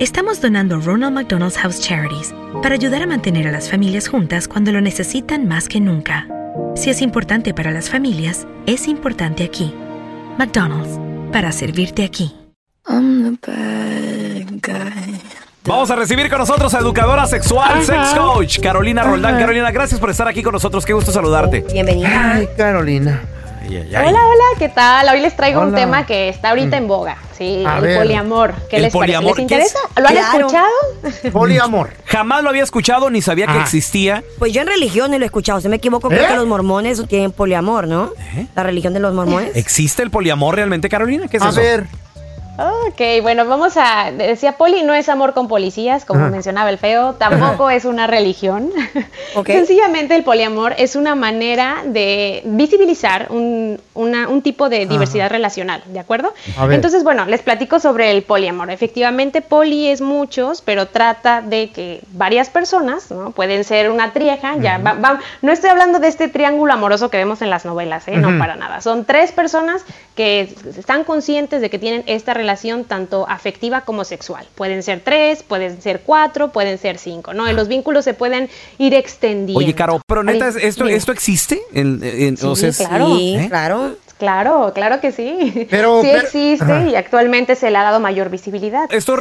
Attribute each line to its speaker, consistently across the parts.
Speaker 1: Estamos donando Ronald McDonald's House Charities para ayudar a mantener a las familias juntas cuando lo necesitan más que nunca. Si es importante para las familias, es importante aquí. McDonald's, para servirte aquí.
Speaker 2: I'm the bad guy.
Speaker 3: Vamos a recibir con nosotros a educadora sexual, sex coach, Carolina Roldán. Carolina, gracias por estar aquí con nosotros. Qué gusto saludarte.
Speaker 4: Bienvenida.
Speaker 5: Ay, Carolina.
Speaker 4: Hola, hola, ¿qué tal? Hoy les traigo un
Speaker 5: Hola.
Speaker 4: tema que está ahorita en boga. Sí,
Speaker 5: A
Speaker 4: el
Speaker 5: ver.
Speaker 4: poliamor. ¿Qué
Speaker 3: Mm. ¿El
Speaker 4: les
Speaker 3: poliamor?
Speaker 4: parece? ¿Les
Speaker 3: ¿Qué es?
Speaker 4: interesa? ¿Lo han
Speaker 2: Claro.
Speaker 4: escuchado?
Speaker 5: Poliamor.
Speaker 3: Jamás lo había escuchado ni sabía que
Speaker 5: Ajá.
Speaker 3: existía.
Speaker 6: Pues yo en religión no lo he escuchado. Si me equivoco, creo
Speaker 5: ¿Eh?
Speaker 6: que los mormones tienen poliamor, ¿no? La religión de los mormones.
Speaker 5: ¿Eh?
Speaker 3: ¿Existe el poliamor realmente, Carolina? ¿Qué es
Speaker 5: A
Speaker 3: eso?
Speaker 5: ver,
Speaker 4: Ok, bueno, vamos a. Decía Poli, no es amor con policías, como
Speaker 5: Ajá.
Speaker 4: mencionaba el feo, tampoco es una religión.
Speaker 6: Ok.
Speaker 4: Sencillamente, el poliamor es una manera de visibilizar un, una- un tipo de diversidad relacional, ¿de acuerdo?
Speaker 5: A ver.
Speaker 4: Entonces, bueno, les platico sobre el poliamor. Efectivamente, poli es muchos, pero trata de que varias personas, ¿no? Pueden ser una trieja, ya va- va- no estoy hablando de este triángulo amoroso que vemos en las novelas, ¿eh? No, para nada. Son tres personas que están conscientes de que tienen esta relación tanto afectiva como sexual. Pueden ser tres, pueden ser cuatro, pueden ser cinco, ¿no? Y los vínculos se pueden ir extendiendo.
Speaker 3: Oye, Caro, pero neta,
Speaker 4: Ahorita-
Speaker 3: ¿esto,
Speaker 4: Dime.
Speaker 3: esto existe? En- en- o
Speaker 4: Sí,
Speaker 3: sea, es-
Speaker 4: claro.
Speaker 6: Sí,
Speaker 3: ¿Eh?
Speaker 6: claro.
Speaker 4: Claro, claro que sí.
Speaker 5: Pero-
Speaker 4: sí
Speaker 5: pero-
Speaker 4: existe
Speaker 5: Ajá.
Speaker 4: y actualmente se le ha dado mayor visibilidad.
Speaker 3: ¿Esto es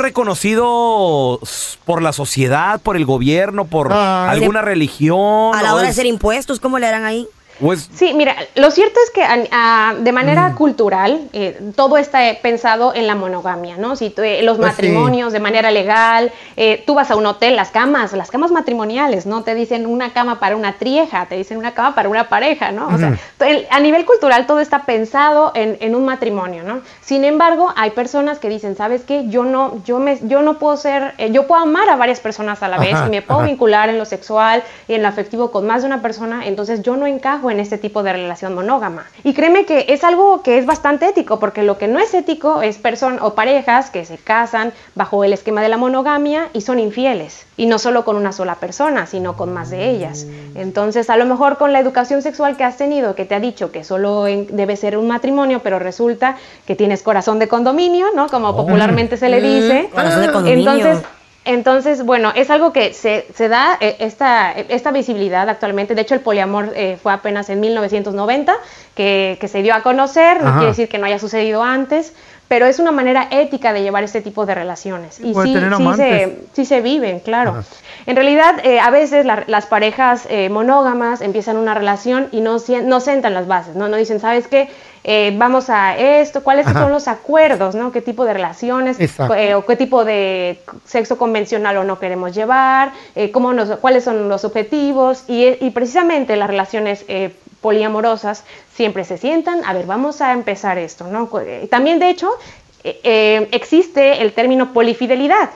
Speaker 3: reconocido s- por la sociedad, por el gobierno, por
Speaker 5: Ah.
Speaker 3: alguna religión?
Speaker 6: A la
Speaker 3: o
Speaker 6: hora de
Speaker 3: es-
Speaker 6: hacer impuestos, ¿cómo le harán ahí?
Speaker 3: o es-
Speaker 4: Sí, mira, lo cierto es que an- ah, de
Speaker 5: Mm.
Speaker 4: manera cultural eh, todo está eh, pensado en la monogamia, ¿no? Si tú, eh, los
Speaker 5: Pues sí.
Speaker 4: matrimonios de manera legal, eh, tú vas a un hotel, las camas, las camas matrimoniales, ¿no? Te dicen una cama para una trieja, te dicen una cama para una pareja, ¿no? O sea, to- el- a nivel cultural todo está pensado en, en un matrimonio, ¿no? Sin embargo, hay personas que dicen, ¿sabes qué? Yo no, yo me, yo no puedo ser, eh, yo puedo amar a varias personas a la vez
Speaker 5: Ajá,
Speaker 4: y me puedo
Speaker 5: ajá.
Speaker 4: vincular en lo sexual y en lo afectivo con más de una persona, entonces yo no encajo en este tipo de relación monógama. Y créeme que es algo que es bastante ético, porque lo que no es ético es personas o parejas que se casan bajo el esquema de la monogamia y son infieles, y no solo con una sola persona, sino con más de ellas. Entonces, a lo mejor con la educación sexual que has tenido, que te ha dicho que solo en- debe ser un matrimonio, pero resulta que tienes corazón de condominio, ¿no? Como popularmente se le dice.
Speaker 6: Oh. corazón de condominio.
Speaker 4: Entonces, entonces, bueno, es algo que se, se da eh, esta, esta visibilidad actualmente. De hecho, el poliamor eh, fue apenas en 1990 que, que se dio a conocer. No
Speaker 5: Ajá.
Speaker 4: quiere decir que no haya sucedido antes, pero es una manera ética de llevar este tipo de relaciones. Y
Speaker 5: puede
Speaker 4: sí,
Speaker 5: tener
Speaker 4: sí
Speaker 5: amantes.
Speaker 4: se, sí se viven, claro.
Speaker 5: Ajá.
Speaker 4: En realidad, eh, a veces la- las parejas eh, monógamas empiezan una relación y no, sien- no sentan las bases, ¿no? No dicen, ¿sabes qué? Eh, vamos a esto, ¿cuáles
Speaker 5: Ajá.
Speaker 4: son los acuerdos, ¿no? ¿Qué tipo de relaciones
Speaker 5: Exacto.
Speaker 4: eh, o qué tipo de sexo convencional o no queremos llevar? Eh, cómo nos, ¿Cuáles son los objetivos? Y, eh, y precisamente las relaciones... eh, poliamorosas siempre se sientan, a ver, vamos a empezar esto, ¿no? Cu- eh, También, de hecho, eh, eh, existe el término polifidelidad,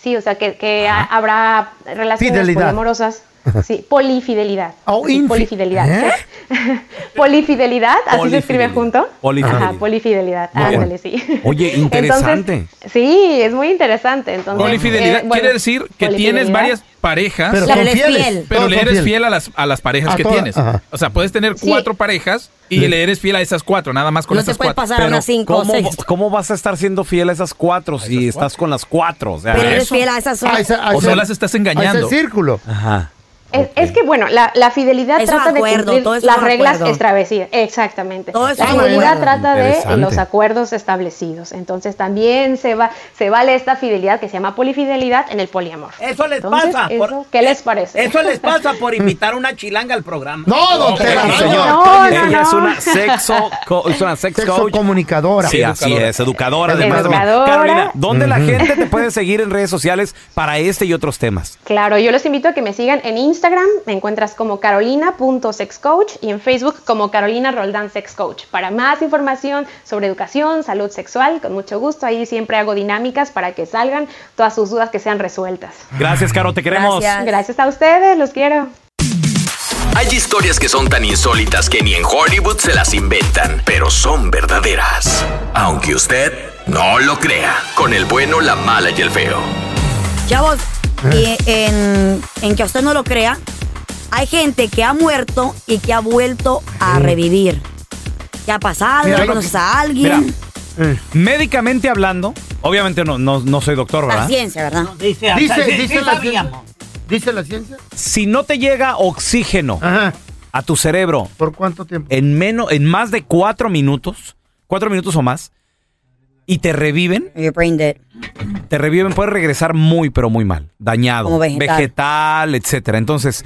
Speaker 4: Sí, o sea, que, que ha- habrá relaciones
Speaker 5: Fidelidad.
Speaker 4: poliamorosas. Sí, polifidelidad.
Speaker 5: Oh,
Speaker 4: Sí,
Speaker 5: infi-
Speaker 4: polifidelidad.
Speaker 5: ¿Eh?
Speaker 4: ¿sí? polifidelidad, así se escribe
Speaker 3: Polifidelidad.
Speaker 4: junto.
Speaker 3: Polifidelidad.
Speaker 4: Ajá, polifidelidad.
Speaker 3: Muy bueno.
Speaker 4: Ándale, sí.
Speaker 3: Oye, interesante.
Speaker 4: Entonces, sí, es muy interesante. Entonces,
Speaker 7: Polifidelidad
Speaker 4: eh, bueno,
Speaker 7: quiere decir que tienes
Speaker 4: polifidelidad.
Speaker 7: varias parejas,
Speaker 5: Pero
Speaker 7: pero,
Speaker 6: La
Speaker 5: son
Speaker 6: eres
Speaker 5: fieles.
Speaker 6: fiel.
Speaker 5: todos
Speaker 7: le
Speaker 5: son
Speaker 7: eres
Speaker 5: fieles.
Speaker 7: fiel a las, a las parejas
Speaker 5: A
Speaker 7: que
Speaker 5: todas,
Speaker 7: tienes.
Speaker 5: ajá.
Speaker 7: O sea, puedes tener
Speaker 4: Sí.
Speaker 7: cuatro parejas y
Speaker 5: Sí.
Speaker 7: le eres fiel a esas cuatro, nada más con
Speaker 6: No te
Speaker 7: esas
Speaker 6: puedes
Speaker 7: cuatro.
Speaker 6: pasar a
Speaker 7: Pero
Speaker 6: unas cinco o
Speaker 3: ¿Cómo,
Speaker 6: seis.
Speaker 3: cómo vas a estar siendo fiel a esas cuatro si estás con las cuatro? O sea,
Speaker 6: Pero eres
Speaker 7: eso?
Speaker 6: fiel a esas
Speaker 5: Ah, ese- ah,
Speaker 7: O
Speaker 5: ese-
Speaker 7: sea, las estás engañando.
Speaker 5: a Ese círculo.
Speaker 3: Ajá.
Speaker 4: Es, es que, bueno, la, la fidelidad
Speaker 6: Es un
Speaker 4: trata
Speaker 6: acuerdo,
Speaker 4: de cumplir
Speaker 6: todo es un
Speaker 4: las reglas
Speaker 6: acuerdo.
Speaker 4: establecidas. Exactamente.
Speaker 6: Todo es
Speaker 4: la
Speaker 5: un
Speaker 4: fidelidad
Speaker 5: acuerdo.
Speaker 4: trata de
Speaker 3: Interesante.
Speaker 4: los acuerdos establecidos. Entonces, también se va se vale esta fidelidad que se llama polifidelidad en el poliamor.
Speaker 8: Eso les
Speaker 4: Entonces,
Speaker 8: pasa
Speaker 4: eso,
Speaker 8: por- eh,
Speaker 4: ¿Qué les parece?
Speaker 8: Eso les pasa por invitar una chilanga al programa.
Speaker 5: No, don Tela,
Speaker 7: no,
Speaker 5: señor.
Speaker 4: no, no,
Speaker 3: Ella
Speaker 4: no.
Speaker 3: es una sexo, co- es una sex
Speaker 5: Sexo
Speaker 3: coach.
Speaker 5: comunicadora.
Speaker 3: Sí, así es, educadora. además de-
Speaker 4: Educadora.
Speaker 3: Carolina, ¿dónde la gente te puede seguir en redes sociales para este y otros temas?
Speaker 4: Claro, yo los invito a que me sigan en Instagram, me encuentras como carolina.sexcoach y en Facebook como Carolina Roldán Sex Coach. Para más información sobre educación, salud sexual, con mucho gusto, ahí siempre hago dinámicas para que salgan todas sus dudas que sean resueltas.
Speaker 3: Gracias, Caro, te queremos.
Speaker 6: Gracias.
Speaker 4: Gracias a ustedes, los quiero.
Speaker 9: Hay historias que son tan insólitas que ni en Hollywood se las inventan, pero son verdaderas. Aunque usted no lo crea, con el bueno, la mala y el feo.
Speaker 6: Chavos,
Speaker 5: ¿Eh?
Speaker 6: y eh, en, en que usted no lo crea, hay gente que ha muerto y que ha vuelto a revivir. ¿Qué ha pasado?
Speaker 5: ¿Eh? Mira, lo
Speaker 6: ¿Conoces
Speaker 5: que-
Speaker 6: a
Speaker 3: Mira,
Speaker 6: alguien?
Speaker 7: Mm.
Speaker 3: médicamente hablando, obviamente no, no, no soy doctor,
Speaker 6: la
Speaker 3: ¿verdad?
Speaker 6: ciencia, ¿verdad?
Speaker 8: Dice,
Speaker 5: Dice,
Speaker 8: sí,
Speaker 5: dice
Speaker 8: sí
Speaker 5: la ciencia.
Speaker 8: sabíamos.
Speaker 5: Dice la ciencia.
Speaker 3: Si no te llega oxígeno
Speaker 5: Ajá.
Speaker 3: a tu cerebro
Speaker 5: ¿Por cuánto tiempo?
Speaker 3: en menos, en más de cuatro minutos, cuatro minutos o más, y te reviven,
Speaker 6: Your brain dead.
Speaker 3: te reviven, puedes regresar muy, pero muy mal, dañado,
Speaker 6: Como vegetal.
Speaker 3: vegetal etcétera. Entonces,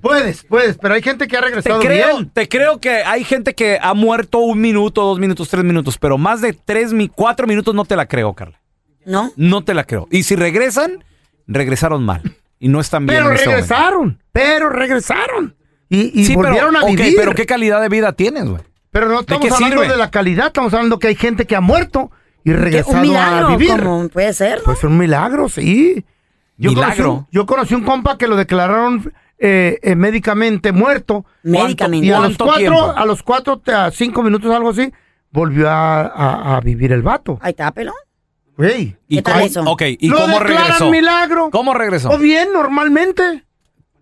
Speaker 5: Puedes, puedes, pero hay gente que ha
Speaker 3: Te
Speaker 5: regresado
Speaker 3: creo,
Speaker 5: bien.
Speaker 3: te creo que hay gente que ha muerto un minuto, dos minutos, tres minutos, pero más de tres, mi- cuatro minutos no te la creo, Carla.
Speaker 6: ¿No?
Speaker 3: No te la creo. Y si regresan, regresaron mal. Y no están bien.
Speaker 5: Pero
Speaker 3: en este momento.
Speaker 5: regresaron. Pero regresaron. Y, y
Speaker 3: Sí, pero,
Speaker 5: volvieron a
Speaker 3: ok,
Speaker 5: vivir.
Speaker 3: pero ¿qué calidad de vida tienes, güey?
Speaker 5: Pero no estamos
Speaker 3: qué
Speaker 5: hablando
Speaker 3: sirve?
Speaker 5: de la calidad, estamos hablando que hay gente que ha muerto y
Speaker 6: Que
Speaker 5: regresado
Speaker 6: Un milagro,
Speaker 5: a vivir.
Speaker 6: como puede ser.
Speaker 5: Pues un milagro, sí. Conocí,
Speaker 3: Milagro.
Speaker 5: un- yo conocí un compa que lo declararon eh, eh, médicamente muerto.
Speaker 6: Médicamente.
Speaker 5: Y a los
Speaker 3: ¿Cuánto
Speaker 5: cuatro,
Speaker 3: tiempo?
Speaker 5: a los cuatro, te- a cinco minutos, algo así, volvió a, a- a vivir el vato.
Speaker 6: Ahí está, pelón.
Speaker 5: Güey.
Speaker 3: ¿Y
Speaker 6: ¿Qué tal
Speaker 3: cómo,
Speaker 6: eso?
Speaker 3: ok, ¿y
Speaker 5: lo
Speaker 3: cómo
Speaker 5: declaran
Speaker 3: regresó?
Speaker 5: milagro.
Speaker 3: ¿Cómo regresó?
Speaker 5: O bien, normalmente.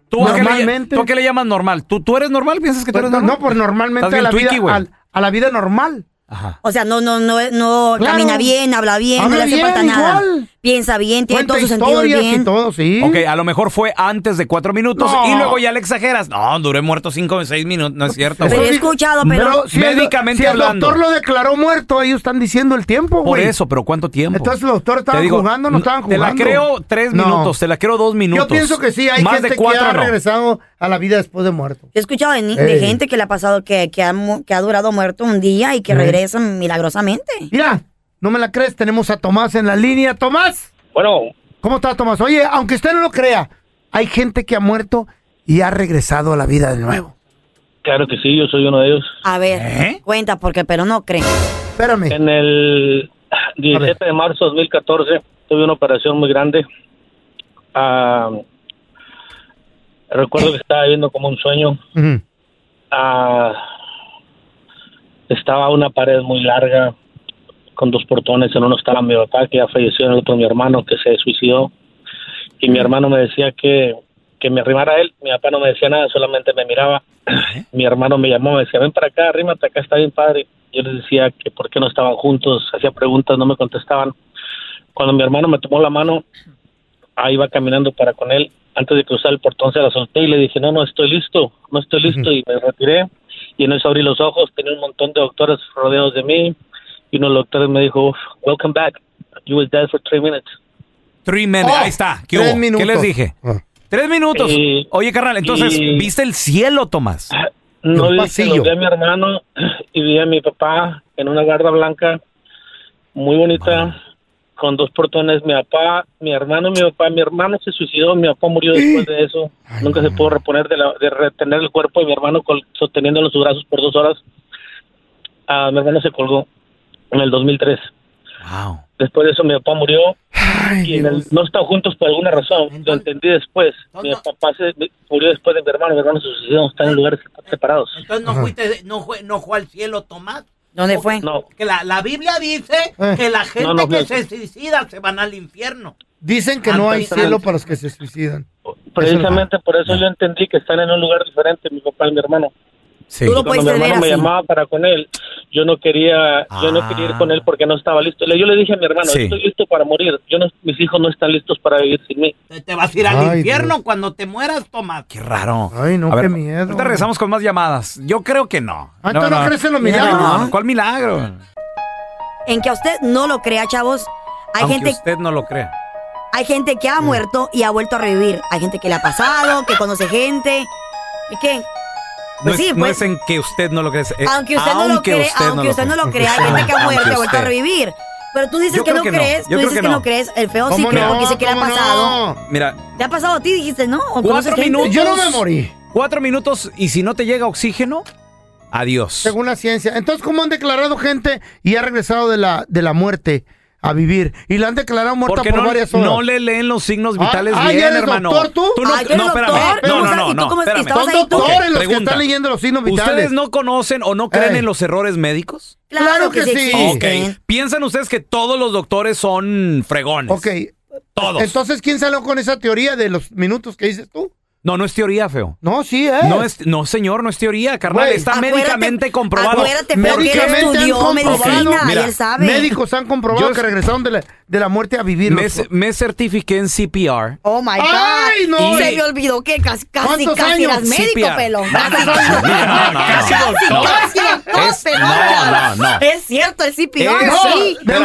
Speaker 3: ¿Tú, a qué le-
Speaker 5: Normalmente.
Speaker 3: tú a qué le llamas normal? ¿Tú, tú eres normal? ¿Piensas que tú
Speaker 5: Pues,
Speaker 3: eres
Speaker 5: no,
Speaker 3: normal?
Speaker 5: no, pues normalmente
Speaker 3: Estás
Speaker 5: a la,
Speaker 3: bien
Speaker 5: vida,
Speaker 3: twiki, güey.
Speaker 5: al- a la vida normal.
Speaker 3: Ajá.
Speaker 6: O sea, no, no, no, no
Speaker 5: Claro.
Speaker 6: camina bien, habla bien, no
Speaker 5: Habla
Speaker 6: le hace
Speaker 5: bien,
Speaker 6: falta nada.
Speaker 5: igual.
Speaker 6: Piensa bien, tiene
Speaker 5: Cuenta
Speaker 6: todos sus sentidos
Speaker 5: historias y
Speaker 6: bien.
Speaker 5: todo, sí.
Speaker 3: Ok, a lo mejor fue antes de cuatro minutos
Speaker 5: No.
Speaker 3: y luego ya le exageras. No, duré muerto cinco o seis minutos, no es cierto.
Speaker 6: Pero
Speaker 3: güey.
Speaker 6: he escuchado, pero-
Speaker 5: si el do-
Speaker 3: Médicamente
Speaker 5: si el
Speaker 3: hablando.
Speaker 5: doctor lo declaró muerto, ellos están diciendo el tiempo,
Speaker 3: Por
Speaker 5: güey.
Speaker 3: eso, pero ¿cuánto tiempo?
Speaker 5: Entonces los doctores
Speaker 3: Te
Speaker 5: estaban jugando, no estaban
Speaker 3: Te la
Speaker 5: jugando.
Speaker 3: creo tres
Speaker 5: No.
Speaker 3: minutos, te la creo dos minutos.
Speaker 5: Yo pienso que sí, hay
Speaker 3: Más
Speaker 5: gente
Speaker 3: de
Speaker 5: que
Speaker 3: cuatro,
Speaker 5: ha
Speaker 3: no.
Speaker 5: regresado a la vida después de muerto.
Speaker 6: Yo he escuchado de, ni- de
Speaker 5: Ey.
Speaker 6: gente que le ha pasado que, que, ha, mu- que ha durado muerto un día y que
Speaker 5: Ey.
Speaker 6: regresan milagrosamente.
Speaker 5: Mira, no me la crees, tenemos a Tomás en la línea. Tomás,
Speaker 10: Bueno,
Speaker 5: ¿cómo está Tomás? Oye, aunque usted no lo crea, hay gente que ha muerto y ha regresado a la vida de nuevo.
Speaker 10: claro que sí, yo soy uno de ellos.
Speaker 6: A ver,
Speaker 3: ¿Eh?
Speaker 6: cuenta, porque pero no cree.
Speaker 5: Espérame.
Speaker 10: En el 17 de marzo de 2014 tuve una operación muy grande. Ah, recuerdo que estaba viendo como un sueño.
Speaker 5: Ujú.
Speaker 10: Ah, estaba una pared muy larga con dos portones. En uno estaba mi papá, que ya falleció, en el otro mi hermano, que se suicidó. Y mi hermano me decía que, que me arrimara a él. Mi papá no me decía nada, solamente me miraba. mi hermano me llamó, me decía, ven para acá, arrímate, acá está bien padre. Yo les decía que por qué no estaban juntos, hacía preguntas, no me contestaban. Cuando mi hermano me tomó la mano, ahí iba caminando para con él. Antes de cruzar el portón se la solté y le dije, no, no estoy listo, no estoy listo. Y me retiré y en eso abrí los ojos, tenía un montón de doctores rodeados de mí. Y uno de los doctores me dijo, welcome back, you was dead for three minutes.
Speaker 3: Three minutes,
Speaker 5: Oh,
Speaker 3: ahí está. ¿Qué,
Speaker 5: tres
Speaker 3: hubo?
Speaker 5: minutos.
Speaker 3: ¿Qué les dije?
Speaker 5: Ah.
Speaker 3: Tres minutos.
Speaker 10: Y-
Speaker 3: Oye, carnal, entonces,
Speaker 10: Eh, y-
Speaker 3: ¿viste el cielo, Tomás?
Speaker 10: No
Speaker 5: Un
Speaker 10: vi,
Speaker 5: pasillo.
Speaker 10: lo vi a mi hermano y vi a mi papá en una garda blanca muy bonita con dos portones. Mi papá, mi hermano, mi papá, mi hermano se suicidó, mi papá murió después de eso. Nunca se pudo reponer de, la- de retener el cuerpo y mi hermano col- sosteniéndolo en sus brazos por dos horas. Ah, mi hermano se colgó en el 2003.
Speaker 3: Wow.
Speaker 10: Después de eso mi papá murió y en el- no están juntos por alguna razón. Lo entendí después. Mi papá se mi- murió después de mi hermano. Mi hermano se suicidó. Están en lugares separados.
Speaker 8: Entonces no fuiste, no fue, no fue al cielo Tomás.
Speaker 6: ¿Dónde fue?
Speaker 10: No.
Speaker 8: Que la, la Biblia dice
Speaker 5: Eh.
Speaker 8: que la gente
Speaker 5: No, no,
Speaker 8: que
Speaker 5: no.
Speaker 8: se suicida se van al infierno.
Speaker 5: Dicen que no hay
Speaker 8: Antes-
Speaker 5: cielo para los que se suicidan.
Speaker 10: Precisamente por eso yo entendí que están en un lugar diferente, mi papá y mi hermano.
Speaker 5: Sí. Tú lo
Speaker 10: Y Cuando mi
Speaker 5: pudiste ver
Speaker 10: hermano me
Speaker 5: así.
Speaker 10: llamaba para con él, yo no quería, yo no quería ir con
Speaker 5: Ah.
Speaker 10: él porque no estaba listo. Le- Yo le dije a mi hermano,
Speaker 8: Sí.
Speaker 10: estoy listo para morir. Yo no, mis hijos no están listos para vivir sin mí.
Speaker 8: Te vas a ir al
Speaker 10: Ay,
Speaker 8: infierno cuando te mueras, Tomás.
Speaker 3: Qué raro.
Speaker 5: Ay, no,
Speaker 3: A ver,
Speaker 5: qué miedo.
Speaker 3: Ahorita regresamos con más llamadas. Yo creo que no.
Speaker 5: Ah, ¿tú no crees en los milagros?
Speaker 3: No, ¿Cuál milagro?
Speaker 6: En que a usted no lo crea, chavos. Hay
Speaker 3: Aunque
Speaker 6: gente
Speaker 3: usted Mm. no lo crea.
Speaker 6: Hay gente que ha muerto y ha vuelto a revivir. Hay gente que le ha pasado, que conoce gente. ¿Y qué?
Speaker 3: No,
Speaker 6: Pues sí,
Speaker 3: es, no
Speaker 6: pues.
Speaker 3: es en que usted no lo crea. es- eh,
Speaker 6: aunque usted no lo
Speaker 3: aunque
Speaker 6: cree,
Speaker 3: usted
Speaker 6: aunque usted no lo crea, hay gente que ha
Speaker 3: Aunque
Speaker 6: muerto y ha vuelto a
Speaker 3: usted.
Speaker 6: revivir. Pero tú dices
Speaker 3: Yo
Speaker 6: que
Speaker 3: creo
Speaker 6: no
Speaker 3: que no.
Speaker 6: crees,
Speaker 3: Yo
Speaker 6: tú
Speaker 3: creo
Speaker 6: dices
Speaker 3: que
Speaker 6: que no
Speaker 3: no.
Speaker 6: crees, el feo sí
Speaker 3: ¿Cómo
Speaker 6: cree
Speaker 3: no?
Speaker 6: porque dice que le ha
Speaker 3: ¿Cómo no?
Speaker 6: pasado.
Speaker 3: Mira,
Speaker 6: ¿Te ha pasado a ti? Dijiste, ¿no? ¿O conoces
Speaker 3: cuatro
Speaker 6: gente?
Speaker 3: minutos. Cuatro minutos y si no te llega oxígeno, adiós.
Speaker 5: Según la ciencia. Entonces, ¿cómo han declarado gente y ha regresado de la, de la muerte a vivir? Y la han declarado muerta
Speaker 3: Porque
Speaker 5: por
Speaker 3: no,
Speaker 5: varias horas.
Speaker 3: no le leen los signos
Speaker 5: Ah,
Speaker 3: vitales
Speaker 5: ah,
Speaker 3: bien,
Speaker 5: ¿ya eres
Speaker 3: hermano.
Speaker 5: doctor tú?
Speaker 3: no,
Speaker 5: Ah, ¿ya eres
Speaker 3: no, espérame.
Speaker 5: doctor? Pero,
Speaker 3: no,
Speaker 5: o sea,
Speaker 3: no,
Speaker 5: ¿y tú
Speaker 3: no,
Speaker 5: cómo es que
Speaker 3: espérame.
Speaker 5: estabas Son ahí tú? doctores los que
Speaker 3: Pregunta.
Speaker 5: están leyendo los signos vitales.
Speaker 3: ¿Ustedes no conocen o no creen
Speaker 5: Ey.
Speaker 3: en los errores médicos?
Speaker 5: Claro Claro que que sí. sí.
Speaker 3: Ok. ¿Piensan ustedes que todos los doctores son fregones?
Speaker 5: Ok.
Speaker 3: Todos.
Speaker 5: Entonces, ¿quién salió con esa teoría de los minutos que dices tú?
Speaker 3: No, no es teoría, feo.
Speaker 5: No, sí es.
Speaker 3: No, es, no señor, no es teoría, carnal.
Speaker 5: Güey.
Speaker 3: está
Speaker 5: Acuérdate-
Speaker 3: médicamente comprobado.
Speaker 5: Acuérdate, pero que él Médicamente estudió han comprobado. medicina, Mira, y él sabe. médicos han comprobado que regresaron de la, muerte a vivir.
Speaker 3: Me,
Speaker 5: los-
Speaker 3: me certifiqué en CPR.
Speaker 6: Oh my God.
Speaker 5: Ay, no.
Speaker 6: Se
Speaker 3: Y-
Speaker 6: me olvidó que casi, casi,
Speaker 5: ¿Cuántos
Speaker 6: casi
Speaker 5: años?
Speaker 6: eras médico,
Speaker 3: CPR.
Speaker 6: pelón.
Speaker 3: No,
Speaker 6: Casi,
Speaker 3: no, no, no, no, no.
Speaker 6: casi,
Speaker 3: No.
Speaker 6: casi, doctor,
Speaker 3: Es-
Speaker 6: pelón.
Speaker 3: no, no, no.
Speaker 6: Es cierto, el CPR,
Speaker 3: Es-
Speaker 6: sí.
Speaker 3: espérate.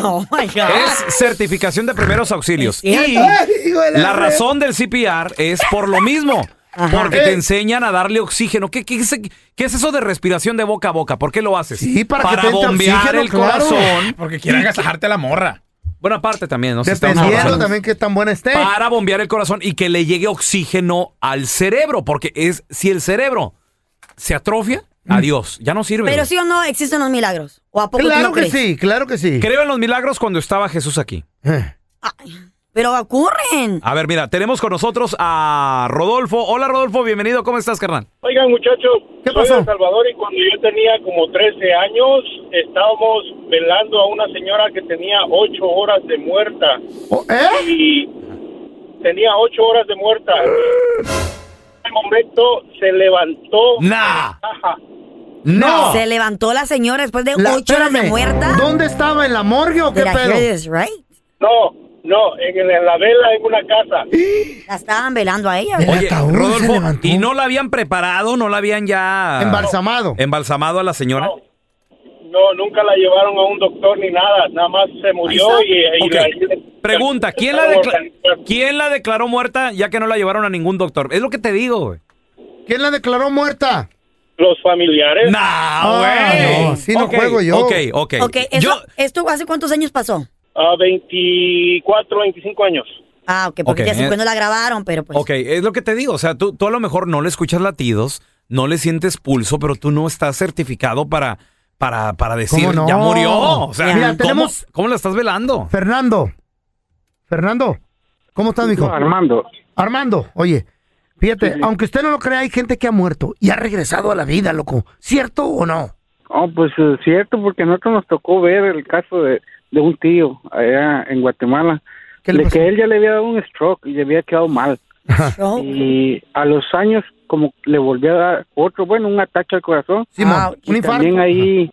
Speaker 6: Oh my God.
Speaker 3: Es certificación de primeros auxilios.
Speaker 6: Es cierto.
Speaker 3: Y
Speaker 6: Ay, hijo de la
Speaker 3: la
Speaker 6: red.
Speaker 3: razón del CPR es por lo mismo.
Speaker 6: Ajá.
Speaker 3: Porque
Speaker 6: Eh.
Speaker 3: te enseñan a darle oxígeno. ¿Qué, qué, es- qué es eso de respiración de boca a boca? ¿Por qué lo haces?
Speaker 7: para que te entre
Speaker 3: bombear
Speaker 7: oxígeno,
Speaker 3: el
Speaker 7: claro.
Speaker 3: corazón.
Speaker 7: Porque quiere agasajarte a la morra.
Speaker 3: Bueno, aparte también, ¿no? Si estamos
Speaker 5: Dependiendo
Speaker 3: hablando-
Speaker 5: también qué tan buena esté.
Speaker 3: Para bombear el corazón y que le llegue oxígeno al cerebro. Porque es si el cerebro se atrofia, adiós. Ya no sirve.
Speaker 6: Pero sí o no, existen los milagros. ¿O a poco tú
Speaker 5: Claro
Speaker 6: no
Speaker 5: que
Speaker 6: crees?
Speaker 5: sí, claro que sí. Eh.
Speaker 3: Creo en los milagros cuando estaba Jesús aquí.
Speaker 6: Pero ocurren.
Speaker 3: A ver, mira, tenemos con nosotros a Rodolfo. Hola, Rodolfo, bienvenido. ¿Cómo estás, carnal?
Speaker 11: Oigan, muchachos, soy de El Salvador y cuando yo tenía como 13 años, estábamos velando a una señora que tenía 8 horas de muerta.
Speaker 5: eh?
Speaker 11: Y tenía 8 horas de muerta. En el momento se levantó.
Speaker 3: ¡Nah!
Speaker 5: No.
Speaker 6: Se levantó la señora después de
Speaker 5: La-
Speaker 6: ocho horas de
Speaker 5: espérame,
Speaker 6: muerta.
Speaker 5: ¿Dónde estaba? ¿En la morgue o qué
Speaker 6: Did I hear
Speaker 5: pedo?
Speaker 6: this right?
Speaker 11: No, no, en, en la vela en una casa.
Speaker 6: La estaban velando a ella.
Speaker 3: Oye, Rodolfo, ¿y no la habían preparado? ¿No la habían ya...
Speaker 5: Embalsamado.
Speaker 3: Embalsamado a la señora.
Speaker 11: No, nunca la llevaron a un doctor ni nada. Nada más se murió
Speaker 3: Ahí
Speaker 11: y,
Speaker 3: está.
Speaker 11: y
Speaker 3: Ok.
Speaker 11: la-
Speaker 3: Pregunta, ¿quién la, decla- ¿quién la declaró muerta ya que no la llevaron a ningún doctor? Es lo que te digo, güey.
Speaker 5: ¿Quién la declaró muerta?
Speaker 11: los familiares.
Speaker 3: ¡Nah, güey!
Speaker 5: Ah, no, sí no
Speaker 3: Ok,
Speaker 5: juego yo.
Speaker 3: Ok, ok. Ah,
Speaker 6: Ok, eso- ¿esto hace cuántos años pasó?
Speaker 11: A 24, 25 años.
Speaker 6: Ah, ok, porque
Speaker 3: Ok,
Speaker 6: ya se fue,
Speaker 3: eh.
Speaker 6: no la grabaron, pero pues.
Speaker 3: Ok, es lo que te digo. O sea, tú, tú a lo mejor no le escuchas latidos, no le sientes pulso, pero tú no estás certificado para, para, para decir,
Speaker 5: ¿Cómo no?
Speaker 3: ya murió. O sea,
Speaker 5: Mira,
Speaker 3: ¿cómo,
Speaker 5: tenemos-
Speaker 3: ¿cómo la estás velando?
Speaker 5: Fernando. Fernando. ¿Cómo estás, mijo?
Speaker 3: No,
Speaker 11: Armando.
Speaker 5: Armando, oye. Fíjate, aunque usted no lo crea, hay gente que ha muerto y ha regresado a la vida, loco. ¿Cierto o no?
Speaker 12: Oh, pues es cierto, porque a nosotros nos tocó ver el caso de, de un tío allá en Guatemala,
Speaker 5: le
Speaker 12: de que él ya le había dado un stroke y le había quedado mal. Y a los años como le volvió a dar otro, bueno, un ataque al corazón.
Speaker 5: Simón,
Speaker 12: Ah,
Speaker 5: un
Speaker 12: y
Speaker 5: infarto.
Speaker 12: También ahí,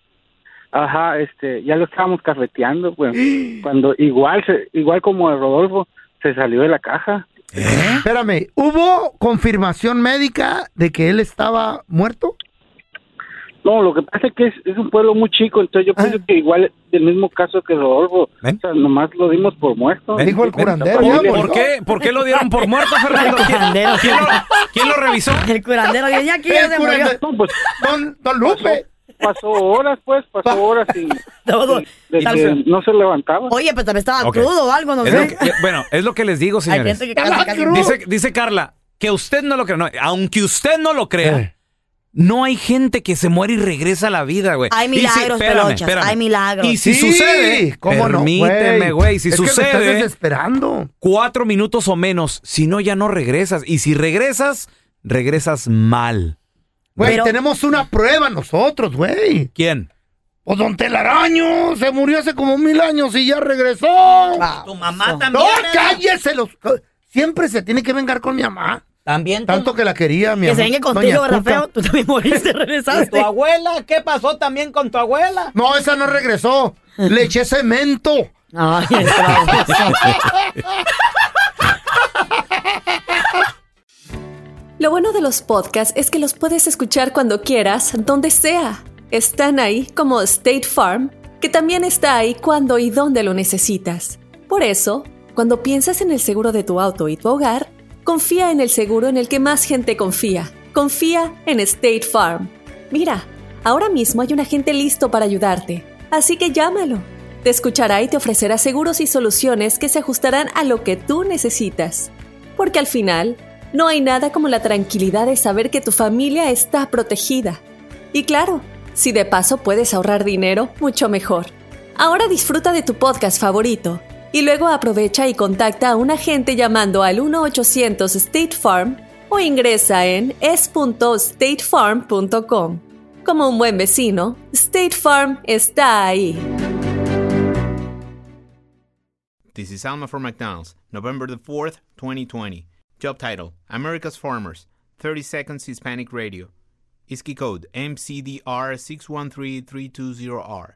Speaker 12: ajá, este, ya lo estábamos cafeteando, pues, cuando igual, se- igual como el Rodolfo, se salió de la caja.
Speaker 3: Ah.
Speaker 5: Espérame, ¿hubo confirmación médica de que él estaba muerto?
Speaker 12: No, lo que pasa es que es, es un pueblo muy chico, entonces yo pienso que igual del mismo caso que Rodolfo, o sea, nomás lo dimos por muerto.
Speaker 3: Ven,
Speaker 12: Dijo el curandero.
Speaker 3: ¿Por, por qué, ¿Por qué lo dieron por muerto, Fernando?
Speaker 12: El
Speaker 3: ¿Quién,
Speaker 12: curandero.
Speaker 3: quién lo, quién lo revisó?
Speaker 6: El curandero dijo, ya aquí
Speaker 12: El
Speaker 6: ya se murió.
Speaker 12: curandero. No, pues,
Speaker 5: don, Lupe.
Speaker 12: Pasó, horas, pues, pasó horas y,
Speaker 6: Todo.
Speaker 12: y de
Speaker 6: Tal-
Speaker 12: que no se levantaba.
Speaker 6: Oye, pero también estaba
Speaker 3: Ok.
Speaker 6: crudo o algo, no
Speaker 3: Es
Speaker 6: sé.
Speaker 3: lo que- eh, bueno, es lo que les digo,
Speaker 6: Hay
Speaker 3: señores.
Speaker 6: gente que casi, casi-
Speaker 3: Dice, dice Carla, que usted no lo crea. No, aunque usted no lo crea, No hay gente que se muere y regresa a la vida, güey.
Speaker 6: Hay
Speaker 3: Y si-
Speaker 6: milagros,
Speaker 3: espérame,
Speaker 6: pelochas,
Speaker 3: espérame.
Speaker 6: hay milagros.
Speaker 3: Y si
Speaker 6: Sí,
Speaker 3: sucede,
Speaker 5: ¿cómo no, güey?
Speaker 3: permíteme, güey, si
Speaker 5: Es que me estás
Speaker 3: sucede,
Speaker 5: desesperando.
Speaker 3: cuatro minutos o menos, si no ya no regresas. Y si regresas, regresas mal.
Speaker 5: Güey, tenemos una prueba nosotros, güey.
Speaker 3: ¿Quién?
Speaker 5: O Don Telaraño, se murió hace como mil años y ya regresó.
Speaker 8: Ah, Tu mamá
Speaker 5: No,
Speaker 8: también. ¿eh? era-
Speaker 5: cállese los. Siempre se tiene que vengar con mi mamá.
Speaker 8: También.
Speaker 5: Tanto que la quería, mi
Speaker 8: Que
Speaker 5: mamá.
Speaker 8: se vengue contigo, ¿verdad, feo?
Speaker 5: Tú también moriste,
Speaker 8: ¿Y tu abuela? ¿Qué pasó también con tu abuela?
Speaker 5: Este, No, esa no regresó. Le eché cemento.
Speaker 13: Lo bueno de los podcasts es que los puedes escuchar cuando quieras, donde sea. Están ahí como State Farm, que también está ahí cuando y donde lo necesitas. Por eso, cuando piensas en el seguro de tu auto y tu hogar, confía en el seguro en el que más gente confía. Confía en State Farm. Mira, ahora mismo hay un agente listo para ayudarte, así que llámalo. Te escuchará y te ofrecerá seguros y soluciones que se ajustarán a lo que tú necesitas. Porque al final, no hay nada como la tranquilidad de saber que tu familia está protegida. Y claro, si de paso puedes ahorrar dinero, mucho mejor. Ahora disfruta de tu podcast favorito y luego aprovecha y contacta a un agente llamando al 1-800 State Farm o ingresa en es.statefarm.com. Como un buen vecino, State Farm está ahí.
Speaker 14: This is Alma from McDonald's, November the 4th, 2020. Job title America's Farmers, 30 Seconds Hispanic Radio. ISKI code MCDR613320R.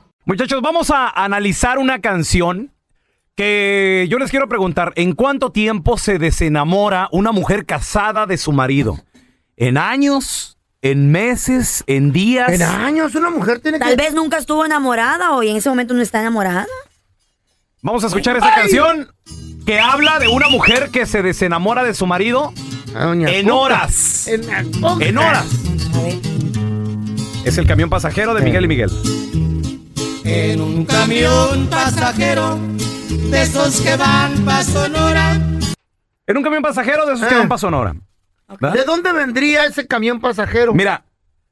Speaker 3: Muchachos, vamos a analizar una canción que yo les quiero preguntar, ¿en cuánto tiempo se desenamora una mujer casada de su marido? ¿En años? ¿En meses? ¿En días?
Speaker 5: En años, una mujer tiene
Speaker 6: Tal vez nunca estuvo enamorada o en ese momento no está enamorada.
Speaker 3: Vamos a escuchar esta canción que habla de una mujer que se desenamora de su marido en
Speaker 5: Cuca.
Speaker 3: horas.
Speaker 5: En,
Speaker 3: En horas. Es el camión pasajero de Miguel y Miguel.
Speaker 15: En un camión pasajero, de esos que van pa' Sonora.
Speaker 3: En un camión pasajero de esos que van para Sonora.
Speaker 5: Eh. ¿De dónde vendría ese camión pasajero?
Speaker 3: Mira,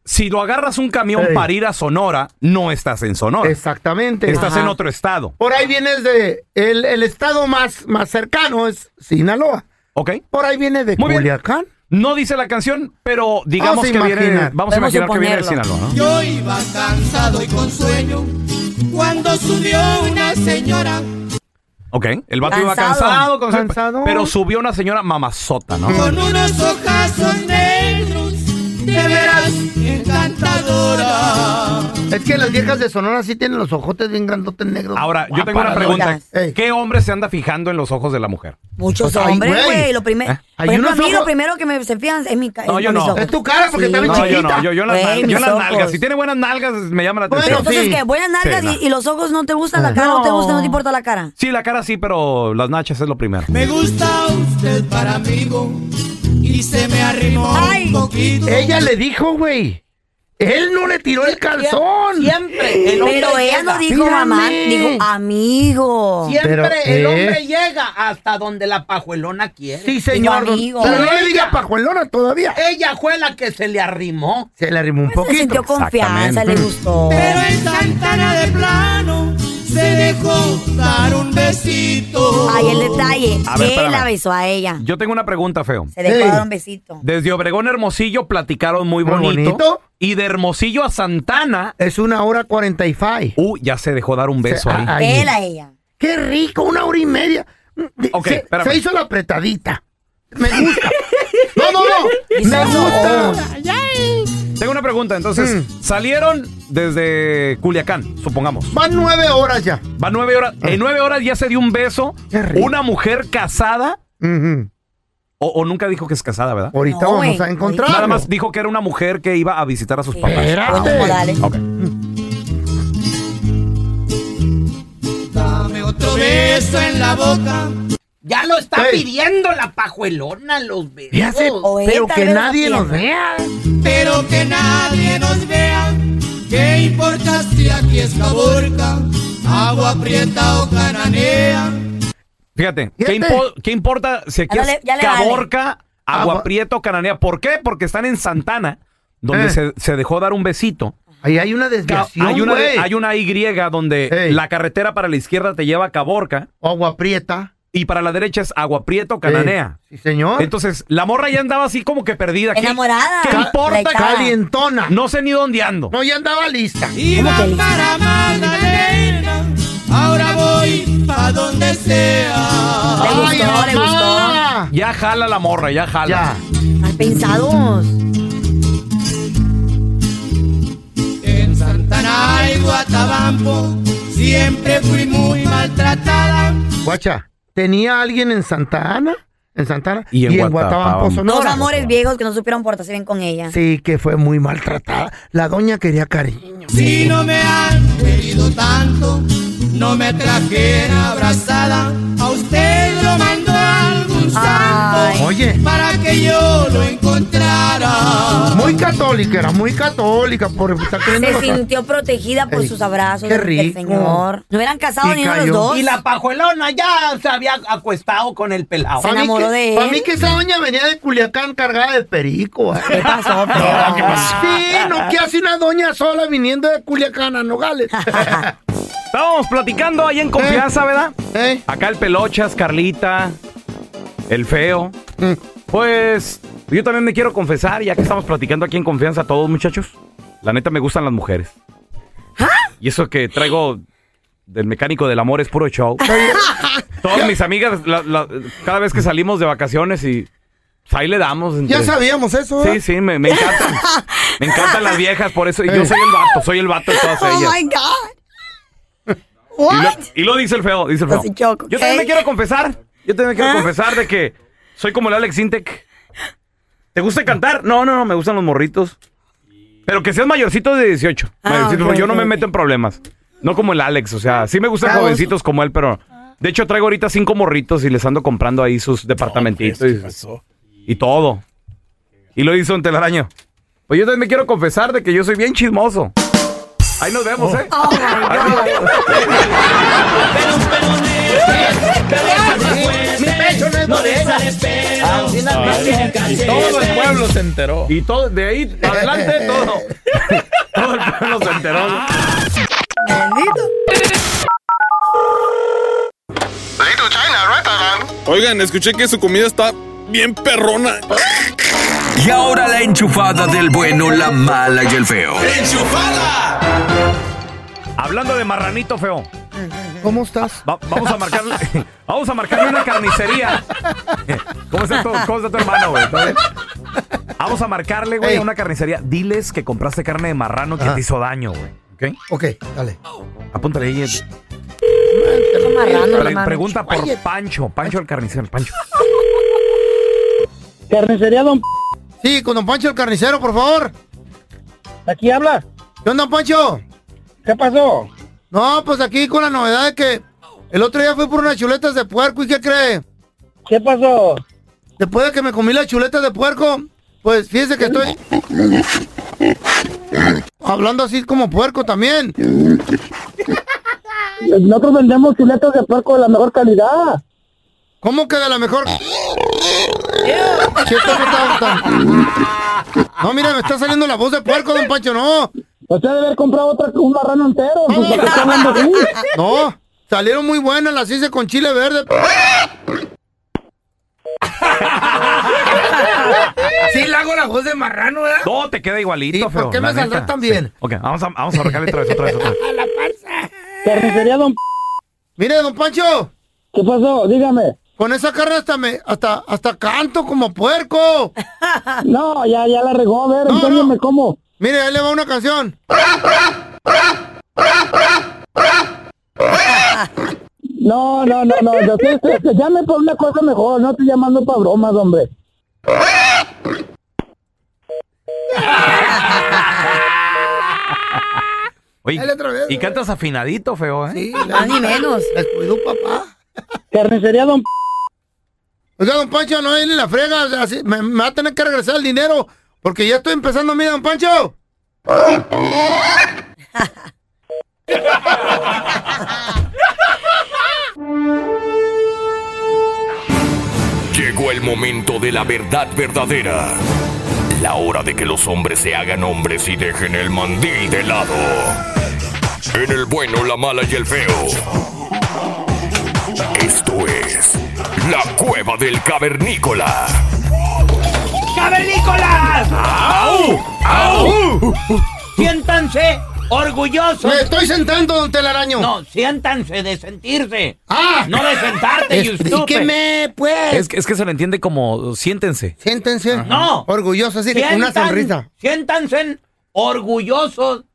Speaker 3: si lo agarras un camión
Speaker 5: Ey.
Speaker 3: para ir a Sonora, no estás en Sonora.
Speaker 5: Exactamente.
Speaker 3: Estás
Speaker 5: Ajá. Ah,
Speaker 3: en otro estado.
Speaker 5: Por ahí vienes de. El, el estado más, más cercano es Sinaloa.
Speaker 3: Ok.
Speaker 5: Por ahí viene de
Speaker 3: Muy bien.
Speaker 5: Culiacán. Ah,
Speaker 3: No dice la canción, pero digamos
Speaker 5: Vamos a
Speaker 3: que viene.
Speaker 5: imaginar.
Speaker 3: Vamos a
Speaker 5: Podemos
Speaker 3: imaginar que viene de
Speaker 5: suponerlo.
Speaker 3: Sinaloa, ¿no?
Speaker 15: Yo iba cansado y con sueño cuando subió una señora
Speaker 3: Ok. El vato iba cansado,
Speaker 15: Cansado.
Speaker 3: con-
Speaker 15: Cansado.
Speaker 3: pero subió una señora mamazota, ¿no?
Speaker 15: con unos ojazos negros de veras encantadora.
Speaker 5: Es que las viejas de Sonora sí tienen los ojotes bien grandotes negros.
Speaker 3: Ahora, yo tengo una pregunta. ¿Qué hombre se anda fijando en los ojos de la mujer?
Speaker 6: Muchos
Speaker 3: Pues, ay,
Speaker 6: hombres,
Speaker 3: güey.
Speaker 6: güey. Lo primero.
Speaker 3: ¿Eh? Hay
Speaker 6: Por ejemplo, a
Speaker 3: unos
Speaker 6: mí lo
Speaker 3: ojos-
Speaker 6: primero que me se fijan es mi cara.
Speaker 3: No, yo no. no, Yo no, yo, yo en las, nal- yo en las nalgas. Si tiene buenas nalgas, me llama la
Speaker 6: Pero
Speaker 3: atención.
Speaker 6: entonces, ¿qué? Buenas nalgas
Speaker 3: Sí,
Speaker 6: y-
Speaker 3: no.
Speaker 6: y, los ojos no te gustan, la cara no, te gusta, no te importa la cara.
Speaker 3: Sí, la cara sí, pero las nachas es lo primero.
Speaker 15: Me gusta usted para amigo y se me arrimó un poquito.
Speaker 5: Eh, Ella le dijo, güey. Él no le tiró el calzón. Eh,
Speaker 15: Siempre el hombre
Speaker 6: Pero ella
Speaker 15: llega.
Speaker 6: no dijo
Speaker 15: Mírame.
Speaker 6: mamá, dijo "Ah". amigo.
Speaker 8: Siempre
Speaker 5: Pero,
Speaker 8: el
Speaker 5: ¿eh?
Speaker 8: hombre llega hasta donde la pajuelona quiere.
Speaker 5: Sí, señor.
Speaker 8: Dijo,
Speaker 5: don-
Speaker 8: amigo.
Speaker 5: Pero no
Speaker 8: Ella-
Speaker 5: le diga pajuelona todavía.
Speaker 8: Ella fue la que se le arrimó.
Speaker 5: Se le arrimó un poquito.
Speaker 8: sintió
Speaker 6: Pues confianza, le gustó.
Speaker 15: Pero en Santana de plano se dejó dar un besito.
Speaker 6: Ahí el detalle.
Speaker 3: A ver,
Speaker 6: él
Speaker 3: espérame.
Speaker 6: la besó a ella.
Speaker 3: Yo tengo una pregunta, feo.
Speaker 6: Se dejó dar un besito.
Speaker 3: Desde Obregón a Hermosillo platicaron muy bonito,
Speaker 5: bonito.
Speaker 3: Y de Hermosillo a Santana.
Speaker 5: Es una hora 45.
Speaker 3: Uh, ya se dejó dar un beso ahí.
Speaker 6: Él a ella.
Speaker 5: Qué rico, una hora y media. Mm,
Speaker 3: Ok,
Speaker 5: se,
Speaker 3: espérame.
Speaker 5: se hizo la apretadita. Me gusta. no, no, no. Me
Speaker 6: Oh.
Speaker 5: gusta.
Speaker 3: Tengo una pregunta, entonces.
Speaker 5: Mm.
Speaker 3: Salieron desde Culiacán, supongamos.
Speaker 5: Van nueve horas ya. Ah.
Speaker 3: Va nueve horas. En nueve horas ya se dio un beso. Una mujer casada O, o nunca dijo que es casada, ¿verdad?
Speaker 5: Ahorita No, vamos güey. a encontrarlo.
Speaker 3: Nada más dijo que era una mujer que iba a visitar a sus papás.
Speaker 5: Espérate.
Speaker 3: Ah, ok.
Speaker 5: Dale.
Speaker 3: Ok.
Speaker 15: Dame otro beso en la boca.
Speaker 8: Ya lo está
Speaker 15: Ey.
Speaker 8: pidiendo la pajuelona, los besos.
Speaker 15: Ya sé, O él pero tal que vez lo nadie pida. nos
Speaker 8: vea.
Speaker 15: Pero que nadie nos vea. ¿Qué importa si aquí es caborca? Agua prieta o cananea.
Speaker 3: Fíjate, ¿qué, impo- qué importa si aquí
Speaker 15: Ya
Speaker 3: es
Speaker 15: le- ya le vale.
Speaker 3: Caborca, Agua Prieto, Cananea? ¿Por qué? Porque están en Santana, donde
Speaker 5: Eh.
Speaker 3: se, se dejó dar un besito.
Speaker 5: Ahí hay una desviación,
Speaker 3: Hay una,
Speaker 5: güey.
Speaker 3: hay una Y donde la carretera para la izquierda te lleva a Caborca.
Speaker 5: Agua Prieta.
Speaker 3: Y para la derecha es Agua Prieto, Cananea.
Speaker 5: Sí, señor.
Speaker 3: Entonces, la morra ya andaba así como que perdida. ¿Qué-
Speaker 5: Enamorada.
Speaker 3: ¿Qué,
Speaker 5: Ca-
Speaker 3: importa?
Speaker 5: recatada. Calientona.
Speaker 3: No sé ni dónde ando.
Speaker 5: No, ya andaba lista.
Speaker 15: Iba para Magdalena. Ahora voy pa' donde sea.
Speaker 3: Le gustó,
Speaker 15: Ay,
Speaker 3: le
Speaker 15: mamá.
Speaker 3: Ya jala la morra, ya jala.
Speaker 6: Mal pensados.
Speaker 15: En Santana y Guatabampo siempre fui muy maltratada.
Speaker 5: Guacha, tenía alguien en Santa Ana, en Santa Ana
Speaker 3: y
Speaker 5: en,
Speaker 3: Guatabampo.
Speaker 5: Guatabampo,
Speaker 6: Dos
Speaker 5: Sonora.
Speaker 6: amores viejos que no supieron portarse bien con ella.
Speaker 5: Sí, que fue muy maltratada. La doña quería cariño.
Speaker 15: Si no me han querido tanto, no me trajeron abrazada. A usted lo mandó algún santo
Speaker 5: Oye.
Speaker 15: para que yo lo encontrara.
Speaker 5: Muy católica, era muy católica por estar queriendo
Speaker 6: Se
Speaker 5: los-
Speaker 6: sintió protegida por
Speaker 5: Ey,
Speaker 6: sus abrazos
Speaker 5: qué
Speaker 6: del
Speaker 5: rico.
Speaker 6: señor. No hubieran casado
Speaker 5: Y
Speaker 6: ni uno de los
Speaker 5: cayó.
Speaker 6: dos.
Speaker 8: Y la pajuelona ya se había acuestado con el pelado.
Speaker 5: Pa' mí que- pa' mí que esa doña venía de Culiacán cargada de perico. ¿Qué
Speaker 6: pasó,
Speaker 5: ¿Qué pasó? Sí, no, ¿qué hace una doña sola viniendo de Culiacán a Nogales?
Speaker 3: Estábamos platicando ahí
Speaker 5: Eh,
Speaker 3: en confianza, ¿verdad? Acá el Pelochas, Carlita, el Feo.
Speaker 5: Mm.
Speaker 3: Pues yo también me quiero confesar, ya que estamos platicando aquí en confianza todos, muchachos. La neta me gustan las mujeres.
Speaker 6: ¿Ah?
Speaker 3: Y eso que traigo del mecánico del amor es puro show. Todas mis amigas, la- la- cada vez que salimos de vacaciones y pues, ahí le damos. entre-
Speaker 5: ya sabíamos eso,
Speaker 3: Sí, sí, me, me encantan. Me encantan las viejas, por eso. Y yo
Speaker 5: Eh.
Speaker 3: soy el vato, soy el vato de todas
Speaker 6: Oh
Speaker 3: ellas.
Speaker 6: my God.
Speaker 3: Y lo, y lo dice el feo, dice el feo.
Speaker 6: Así choco,
Speaker 3: Yo también me
Speaker 6: ¿ok?
Speaker 3: quiero confesar. Yo también me quiero
Speaker 6: ¿Ah?
Speaker 3: confesar de que soy como el Alex Intec. ¿Te gusta cantar? No, no, no, me gustan los morritos. Pero que seas mayorcito de 18.
Speaker 6: Ah,
Speaker 3: mayorcito,
Speaker 6: ok,
Speaker 3: porque yo no
Speaker 6: ok,
Speaker 3: me
Speaker 6: ok.
Speaker 3: meto en problemas. No como el Alex, o sea, sí me gustan
Speaker 6: Chavos.
Speaker 3: jovencitos como él, pero... De hecho, traigo ahorita cinco morritos y les ando comprando ahí sus departamentitos.
Speaker 9: pues,
Speaker 3: y- y todo. Y lo hizo en telaraño. Pues yo también me quiero confesar de que yo soy bien chismoso. Ahí nos vemos, ¿eh?
Speaker 6: Oh.
Speaker 8: Mi pecho no es Ah,
Speaker 15: dureza.
Speaker 3: Ah,
Speaker 7: Y todo el pueblo se enteró.
Speaker 3: Y todo, de ahí adelante, todo. todo el pueblo se enteró.
Speaker 7: Oigan, escuché que su comida está bien perrona.
Speaker 9: Y ahora la enchufada del bueno, la mala y el feo.
Speaker 3: Hablando de marranito feo.
Speaker 5: ¿Cómo estás?
Speaker 3: vamos a marcarle, vamos a marcarle una carnicería. ¿Cómo está tu, cómo está tu hermano, güey? ¿Todo bien? Vamos a marcarle, güey, a una carnicería. Diles que compraste carne de marrano que
Speaker 5: Ajá.
Speaker 3: te hizo daño, güey. ¿Ok?
Speaker 5: Ok, dale.
Speaker 3: Apúntale ahí.
Speaker 6: marrano,
Speaker 3: Pre-
Speaker 6: hermano.
Speaker 3: pregunta por
Speaker 6: Oye.
Speaker 3: Pancho, Pancho el carnicero, Pancho.
Speaker 5: ¿Carnicería, don Sí, con don Pancho el carnicero, por favor. ¿Aquí habla? ¿Qué onda, don Pancho? ¿Qué pasó? No, pues aquí con la novedad de que el otro día fui por unas chuletas de puerco y ¿qué cree? ¿Qué pasó? Después de que me comí las chuletas de puerco, pues fíjese que estoy hablando así como puerco también.
Speaker 16: Nosotros vendemos chuletas de puerco de la mejor calidad.
Speaker 5: ¿Cómo que de la mejor? Si esto no, está tan- no, mira, me está saliendo la voz de puerco, don Pancho, no. Usted debe haber comprado otra, un marrano entero. No, salieron muy buenas, las hice con chile verde. Sí, le hago la voz de marrano, ¿verdad?
Speaker 3: No, te queda igualito, feo.
Speaker 5: ¿por qué
Speaker 3: la
Speaker 5: me saldrá
Speaker 3: neta.
Speaker 5: tan bien?
Speaker 3: Sí. Ok, vamos a, vamos a marcarle otra vez, otra vez, otra vez.
Speaker 5: Carnicería Don Mire, Don Pancho. ¿Qué pasó? Dígame. Con esa carne hasta me, hasta, hasta canto como puerco. No, ya, ya la regó, a ver, enséñame cómo. Mire, ahí le va una canción.
Speaker 16: No, no, no, no. Yo sé, sé, que llame por una cosa mejor. No estoy llamando para bromas, hombre.
Speaker 3: Oye,
Speaker 5: Dale otra vez,
Speaker 3: y
Speaker 5: güey.
Speaker 3: cantas afinadito, feo, ¿eh?
Speaker 5: ni menos. Descuidó papá. Carnicería don... Oiga, don Pancho, no dile la frega. o sea, así- me, me va a tener que regresar el dinero porque ya estoy empezando a mí, don Pancho.
Speaker 9: Llegó el momento de la verdad verdadera. La hora de que los hombres se hagan hombres y dejen el mandil de lado. En el bueno, la mala y el feo. Esto es la cueva del cavernícola.
Speaker 8: ¡Cavernícolas!
Speaker 9: ¡Au! ¡Au!
Speaker 8: Siéntanse orgullosos.
Speaker 5: Me estoy sentando, don Telaraño.
Speaker 8: No, siéntanse de sentirse.
Speaker 5: ¡Ah!
Speaker 8: No de sentarte, you stupid.
Speaker 5: Explíqueme, pues.
Speaker 3: Es, que- es que se le entiende como siéntense.
Speaker 5: Siéntense.
Speaker 8: No.
Speaker 5: Orgulloso, así, con una
Speaker 8: Sientan-
Speaker 5: sonrisa. Eh.
Speaker 8: Siéntanse orgullosos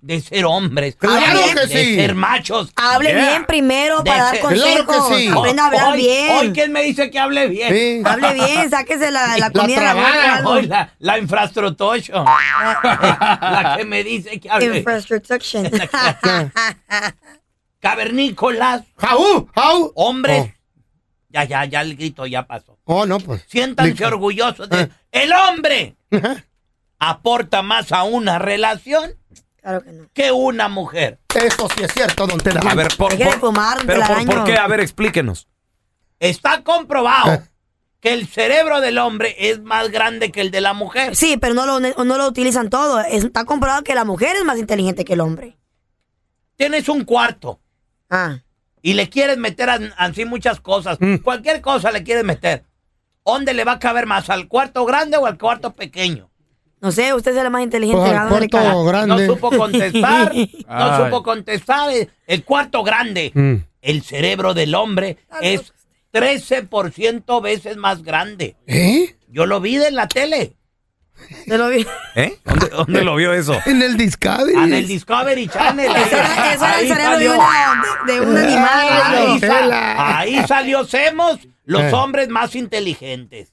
Speaker 8: de ser hombres.
Speaker 5: Claro que
Speaker 8: de
Speaker 5: sí.
Speaker 8: ser machos.
Speaker 6: Hable bien primero
Speaker 8: De
Speaker 6: para dar
Speaker 8: ser-
Speaker 6: consejos. Aprenda a hablar
Speaker 8: Hoy-
Speaker 6: bien.
Speaker 8: Hoy, ¿quién me dice que hable bien?
Speaker 6: Hable bien, sáquese la, la comida de la boca o algo.
Speaker 8: Hoy la, la infraestructocho. la que me dice que hable.
Speaker 6: Infrastructure.
Speaker 8: Cavernícolas.
Speaker 5: ¡Jau! ¡Jau!
Speaker 8: Hombres. Ya, ya, ya el grito ya pasó.
Speaker 5: Oh, no, pues.
Speaker 8: Siéntanse orgullosos
Speaker 5: Eh.
Speaker 8: de... El hombre aporta más a una relación que una mujer.
Speaker 5: Eso sí es cierto, don Telaraño.
Speaker 3: A ver, por, por- pero por, ¿por qué? A ver, explíquenos.
Speaker 8: Está
Speaker 5: Eh.
Speaker 8: comprobado que el cerebro del hombre es más grande que el de la mujer.
Speaker 6: Sí, pero no lo, no lo utilizan todo. Es- Está comprobado que la mujer es más inteligente que el hombre.
Speaker 8: Tienes un cuarto.
Speaker 6: Ah.
Speaker 8: Y le quieres meter an- así muchas cosas. Cualquier cosa le quieres meter. ¿Dónde le va a caber más? ¿Al cuarto grande o al cuarto pequeño?
Speaker 6: No sé, usted es la más inteligente.
Speaker 8: Pues, al
Speaker 6: ¿a dónde le
Speaker 8: cuarto
Speaker 6: cabe?
Speaker 8: grande. No supo contestar. No
Speaker 6: Ay.
Speaker 8: supo contestar. El, el cuarto grande. El cerebro del hombre
Speaker 6: Ah,
Speaker 8: es 13% veces más grande. Yo lo vi de la tele.
Speaker 6: Yo lo vi.
Speaker 3: ¿Eh? ¿Dónde, dónde lo vio eso? Ah,
Speaker 5: En el Discovery.
Speaker 8: En el Ah, Discovery Channel.
Speaker 6: Eso era- eso era el
Speaker 8: Ahí
Speaker 6: cerebro de
Speaker 8: salió.
Speaker 6: una- de- de un animal,
Speaker 8: Ahí
Speaker 6: don
Speaker 8: sa-
Speaker 6: Tela.
Speaker 8: Ahí salió Semos, los
Speaker 6: Eh.
Speaker 8: hombres más inteligentes.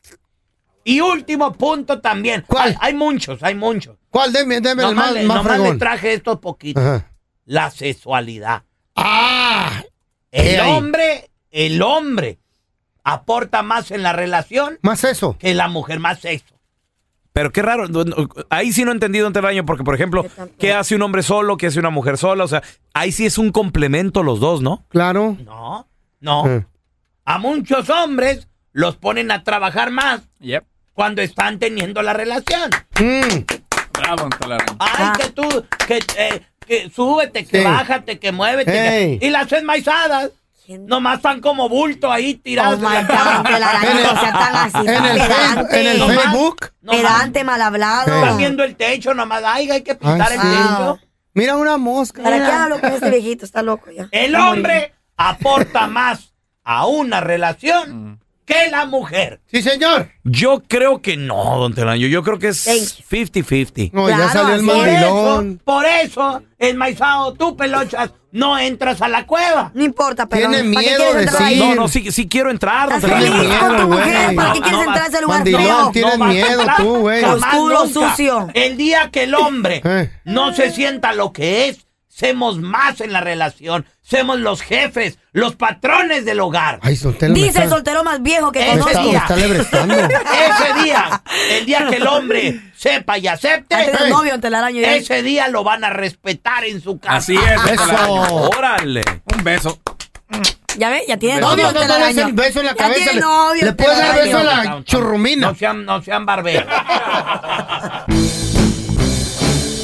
Speaker 8: Y último punto también. Hay, hay muchos, hay muchos.
Speaker 5: ¿Cuál? Deme, deme el más,
Speaker 8: le,
Speaker 5: más
Speaker 8: nomás
Speaker 5: fregón.
Speaker 8: le traje estos poquitos.
Speaker 5: Ajá.
Speaker 8: La sexualidad.
Speaker 5: ¡Ah!
Speaker 8: El
Speaker 5: Eh, ahí.
Speaker 8: hombre, el hombre aporta más en la relación
Speaker 5: Más eso.
Speaker 8: que la mujer, más sexo.
Speaker 3: Pero qué raro. no- no, Ahí sí no he entendido ante el año, porque, por ejemplo, ¿qué hace un hombre solo? ¿Qué hace una mujer sola? O sea, ahí sí es un complemento los dos, ¿no?
Speaker 5: Claro.
Speaker 8: No, no. A muchos hombres los ponen a trabajar más cuando están teniendo la relación.
Speaker 6: Mm.
Speaker 7: Bravo, Antalara.
Speaker 5: Ah.
Speaker 8: Ay, que tú, que, eh, que súbete, que
Speaker 7: Sí.
Speaker 8: bájate, que muévete. que-
Speaker 7: Ey.
Speaker 8: Y las enmaizadas nomás están como bulto ahí
Speaker 6: Oh
Speaker 8: tiradas. en la cama.
Speaker 5: En el, Facebook- en el
Speaker 8: Nomás
Speaker 5: Facebook.
Speaker 6: Pedante, mal
Speaker 8: Están
Speaker 6: hablado.
Speaker 8: viendo el techo nomás. Ay, hay que pintar
Speaker 5: Ay,
Speaker 8: el
Speaker 5: sí.
Speaker 8: techo.
Speaker 5: Mira una mosca.
Speaker 6: ¿Para qué hablo con este viejito? Está loco ya.
Speaker 8: El hombre aporta más a una relación que la mujer.
Speaker 5: Sí, señor.
Speaker 3: Yo creo que no, don Telaño. Yo creo que es 50-50.
Speaker 8: Por eso- Por eso, enmaizado, tú, pelochas, no entras a la cueva.
Speaker 6: No importa,
Speaker 8: pero
Speaker 3: Tiene miedo de No, no, sí, sí quiero entrar, don Telaño.
Speaker 6: ¿Para qué quieres entrar a ese lugar
Speaker 3: Mandilón,
Speaker 6: feo?
Speaker 3: tienes
Speaker 6: vas a
Speaker 3: miedo
Speaker 6: entrar.
Speaker 3: tú, güey.
Speaker 6: Jamás Oscuro,
Speaker 8: nunca.
Speaker 6: sucio.
Speaker 8: El día que el hombre no se sienta lo que es, somos más en la relación, somos los jefes, los patrones del hogar.
Speaker 5: Ay, soltero. me
Speaker 6: Dice el
Speaker 5: está-
Speaker 6: soltero más viejo que
Speaker 5: me está, me
Speaker 6: conozco.
Speaker 5: está lebrestando.
Speaker 8: Ese día, el día que el hombre sepa y acepte,
Speaker 6: Antes del novio, ¿eh? ante el araño, ya.
Speaker 8: ese día lo van a respetar en su casa.
Speaker 3: Así es, don Telaraño.
Speaker 8: Eso.
Speaker 3: Órale. Un beso.
Speaker 6: Ya ve, ya tiene
Speaker 8: No,
Speaker 6: novio,
Speaker 8: no, no,
Speaker 6: ante el
Speaker 8: no,
Speaker 6: araño.
Speaker 8: es el beso en la
Speaker 6: Ya
Speaker 8: cabeza,
Speaker 6: tiene
Speaker 8: le-
Speaker 6: novio,
Speaker 8: le
Speaker 6: ante
Speaker 8: puedes
Speaker 6: el
Speaker 8: dar
Speaker 6: araño.
Speaker 8: beso a la-
Speaker 5: Churrumina.
Speaker 8: No sean, no sean barberos.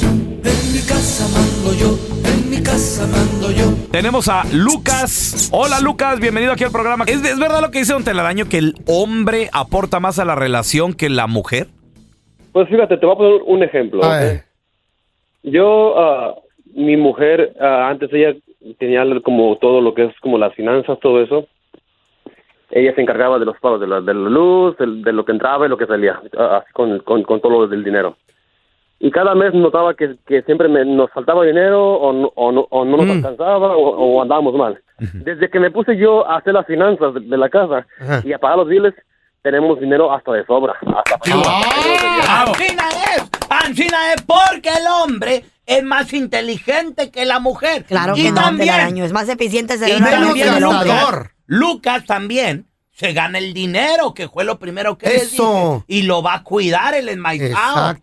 Speaker 15: En mi casa mando yo, en mi casa mando yo.
Speaker 3: Tenemos a Lucas. Hola, Lucas. Bienvenido aquí al programa. ¿Es, es verdad lo que dice don Telaraño que el hombre aporta más a la relación que la mujer?
Speaker 17: Pues fíjate, te voy a poner un ejemplo. ¿ok?
Speaker 18: ¿eh?
Speaker 17: Yo, ah, mi mujer, ah, antes ella tenía como todo lo que es como las finanzas, todo eso. Ella se encargaba de los pagos, ah, de la, de la luz, del- de, lo que entraba y lo que salía, ah, así con, con, con todo lo del dinero. y cada mes notaba que, que siempre me- nos faltaba dinero o no, o no, o no nos alcanzaba o, o andábamos mal. Desde que me puse yo a hacer las finanzas de, de la casa
Speaker 19: Ajá.
Speaker 17: y a pagar los biles, tenemos dinero hasta de sobra. Hasta
Speaker 6: Eh.
Speaker 8: Ancina es, Ancina es porque el hombre es más inteligente que la mujer.
Speaker 6: Claro
Speaker 8: y
Speaker 6: que no,
Speaker 8: también,
Speaker 6: telaraño, es más eficiente el
Speaker 8: y
Speaker 6: cerebro.
Speaker 8: también
Speaker 6: del hombre.
Speaker 8: Lucas, Lucas también se gana el dinero, que fue lo primero que les
Speaker 3: Eso.
Speaker 8: dije, y lo va a cuidar el enmaizado.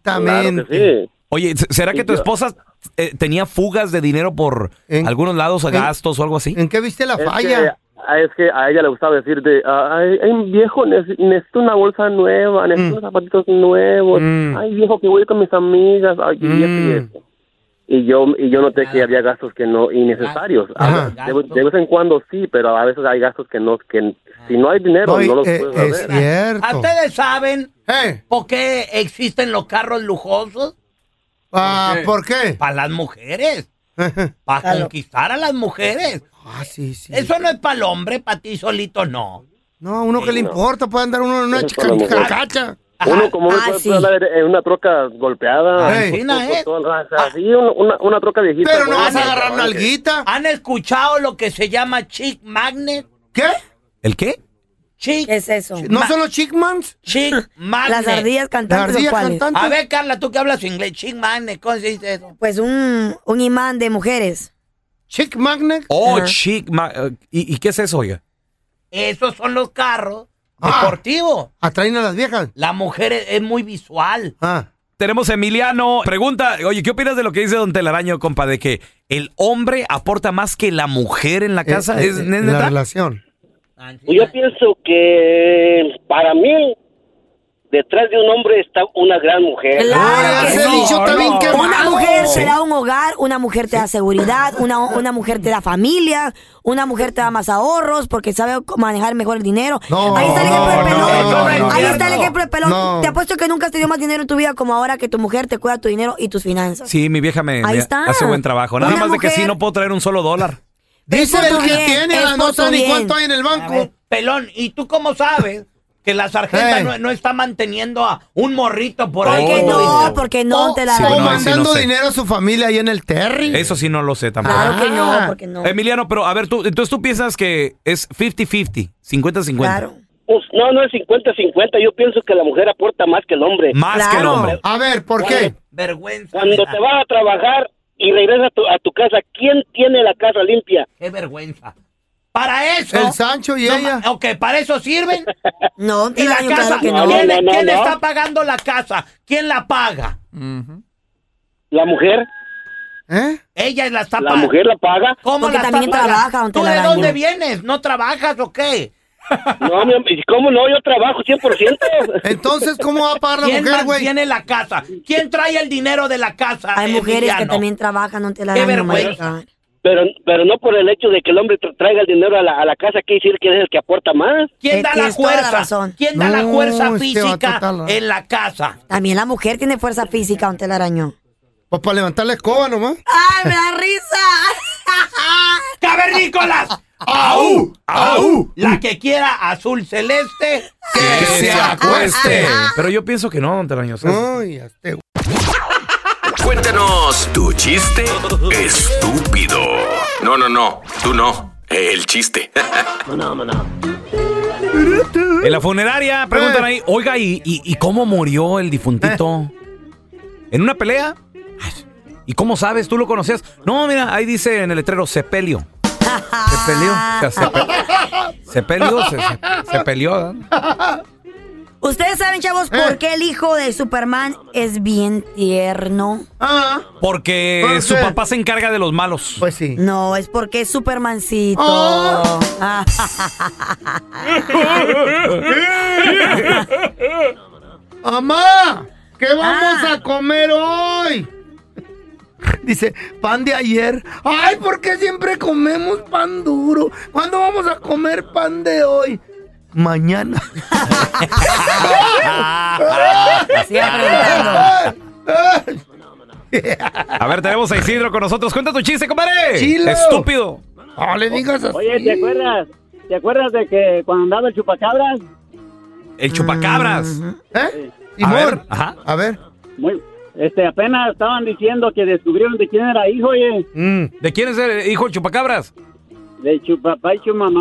Speaker 3: Oye, ¿se- ¿será que tu
Speaker 8: Y yo-
Speaker 3: esposa eh, tenía fugas de dinero por algunos lados, a gastos o algo así?
Speaker 5: ¿En qué viste la
Speaker 17: Es que- ah, es que a ella le gustaba decir de, ay, ay, viejo, neces- necesito una bolsa
Speaker 3: Mm.
Speaker 17: nueva, necesito unos zapatitos nuevos,
Speaker 19: Mm.
Speaker 17: ay, viejo, que voy a ir con mis amigas, ay, y esto y
Speaker 19: Mm.
Speaker 17: esto. Y yo, y yo noté que había gastos que no, innecesarios. A- De, de vez en cuando sí, pero a veces hay gastos que no, que si no hay dinero, no,
Speaker 3: eh,
Speaker 17: los puedes hacer.
Speaker 8: ¿A ustedes saben por qué existen los carros lujosos?
Speaker 5: Ah, ¿Por qué?
Speaker 8: Para las mujeres. Para
Speaker 5: Claro.
Speaker 8: conquistar a las mujeres.
Speaker 5: Ah, sí, sí.
Speaker 8: Eso no es para el hombre, para ti solito no.
Speaker 5: No, a uno
Speaker 8: Sí,
Speaker 5: que le
Speaker 8: no.
Speaker 5: importa, puede andar uno en una
Speaker 8: Eso
Speaker 5: chica
Speaker 8: es para la mujer.
Speaker 5: cacha.
Speaker 17: Uno como uno
Speaker 5: Ah,
Speaker 17: puede
Speaker 5: sí.
Speaker 17: hablar en una troca golpeada.
Speaker 8: Ey.
Speaker 17: con-
Speaker 8: Imagina,
Speaker 17: con
Speaker 8: ¿eh?
Speaker 17: todo el raza, así, un- una, una troca viejita. buena, cabrón, que-
Speaker 8: ¿Han escuchado lo que se llama chick magnet?
Speaker 5: ¿Qué?
Speaker 3: ¿El qué?
Speaker 8: Chick.
Speaker 6: ¿Qué es eso?
Speaker 5: ¿No son los chickmans?
Speaker 8: Chick magnet.
Speaker 6: Las ardillas cantantes, ¿Las ardillas ¿o cuáles? cantantes?
Speaker 8: A ver, Carla, tú que hablas inglés, chick magnet, ¿cómo se dice eso?
Speaker 6: Pues un, un imán de mujeres.
Speaker 5: Chick Ah. magnet.
Speaker 3: Oh,
Speaker 6: Ajá.
Speaker 3: chic. ma- eh, ¿Y, y qué es eso, oiga?
Speaker 8: Esos son los carros deportivos.
Speaker 5: Ah. Atraen a las viejas. Ah.
Speaker 8: La mujer es, es muy visual.
Speaker 3: Tenemos a Emiliano. Pregunta, oye, ¿qué opinas de lo que dice Don Telaraño, compa, de que el hombre aporta más que la mujer en la casa?
Speaker 5: Eh,
Speaker 3: ¿Es
Speaker 5: eh,
Speaker 3: ne-
Speaker 5: la
Speaker 3: neta?
Speaker 5: relación.
Speaker 20: Yo pienso que para mí, detrás de un hombre está una gran mujer.
Speaker 6: Claro que sí.
Speaker 5: bien quemado.
Speaker 6: Una mujer
Speaker 20: Sí.
Speaker 6: te da un hogar, una mujer te da seguridad, una, una mujer te da familia, una mujer te da más ahorros porque sabe manejar mejor el dinero. Ahí está el ejemplo del pelón. Ahí está el ejemplo del pelón.
Speaker 3: No.
Speaker 6: Te apuesto que nunca has tenido más dinero en tu vida como ahora que tu mujer te cuida tu dinero y tus finanzas.
Speaker 3: Sí, mi vieja me,
Speaker 6: Ahí
Speaker 3: me
Speaker 6: está.
Speaker 3: hace buen trabajo. Nada
Speaker 6: Una
Speaker 3: más de que
Speaker 6: mujer-
Speaker 3: sí no puedo traer un solo dólar.
Speaker 5: Dice
Speaker 8: por
Speaker 5: el
Speaker 8: tu
Speaker 5: que
Speaker 8: bien,
Speaker 5: tiene,
Speaker 8: es
Speaker 5: la
Speaker 8: por
Speaker 5: no
Speaker 8: tu
Speaker 5: sabe ni
Speaker 8: bien.
Speaker 5: cuánto hay en el
Speaker 8: A
Speaker 5: banco.
Speaker 8: ver, pelón, ¿y tú cómo sabes que la sargenta
Speaker 5: Eh.
Speaker 8: no, no está manteniendo a un morrito por ahí?
Speaker 6: Porque
Speaker 8: cuando
Speaker 6: no,
Speaker 8: dice? oh,
Speaker 6: porque no te la
Speaker 3: sí,
Speaker 6: da.
Speaker 3: no,
Speaker 5: o
Speaker 3: sí, no
Speaker 5: mandando
Speaker 3: sé.
Speaker 5: dinero a su familia ahí en el Terry. Ah.
Speaker 3: Eso sí no lo sé tampoco.
Speaker 6: Claro que no, porque no.
Speaker 3: Emiliano, pero a ver, tú, entonces tú piensas que es 50-50, 50-50.
Speaker 20: Pues, no, no es 50-50. Yo pienso que la mujer aporta más que el hombre.
Speaker 3: Más que el Claro. hombre.
Speaker 5: A ver, ¿por qué?
Speaker 8: Vergüenza.
Speaker 20: Cuando te vas a trabajar y regresas a tu, a tu casa, ¿quién tiene la casa limpia?
Speaker 8: Qué vergüenza. Para eso.
Speaker 20: El Sancho y
Speaker 8: No
Speaker 20: ella.
Speaker 8: ma- Ok, para eso sirven.
Speaker 6: No,
Speaker 8: y la
Speaker 6: Telaraño,
Speaker 8: casa.
Speaker 6: claro que no.
Speaker 8: ¿Quién,
Speaker 6: No, no, no,
Speaker 8: quién
Speaker 6: no.
Speaker 8: está pagando la casa? ¿Quién la paga?
Speaker 20: ¿La mujer?
Speaker 5: ¿Eh?
Speaker 8: Ella la está
Speaker 20: ¿La
Speaker 8: pagando.
Speaker 20: mujer la paga?
Speaker 8: ¿Cómo
Speaker 6: Porque
Speaker 8: la está
Speaker 6: también
Speaker 8: pagando?
Speaker 6: trabaja, don
Speaker 8: ¿Tú de
Speaker 6: Telaraño.
Speaker 8: dónde vienes? ¿No trabajas o qué?
Speaker 20: No, mi am- ¿y ¿cómo no? Yo trabajo 100%.
Speaker 5: Entonces, ¿cómo va a pagar la
Speaker 8: ¿Quién
Speaker 5: mujer, güey?
Speaker 8: mantiene la casa? ¿Quién trae el dinero de la casa?
Speaker 6: Hay mujeres que
Speaker 8: Emiliano?
Speaker 6: también trabajan, no te la
Speaker 8: Qué
Speaker 6: dan.
Speaker 8: vergüenza.
Speaker 20: Pero, pero no por el hecho de que el hombre tra- traiga el dinero a la, a la casa, quiere decir que es el que aporta más.
Speaker 8: ¿Quién da la fuerza? ¿Quién da la
Speaker 6: No,
Speaker 8: fuerza
Speaker 6: este vato
Speaker 8: física
Speaker 6: está la-
Speaker 8: en la casa?
Speaker 6: También la mujer tiene fuerza física, don Telaraño.
Speaker 5: Pues para levantar la escoba nomás.
Speaker 6: ¡Ay, me da risa!
Speaker 8: ¡Cavernícolas! ¡Au! ¡Au! La que quiera azul celeste, que se acueste.
Speaker 3: Pero yo pienso que no, don Teraño.
Speaker 9: Cuéntanos tu chiste estúpido. No, no, no. Tú no. El chiste. no, no, no.
Speaker 3: En la funeraria preguntan
Speaker 5: Eh.
Speaker 3: ahí, oiga, ¿y, y, y cómo murió el difuntito?
Speaker 5: Eh.
Speaker 3: ¿En una pelea? Ay, ¿Y cómo sabes? ¿Tú lo conocías? No, mira, ahí dice en el letrero, se peleó. Se peleó. O sea, se, pe- se peleó, se, se- se peleó. ¿no?
Speaker 6: ¿Ustedes saben, chavos,
Speaker 5: Eh.
Speaker 6: por qué el hijo de Superman es bien tierno?
Speaker 5: Ah.
Speaker 3: Porque su papá se encarga de los malos.
Speaker 5: Pues sí.
Speaker 6: No, es porque es Supermancito. Ah.
Speaker 5: ¡Mamá! ¿Qué vamos a comer hoy? Dice, pan de ayer. ¡Ay, ¿por qué siempre comemos pan duro? ¿Cuándo vamos a comer pan de hoy? Mañana.
Speaker 6: Sigue
Speaker 3: A ver, tenemos a Isidro con nosotros. Cuenta tu chiste, compadre.
Speaker 21: Chilo.
Speaker 3: Estúpido. No le digas así.
Speaker 21: Oye, ¿te acuerdas? ¿Te acuerdas de que cuando andaba el chupacabras?
Speaker 3: El chupacabras.
Speaker 5: ¿Eh?
Speaker 3: A ver, ajá.
Speaker 5: A ver.
Speaker 21: Muy, Este, apenas estaban diciendo que descubrieron de quién era hijo, oye.
Speaker 3: ¿De quién es el hijo del chupacabras?
Speaker 21: De chupapá y chumamá.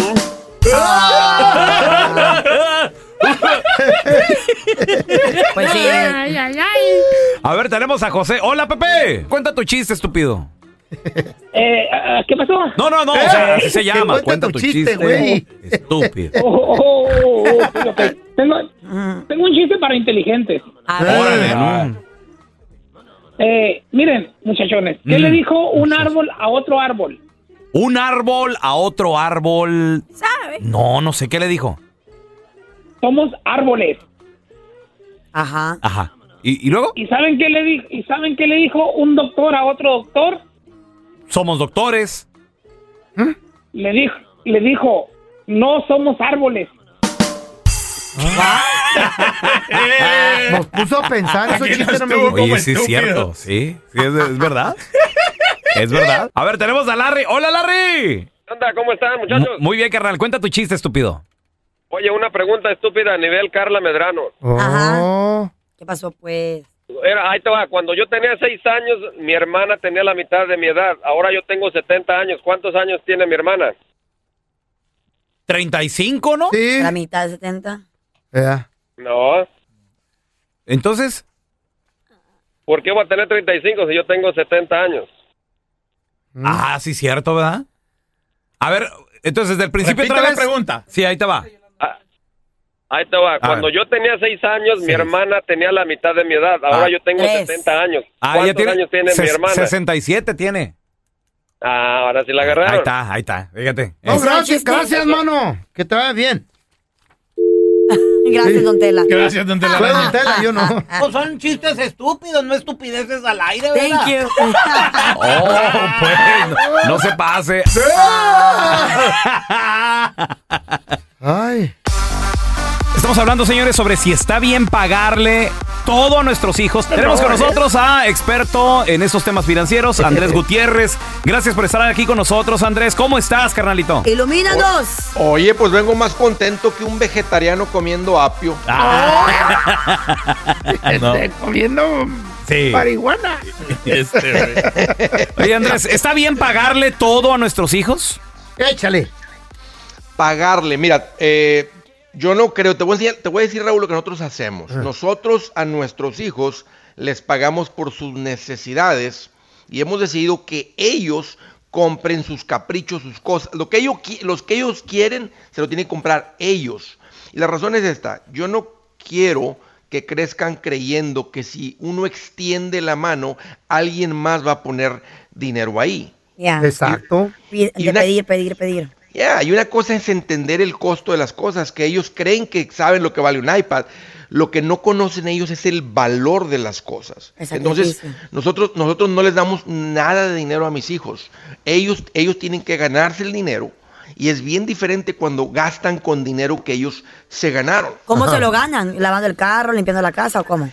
Speaker 3: Pues sí. A ver, tenemos a José. Hola, Pepe. Cuenta tu chiste, estúpido.
Speaker 19: Eh, ¿Qué pasó?
Speaker 3: No, no, no. o sea, así se llama. Cuenta, tu chiste,
Speaker 19: güey.
Speaker 3: Estúpido.
Speaker 19: Oh, oh, oh, oh, oh, ok. tengo, tengo un chiste para inteligentes.
Speaker 3: Órale, no.
Speaker 19: Eh, miren, muchachones, ¿qué
Speaker 3: Mm.
Speaker 19: le dijo un árbol a otro árbol?
Speaker 3: Un árbol a otro árbol. No, no sé qué le dijo.
Speaker 19: Somos árboles.
Speaker 6: Ajá.
Speaker 3: Ajá. ¿Y, y luego?
Speaker 19: ¿Y saben qué le dijo? ¿Y saben qué le dijo un doctor a otro doctor?
Speaker 3: Somos doctores.
Speaker 18: ¿Eh?
Speaker 19: Le dijo, le dijo, no somos árboles.
Speaker 18: Eh.
Speaker 5: Nos puso a pensar, esos chistes no me gustan.
Speaker 3: Oye, sí es cierto. Sí, sí, es, es verdad. es verdad. A ver, tenemos a Larry. ¡Hola, Larry!
Speaker 18: ¿Qué onda? ¿Cómo están, muchachos?
Speaker 3: Muy bien, carnal. Cuenta tu chiste, estúpido.
Speaker 18: Oye, una pregunta estúpida a nivel Carla Medrano.
Speaker 3: Oh.
Speaker 6: Ajá. ¿Qué pasó, pues?
Speaker 18: Era, ahí te va, cuando yo tenía seis años, mi hermana tenía la mitad de mi edad. Ahora yo tengo 70 años. ¿Cuántos años tiene mi hermana?
Speaker 3: 35, ¿no?
Speaker 6: La mitad de 70.
Speaker 18: No.
Speaker 3: Entonces,
Speaker 18: ¿Por qué voy a tener 35 si yo tengo 70 años? Mm.
Speaker 3: ah, sí es cierto, ¿verdad? A ver, entonces desde el principio
Speaker 18: Repite
Speaker 3: otra
Speaker 18: la
Speaker 3: vez. pregunta. Sí, ahí te va.
Speaker 18: Ahí te
Speaker 3: Ah.
Speaker 18: va, cuando yo tenía seis años, mi hermana tenía la mitad de mi edad. Ahora
Speaker 3: Ah.
Speaker 18: yo tengo
Speaker 3: Tres.
Speaker 18: 70 años.
Speaker 3: Ah,
Speaker 18: ¿Cuántos
Speaker 3: ella tiene
Speaker 18: años tiene mi
Speaker 3: ses-
Speaker 18: hermana?
Speaker 3: 67 tiene.
Speaker 18: Ah, ahora sí la agarraron.
Speaker 3: Ahí está, ahí está. Fíjate.
Speaker 5: No,
Speaker 3: Es-
Speaker 5: gracias, gracias, mano. Que te vaya bien.
Speaker 6: Gracias,
Speaker 5: Sí.
Speaker 6: don Tela.
Speaker 5: Gracias, don Tela. Fue don Tela, yo no.
Speaker 8: Pues son chistes estúpidos, no estupideces al aire, ¿verdad?
Speaker 6: Thank you.
Speaker 3: Oh, pues, no, no se pase.
Speaker 5: Ay.
Speaker 3: Estamos hablando, señores, sobre si está bien pagarle todo a nuestros hijos. Tenemos con nosotros a experto en estos temas financieros, Andrés Gutiérrez. Gracias por estar aquí con nosotros, Andrés. ¿Cómo estás, carnalito?
Speaker 6: Ilumínanos.
Speaker 22: Oye, pues vengo más contento que un vegetariano comiendo apio.
Speaker 3: Ah, No.
Speaker 22: Ah, este, comiendo
Speaker 3: Sí. Este,
Speaker 22: marihuana.
Speaker 3: Oye, Andrés, ¿está bien pagarle todo a nuestros hijos?
Speaker 22: Échale. Pagarle, mira, eh, yo no creo, te voy, a enseñar- te voy a decir, Raúl, lo que nosotros hacemos. Nosotros a nuestros hijos les pagamos por sus necesidades y hemos decidido que ellos compren sus caprichos, sus cosas. Lo que ellos, qui- los que ellos quieren, se lo tienen que comprar ellos. Y la razón es esta, yo no quiero que crezcan creyendo que si uno extiende la mano, alguien más va a poner dinero ahí.
Speaker 6: Ya. Pide- de pedir, pedir, pedir.
Speaker 22: Ya, y una cosa es entender el costo de las cosas, que ellos creen que saben lo que vale un iPad. Lo que no conocen ellos es el valor de las cosas.
Speaker 6: El
Speaker 22: Entonces,
Speaker 6: sacrificio.
Speaker 22: nosotros, nosotros no les damos nada de dinero a mis hijos. Ellos, ellos tienen que ganarse el dinero. Y es bien diferente cuando gastan con dinero que ellos se ganaron.
Speaker 6: ¿Cómo se lo ganan? ¿Lavando el carro, limpiando la casa o cómo?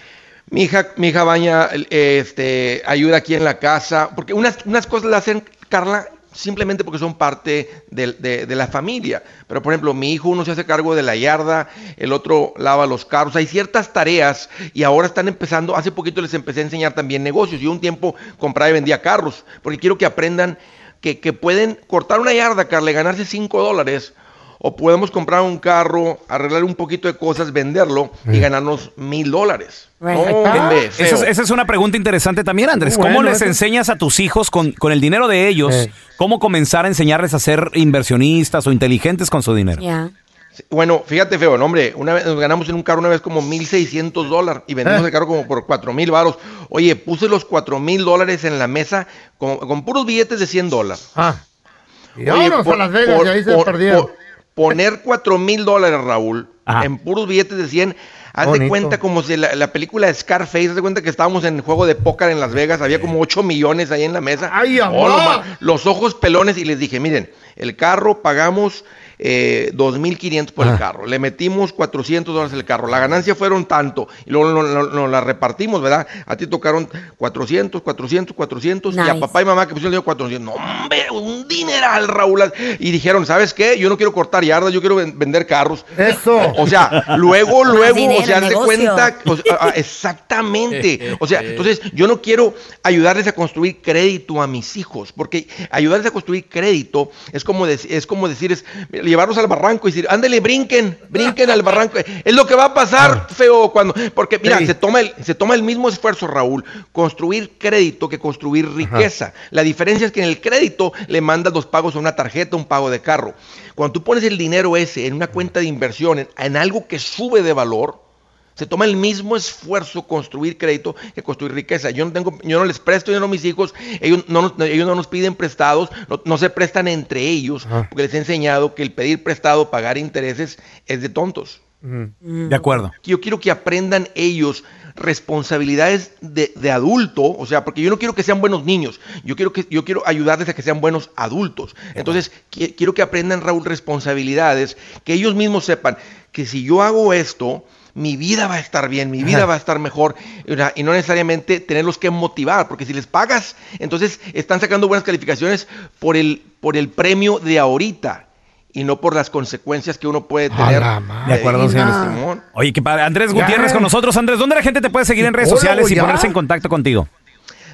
Speaker 22: Mi hija, mi hija baña, el- este, ayuda aquí en la casa, porque unas, unas cosas las hacen, Carla, simplemente porque son parte del- de, de la familia. Pero, por ejemplo, mi hijo, uno se hace cargo de la yarda, el otro lava los carros. Hay ciertas tareas y ahora están empezando, hace poquito les empecé a enseñar también negocios. Yo un tiempo compraba y vendía carros, porque quiero que aprendan que, que pueden cortar una yarda, Carla, y ganarse 5 dólares. O podemos comprar un carro, arreglar un poquito de cosas, venderlo y ganarnos mil dólares. No, hombre,
Speaker 3: Ah, Esa es,
Speaker 22: feo.
Speaker 3: esa es una pregunta interesante también, Andrés.
Speaker 22: Bueno, Eh.
Speaker 3: ¿Cómo les
Speaker 22: eso-
Speaker 3: enseñas a tus hijos con, con el dinero de ellos cómo comenzar a enseñarles a ser inversionistas o inteligentes con su dinero?
Speaker 22: Bueno, fíjate feo, no, hombre, una vez nos ganamos en un carro una vez como 1.600 dólares y
Speaker 5: Ah.
Speaker 22: vendimos el carro como por 4.000 varos. Oye, puse los 4.000 dólares en la mesa con, con puros billetes de 100 dólares.
Speaker 5: Ah. Y vámonos a Las Vegas, y ahí se perdieron.
Speaker 22: poner 4.000 dólares, Raúl, en puros billetes de 100. Haz
Speaker 5: Bonito.
Speaker 22: de cuenta como si la, la película de Scarface, haz de cuenta que estábamos en el juego de póker en Las Vegas, había como 8 millones ahí en la mesa.
Speaker 5: ¡Ay,
Speaker 22: Oh,
Speaker 5: amor!
Speaker 22: lo ma- los ojos pelones y les dije, miren, el carro pagamos, eh, 2.500 por el carro. Le metimos 400 dólares el carro. La ganancia fueron tanto. Y luego nos la repartimos, ¿verdad? A ti tocaron 400, 400, 400. Y a
Speaker 2: Nice.
Speaker 22: papá y mamá que pusieron le dio 400. No, hombre, un dineral, Raúl. Y dijeron, ¿sabes qué? Yo no quiero cortar yardas, yo quiero ven- vender carros.
Speaker 5: Eso.
Speaker 22: O sea, luego,
Speaker 5: Más
Speaker 22: luego,
Speaker 5: dinero,
Speaker 22: o sea, haz de
Speaker 5: negocio.
Speaker 22: cuenta. o sea, ah, ah, exactamente. O sea, entonces yo no quiero ayudarles a construir crédito a mis hijos, porque ayudarles a construir crédito es como, dec- es como decir, es llevarlos al barranco y decir, ándale, brinquen, brinquen al barranco. Es lo que va a pasar, feo, cuando. Porque mira, se, toma el, se toma el mismo esfuerzo, Raúl, construir crédito que construir riqueza. La diferencia es que en el crédito le mandas los pagos a una tarjeta, un pago de carro. Cuando tú pones el dinero ese en una cuenta de inversión, en- en algo que sube de valor, se toma el mismo esfuerzo construir crédito que construir riqueza. Yo no tengo, yo no les presto dinero a mis hijos, ellos no, nos- no- ellos no nos piden prestados, no, no se prestan entre ellos, porque les he enseñado que el pedir prestado, pagar intereses, es de tontos. Mm.
Speaker 3: De acuerdo.
Speaker 22: Yo quiero que aprendan ellos responsabilidades de, de adulto, o sea, porque yo no quiero que sean buenos niños, yo quiero, que, yo quiero ayudarles a que sean buenos adultos. Entonces, qui- quiero que aprendan, Raúl, responsabilidades, que ellos mismos sepan que si yo hago esto, mi vida va a estar bien, mi vida va a estar mejor, o sea, y no necesariamente tenerlos que motivar, porque si les pagas, entonces están sacando buenas calificaciones por el, por el premio de ahorita y no por las consecuencias que uno puede tener.
Speaker 3: De acuerdo,
Speaker 22: eh,
Speaker 3: señores.
Speaker 22: Simón.
Speaker 3: Oye, que padre. Andrés
Speaker 22: Ya.
Speaker 3: Gutiérrez con nosotros. Andrés, ¿dónde la gente te puede seguir en redes
Speaker 22: Hola,
Speaker 3: sociales y
Speaker 22: ya.
Speaker 3: ponerse en contacto contigo?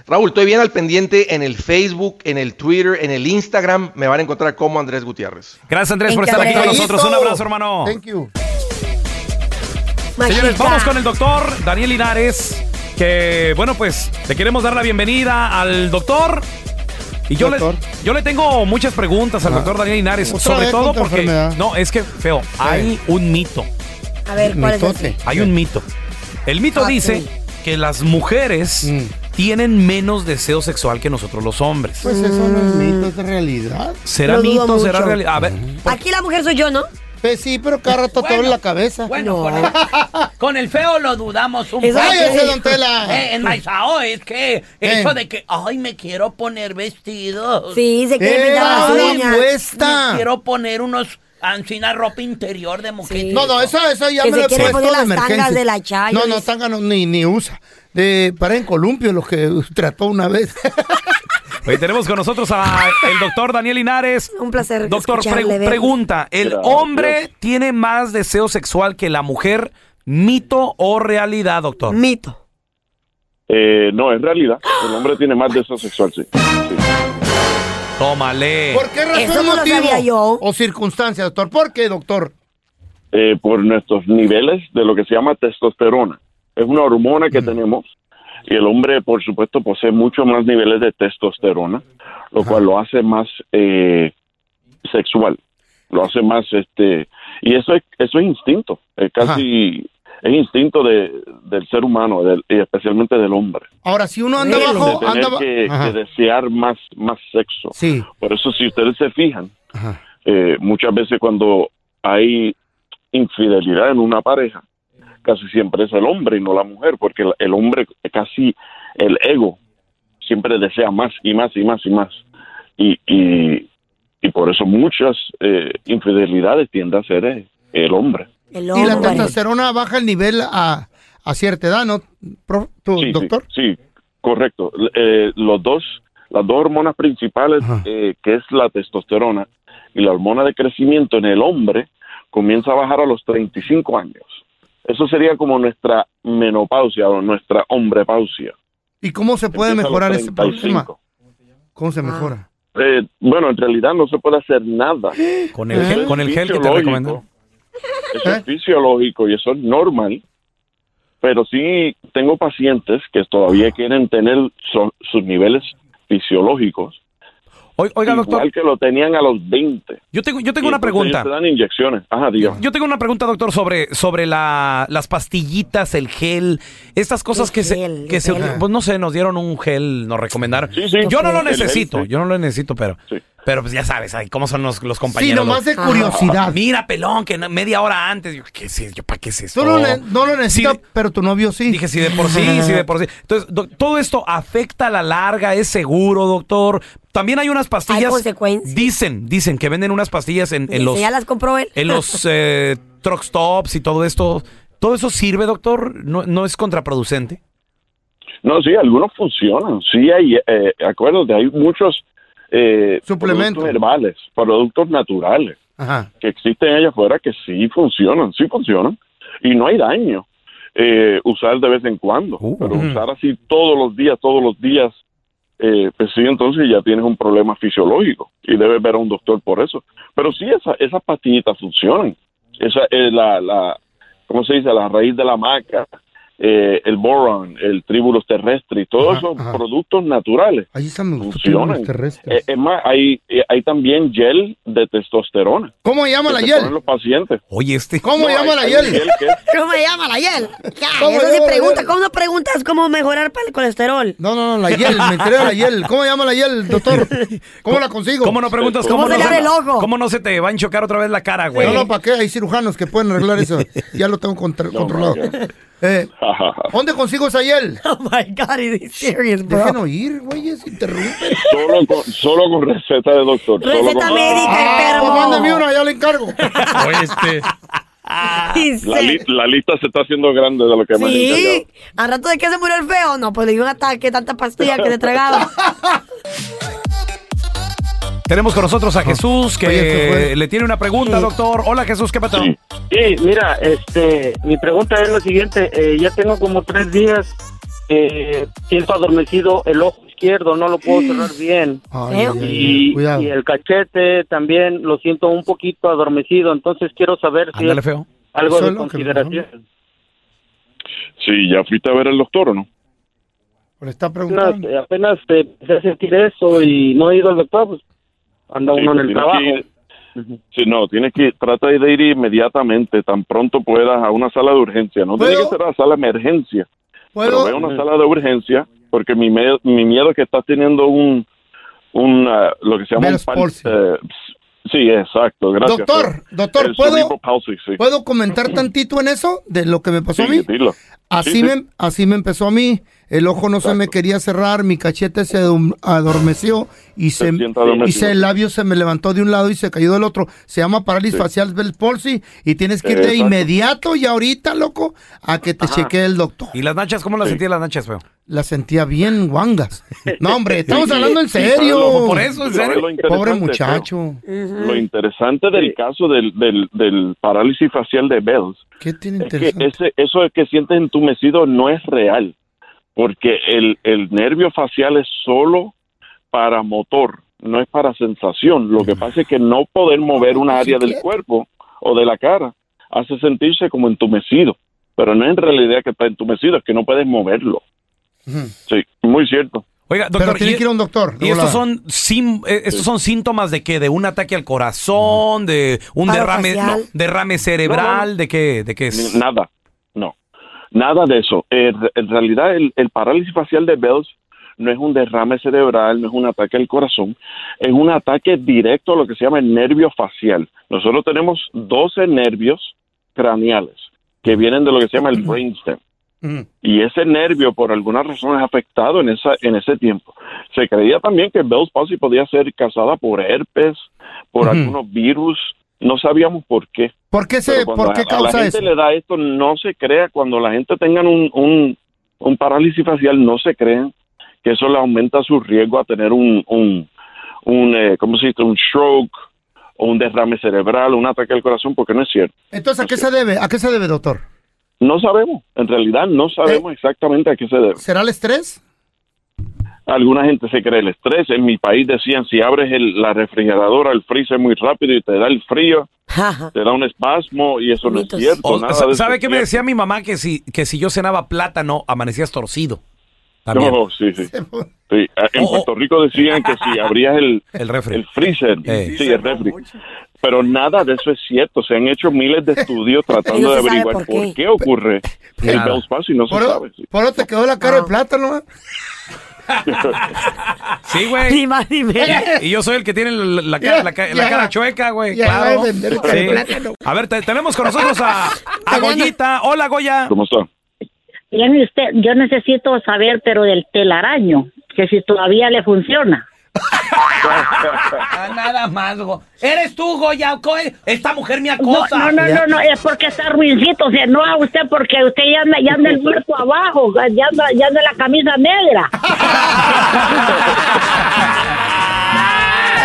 Speaker 22: Raúl, estoy bien al pendiente en el Facebook, en el Twitter, en el Instagram. Me van a encontrar como Andrés Gutiérrez.
Speaker 3: Gracias, Andrés, por estar aquí con nosotros. Un abrazo, hermano.
Speaker 5: Thank you.
Speaker 3: Señores, vamos con el doctor Daniel Linares. Que, bueno, pues le queremos dar la bienvenida al doctor. Y yo,
Speaker 4: Doctor. Ah.
Speaker 3: Le, yo le tengo muchas preguntas al doctor Daniel Linares.
Speaker 4: Otra
Speaker 3: Sobre
Speaker 4: vez
Speaker 3: todo
Speaker 4: contra
Speaker 3: porque.
Speaker 4: enfermedad.
Speaker 3: No, es que, feo, hay un mito.
Speaker 6: A ver, ¿cuál es ese?
Speaker 3: Hay un mito. El mito
Speaker 6: Ah,
Speaker 3: dice
Speaker 6: sí.
Speaker 3: que las mujeres
Speaker 4: Mm.
Speaker 3: tienen menos deseo sexual que nosotros los hombres.
Speaker 5: Pues eso no
Speaker 4: Mm.
Speaker 5: es mito, es realidad.
Speaker 3: ¿Será
Speaker 5: Lo dudo
Speaker 3: mito? ¿Será
Speaker 5: mucho.
Speaker 3: realidad? A ver,
Speaker 6: Aquí la mujer soy yo, ¿no?
Speaker 5: Pues sí, pero cada rato te duele la cabeza.
Speaker 8: Bueno, con, el, con el feo lo dudamos un
Speaker 5: Exacto. Cállese, don Tela.
Speaker 8: Eh, en Maizao es que eso de que, ay, me quiero poner vestido.
Speaker 6: Sí, se quiere Eh, pintar las ahora uñas. puesta.
Speaker 8: Me quiero poner unos ancina ropa interior de mujer.
Speaker 5: No, no, eso, eso ya me lo he puesto de emergencia. No, no, tanga no, ni, ni usa. De para en columpio los que trató una vez.
Speaker 3: hoy tenemos con nosotros a el doctor Daniel Linares.
Speaker 6: Un placer.
Speaker 3: Doctor,
Speaker 6: escucharle,
Speaker 3: pregu-
Speaker 6: verle.
Speaker 3: pregunta, ¿el
Speaker 6: Gracias.
Speaker 3: hombre tiene más deseo sexual que la mujer? ¿Mito o realidad, doctor?
Speaker 6: Mito.
Speaker 23: Eh, no, en realidad, el hombre tiene más deseo sexual, sí.
Speaker 3: Tómale.
Speaker 5: ¿Por qué razón motivo? O circunstancia, doctor. ¿Por qué, doctor?
Speaker 23: Eh, por nuestros niveles de lo que se llama testosterona. Es una hormona que tenemos y el hombre, por supuesto, posee mucho más niveles de testosterona, lo cual lo hace más eh, sexual, lo hace más, este, y eso es, eso es instinto, es casi, es instinto de- del ser humano, del- y especialmente del hombre.
Speaker 5: Ahora, si uno anda
Speaker 23: de
Speaker 5: bajo,
Speaker 23: tener
Speaker 5: anda ba-
Speaker 23: que,
Speaker 5: Ajá.
Speaker 23: que desear más, más sexo.
Speaker 5: Sí.
Speaker 23: Por eso, si ustedes se fijan, eh, muchas veces cuando hay infidelidad en una pareja, casi siempre es el hombre y no la mujer, porque el, el hombre casi el ego siempre desea más y más y más y más. Y, y, y por eso muchas eh, infidelidades tiende a ser eh, el hombre.
Speaker 5: Y la testosterona baja el nivel a, a cierta edad, ¿no? Prof- ¿Tú,
Speaker 23: Sí, sí,
Speaker 5: doctor?
Speaker 23: Sí, correcto. Eh, los dos, las dos hormonas principales, eh, que es la testosterona y la hormona de crecimiento en el hombre, comienza a bajar a los 35 años. Eso sería como nuestra menopausia o nuestra hombrepausia.
Speaker 5: ¿Y cómo se puede
Speaker 23: Empieza a los
Speaker 5: mejorar ese problema?
Speaker 23: 35.
Speaker 5: ¿Cómo se mejora?
Speaker 23: Eh, bueno, en realidad no se puede hacer nada.
Speaker 3: Con
Speaker 5: ¿Eh?
Speaker 3: el gel- con el gel que te recomendaron.
Speaker 23: Eso es fisiológico y eso es normal. Pero sí tengo pacientes que
Speaker 3: Ah.
Speaker 23: todavía quieren tener so- sus niveles fisiológicos.
Speaker 3: oiga,
Speaker 23: igual
Speaker 3: doctor.
Speaker 23: que lo tenían a los 20.
Speaker 3: Yo tengo, yo tengo una pregunta.
Speaker 23: Te dan inyecciones. Ajá, dígame.
Speaker 3: Yo tengo una pregunta, doctor, sobre, sobre la- las pastillitas, el gel, estas cosas que se... Que se
Speaker 23: gel?
Speaker 3: pues no sé, nos dieron un gel, nos recomendaron.
Speaker 23: sí.
Speaker 3: Yo no lo
Speaker 23: El gel,
Speaker 3: necesito,
Speaker 23: sí.
Speaker 3: yo no lo necesito, pero... Pero pues ya sabes, ay, cómo son los, los compañeros.
Speaker 5: nomás de
Speaker 3: Ah.
Speaker 5: curiosidad.
Speaker 3: Mira, pelón, que no- media hora antes. Yo, ¿qué es yo, ¿Para qué es esto?
Speaker 5: Tú no, le- no lo necesitas, pero tu novio sí.
Speaker 3: Dije, sí, de por sí, sí, de por sí. Entonces, doc- todo esto afecta a la larga, es seguro, doctor. También hay unas pastillas.
Speaker 6: Hay consecuencias.
Speaker 3: Dicen, dicen que venden unas pastillas en, en los,
Speaker 6: ya las compró él.
Speaker 3: en los eh, truck stops y todo esto. ¿Todo eso sirve, doctor? ¿No, no es contraproducente?
Speaker 23: No, sí, algunos funcionan. Sí, hay, eh, acuérdate, hay muchos eh,
Speaker 5: Suplementos.
Speaker 23: productos herbales, productos naturales
Speaker 5: Ajá.
Speaker 23: que existen allá afuera que sí funcionan, sí funcionan. Y no hay daño eh, usar de vez en cuando,
Speaker 5: Uh.
Speaker 23: pero usar así todos los días, todos los días, eh, pues sí, entonces ya tienes un problema fisiológico y debes ver a un doctor por eso. Pero sí, esa- esas pastillitas funcionan. Esa es la, la, ¿cómo se dice? La raíz de la maca, eh, el boron, el tribulus terrestre y todos esos productos naturales
Speaker 5: Ahí está, me gustó.
Speaker 23: funcionan.
Speaker 5: los terrestres.
Speaker 23: Eh, es más, hay, eh, hay también gel de testosterona.
Speaker 5: ¿Cómo se llama
Speaker 23: que
Speaker 5: la
Speaker 23: se
Speaker 5: gel?
Speaker 23: ponen los pacientes.
Speaker 3: Oye, este...
Speaker 5: ¿Cómo llama la
Speaker 23: hay
Speaker 5: gel?
Speaker 23: un que es-
Speaker 6: ¿Cómo me llama la hiel? Ya,
Speaker 5: ¿Cómo
Speaker 6: eso
Speaker 5: me
Speaker 6: sí
Speaker 5: llama la
Speaker 6: pregunta.
Speaker 5: hiel?
Speaker 6: ¿Cómo no preguntas cómo mejorar para el colesterol?
Speaker 5: No, no, no, la hiel, me enteré de la hiel. ¿Cómo llama la hiel, doctor? ¿Cómo la consigo?
Speaker 3: ¿Cómo no preguntas cómo, no, se- cómo no se te va a enchocar otra vez la cara, güey?
Speaker 5: No, no, ¿para qué? Hay cirujanos que pueden arreglar eso. Ya lo tengo contra- controlado. Eh, ¿Dónde consigo esa hiel?
Speaker 6: Oh my God, is serious,
Speaker 5: bro? Dejen oír, güey, se interrumpen.
Speaker 23: Solo con, solo con receta de doctor. solo
Speaker 6: Pues
Speaker 23: con-
Speaker 5: ah, pues mándame una, ya le encargo.
Speaker 23: Oye, este, la, li- la lista se está haciendo grande de lo que me han dicho ya.
Speaker 6: Sí. ¿Al rato de que se murió el feo? No, pues le dio un ataque, tanta pastilla que le tragaba.
Speaker 3: Tenemos con nosotros a Jesús que
Speaker 2: Oye, ¿qué fue?
Speaker 3: le tiene una pregunta, doctor. Hola, Jesús, ¿qué pasó?
Speaker 2: Sí, mira, este, mi pregunta es lo siguiente. eh, ya tengo como tres días eh, siento adormecido el ojo izquierdo, no lo puedo cerrar bien. ¿Eh?
Speaker 5: Ay, ay, ay,
Speaker 2: Y,
Speaker 5: cuidado.
Speaker 2: y el cachete también lo siento un poquito adormecido, entonces quiero saber si
Speaker 3: Ándale,
Speaker 2: es
Speaker 3: feo.
Speaker 2: algo
Speaker 5: Eso
Speaker 2: de
Speaker 5: es lo que me
Speaker 2: consideración.
Speaker 23: Sí, ya fuiste a ver al doctor, ¿o ¿no?
Speaker 5: Le está
Speaker 2: Apenas, apenas eh, empecé a sentir eso y no he ido al doctor, pues anda
Speaker 23: Sí, pues
Speaker 2: uno en el
Speaker 23: tienes
Speaker 2: trabajo.
Speaker 23: que ir- Sí, no, tienes que trata de ir inmediatamente, tan pronto puedas, a una sala de urgencia. No tiene que ser a la sala de emergencia. Pero ve a una sala de urgencia, porque mi, me- mi miedo es que estás teniendo un, un ah, lo que se llama un pal- eh, Sí, exacto, gracias.
Speaker 5: Doctor,
Speaker 23: El
Speaker 5: doctor, ¿puedo-
Speaker 23: cerebral palsy, sí.
Speaker 5: ¿Puedo comentar tantito en eso de lo que me pasó a mí?
Speaker 23: Sí, dilo.
Speaker 5: Así,
Speaker 23: Sí, sí.
Speaker 5: me, así me empezó a mí. El ojo no se me quería cerrar, mi cachete se adom- adormeció y se,
Speaker 23: siente
Speaker 5: y
Speaker 23: adormecido.
Speaker 5: se- el labio se me levantó de un lado y se cayó del otro. Se llama parálisis
Speaker 23: Sí.
Speaker 5: facial del palsy y tienes que ir de
Speaker 3: Exacto.
Speaker 5: inmediato y ahorita, loco, a que te
Speaker 3: Ajá.
Speaker 5: chequee el doctor.
Speaker 3: ¿Y las nachas? ¿Cómo las sentías las nachas, feo?
Speaker 5: La sentía bien, guangas. No, hombre, estamos
Speaker 23: Sí.
Speaker 5: hablando en
Speaker 23: Sí, pero
Speaker 5: serio.
Speaker 23: lo- Por eso, en pero serio. lo interesante,
Speaker 5: Pobre
Speaker 23: creo.
Speaker 5: muchacho. Mm.
Speaker 23: Lo interesante del caso del, del, del parálisis facial de Bells
Speaker 5: ¿Qué tiene
Speaker 23: es
Speaker 5: interesante?
Speaker 23: que ese, eso de que sientes entumecido no es real, porque el, el nervio facial es solo para motor, no es para sensación. Lo que pasa es que no poder mover una área del cuerpo o de la cara hace sentirse como entumecido, pero no es en realidad que está entumecido, es que no puedes moverlo. Sí, muy cierto.
Speaker 3: Oiga,
Speaker 5: Pero
Speaker 3: doctor,
Speaker 5: tiene
Speaker 3: y-
Speaker 5: que ir a un doctor. de
Speaker 3: ¿Y estos
Speaker 5: volada.
Speaker 3: son, sim- eh, estos son síntomas de qué? ¿De un ataque al corazón? ¿De un
Speaker 5: Paro
Speaker 3: derrame,
Speaker 5: facial.
Speaker 3: no, derrame cerebral?
Speaker 23: No, no, no.
Speaker 3: ¿De qué? ¿De qué es?
Speaker 23: Nada, no. Nada de eso. Eh, re- en realidad, el, el parálisis facial de Bells no es un derrame cerebral, no es un ataque al corazón, es un ataque directo a lo que se llama el nervio facial. Nosotros tenemos 12 nervios craneales que vienen de lo que se llama el brainstem
Speaker 5: Mm.
Speaker 23: y ese nervio por alguna razón es afectado en esa en ese tiempo. Se creía también que Bell's palsy podía ser causada por herpes, por algunos virus, no sabíamos por qué.
Speaker 5: ¿Por qué se- por qué
Speaker 23: a,
Speaker 5: causa
Speaker 23: la gente
Speaker 5: eso?
Speaker 23: le da esto no se crea cuando la gente tenga un, un, un parálisis facial no se crean que eso le aumenta su riesgo a tener un un, un eh, ¿cómo se dice? un stroke o un derrame cerebral, un ataque al corazón, porque no es cierto.
Speaker 5: Entonces, ¿a qué se debe? ¿A qué se debe, doctor?
Speaker 23: No sabemos, en realidad no
Speaker 5: Eh,
Speaker 23: sabemos exactamente a qué se debe.
Speaker 5: ¿Será el estrés?
Speaker 23: Alguna gente se cree el estrés. En mi país decían, si abres el- la refrigeradora, el freezer muy rápido y te da el frío, te da un espasmo y eso no es cierto.
Speaker 3: O-
Speaker 23: nada
Speaker 3: sa-
Speaker 23: de eso
Speaker 3: ¿Sabe
Speaker 23: es
Speaker 3: qué me
Speaker 23: cierto.
Speaker 3: decía mi mamá? Que si, que si yo cenaba plátano, amanecías torcido. También. pues.
Speaker 23: No, sí, sí. Sí, a- En Puerto Rico decían que si abrías el,
Speaker 3: el,
Speaker 23: freezer, sí, el refri. Pero nada de eso es cierto. Se han hecho miles de estudios tratando
Speaker 5: no
Speaker 23: de
Speaker 5: se sabe
Speaker 23: averiguar
Speaker 5: por
Speaker 23: por
Speaker 5: qué.
Speaker 23: qué, ocurre el
Speaker 3: Nada.
Speaker 23: Bell's palsy, no se
Speaker 5: Por,
Speaker 23: sabe.
Speaker 3: Ah.
Speaker 5: por eso te quedó la cara de plátano. ¿eh?
Speaker 3: Sí, güey.
Speaker 6: Ni más ni menos.
Speaker 3: Y yo soy el que tiene la, la cara, la ca- la
Speaker 6: Ya.
Speaker 3: cara chueca, güey.
Speaker 6: Ya
Speaker 3: Claro.
Speaker 6: va a defender el
Speaker 3: Sí.
Speaker 6: plátano.
Speaker 3: A ver, te- tenemos con nosotros a, a Goyita. Hola, Goya.
Speaker 23: ¿Cómo está?
Speaker 4: Dígame usted, yo necesito saber, pero del telaraño, que si todavía le funciona.
Speaker 8: Ah, nada más, Go. Eres tú, Goya. Co- Esta mujer me
Speaker 4: No,
Speaker 8: acosa.
Speaker 4: no, no, no, no, es porque está ruincito, o sea, no a usted porque usted ya anda, ya anda el cuerpo abajo, ya anda, ya anda la camisa negra.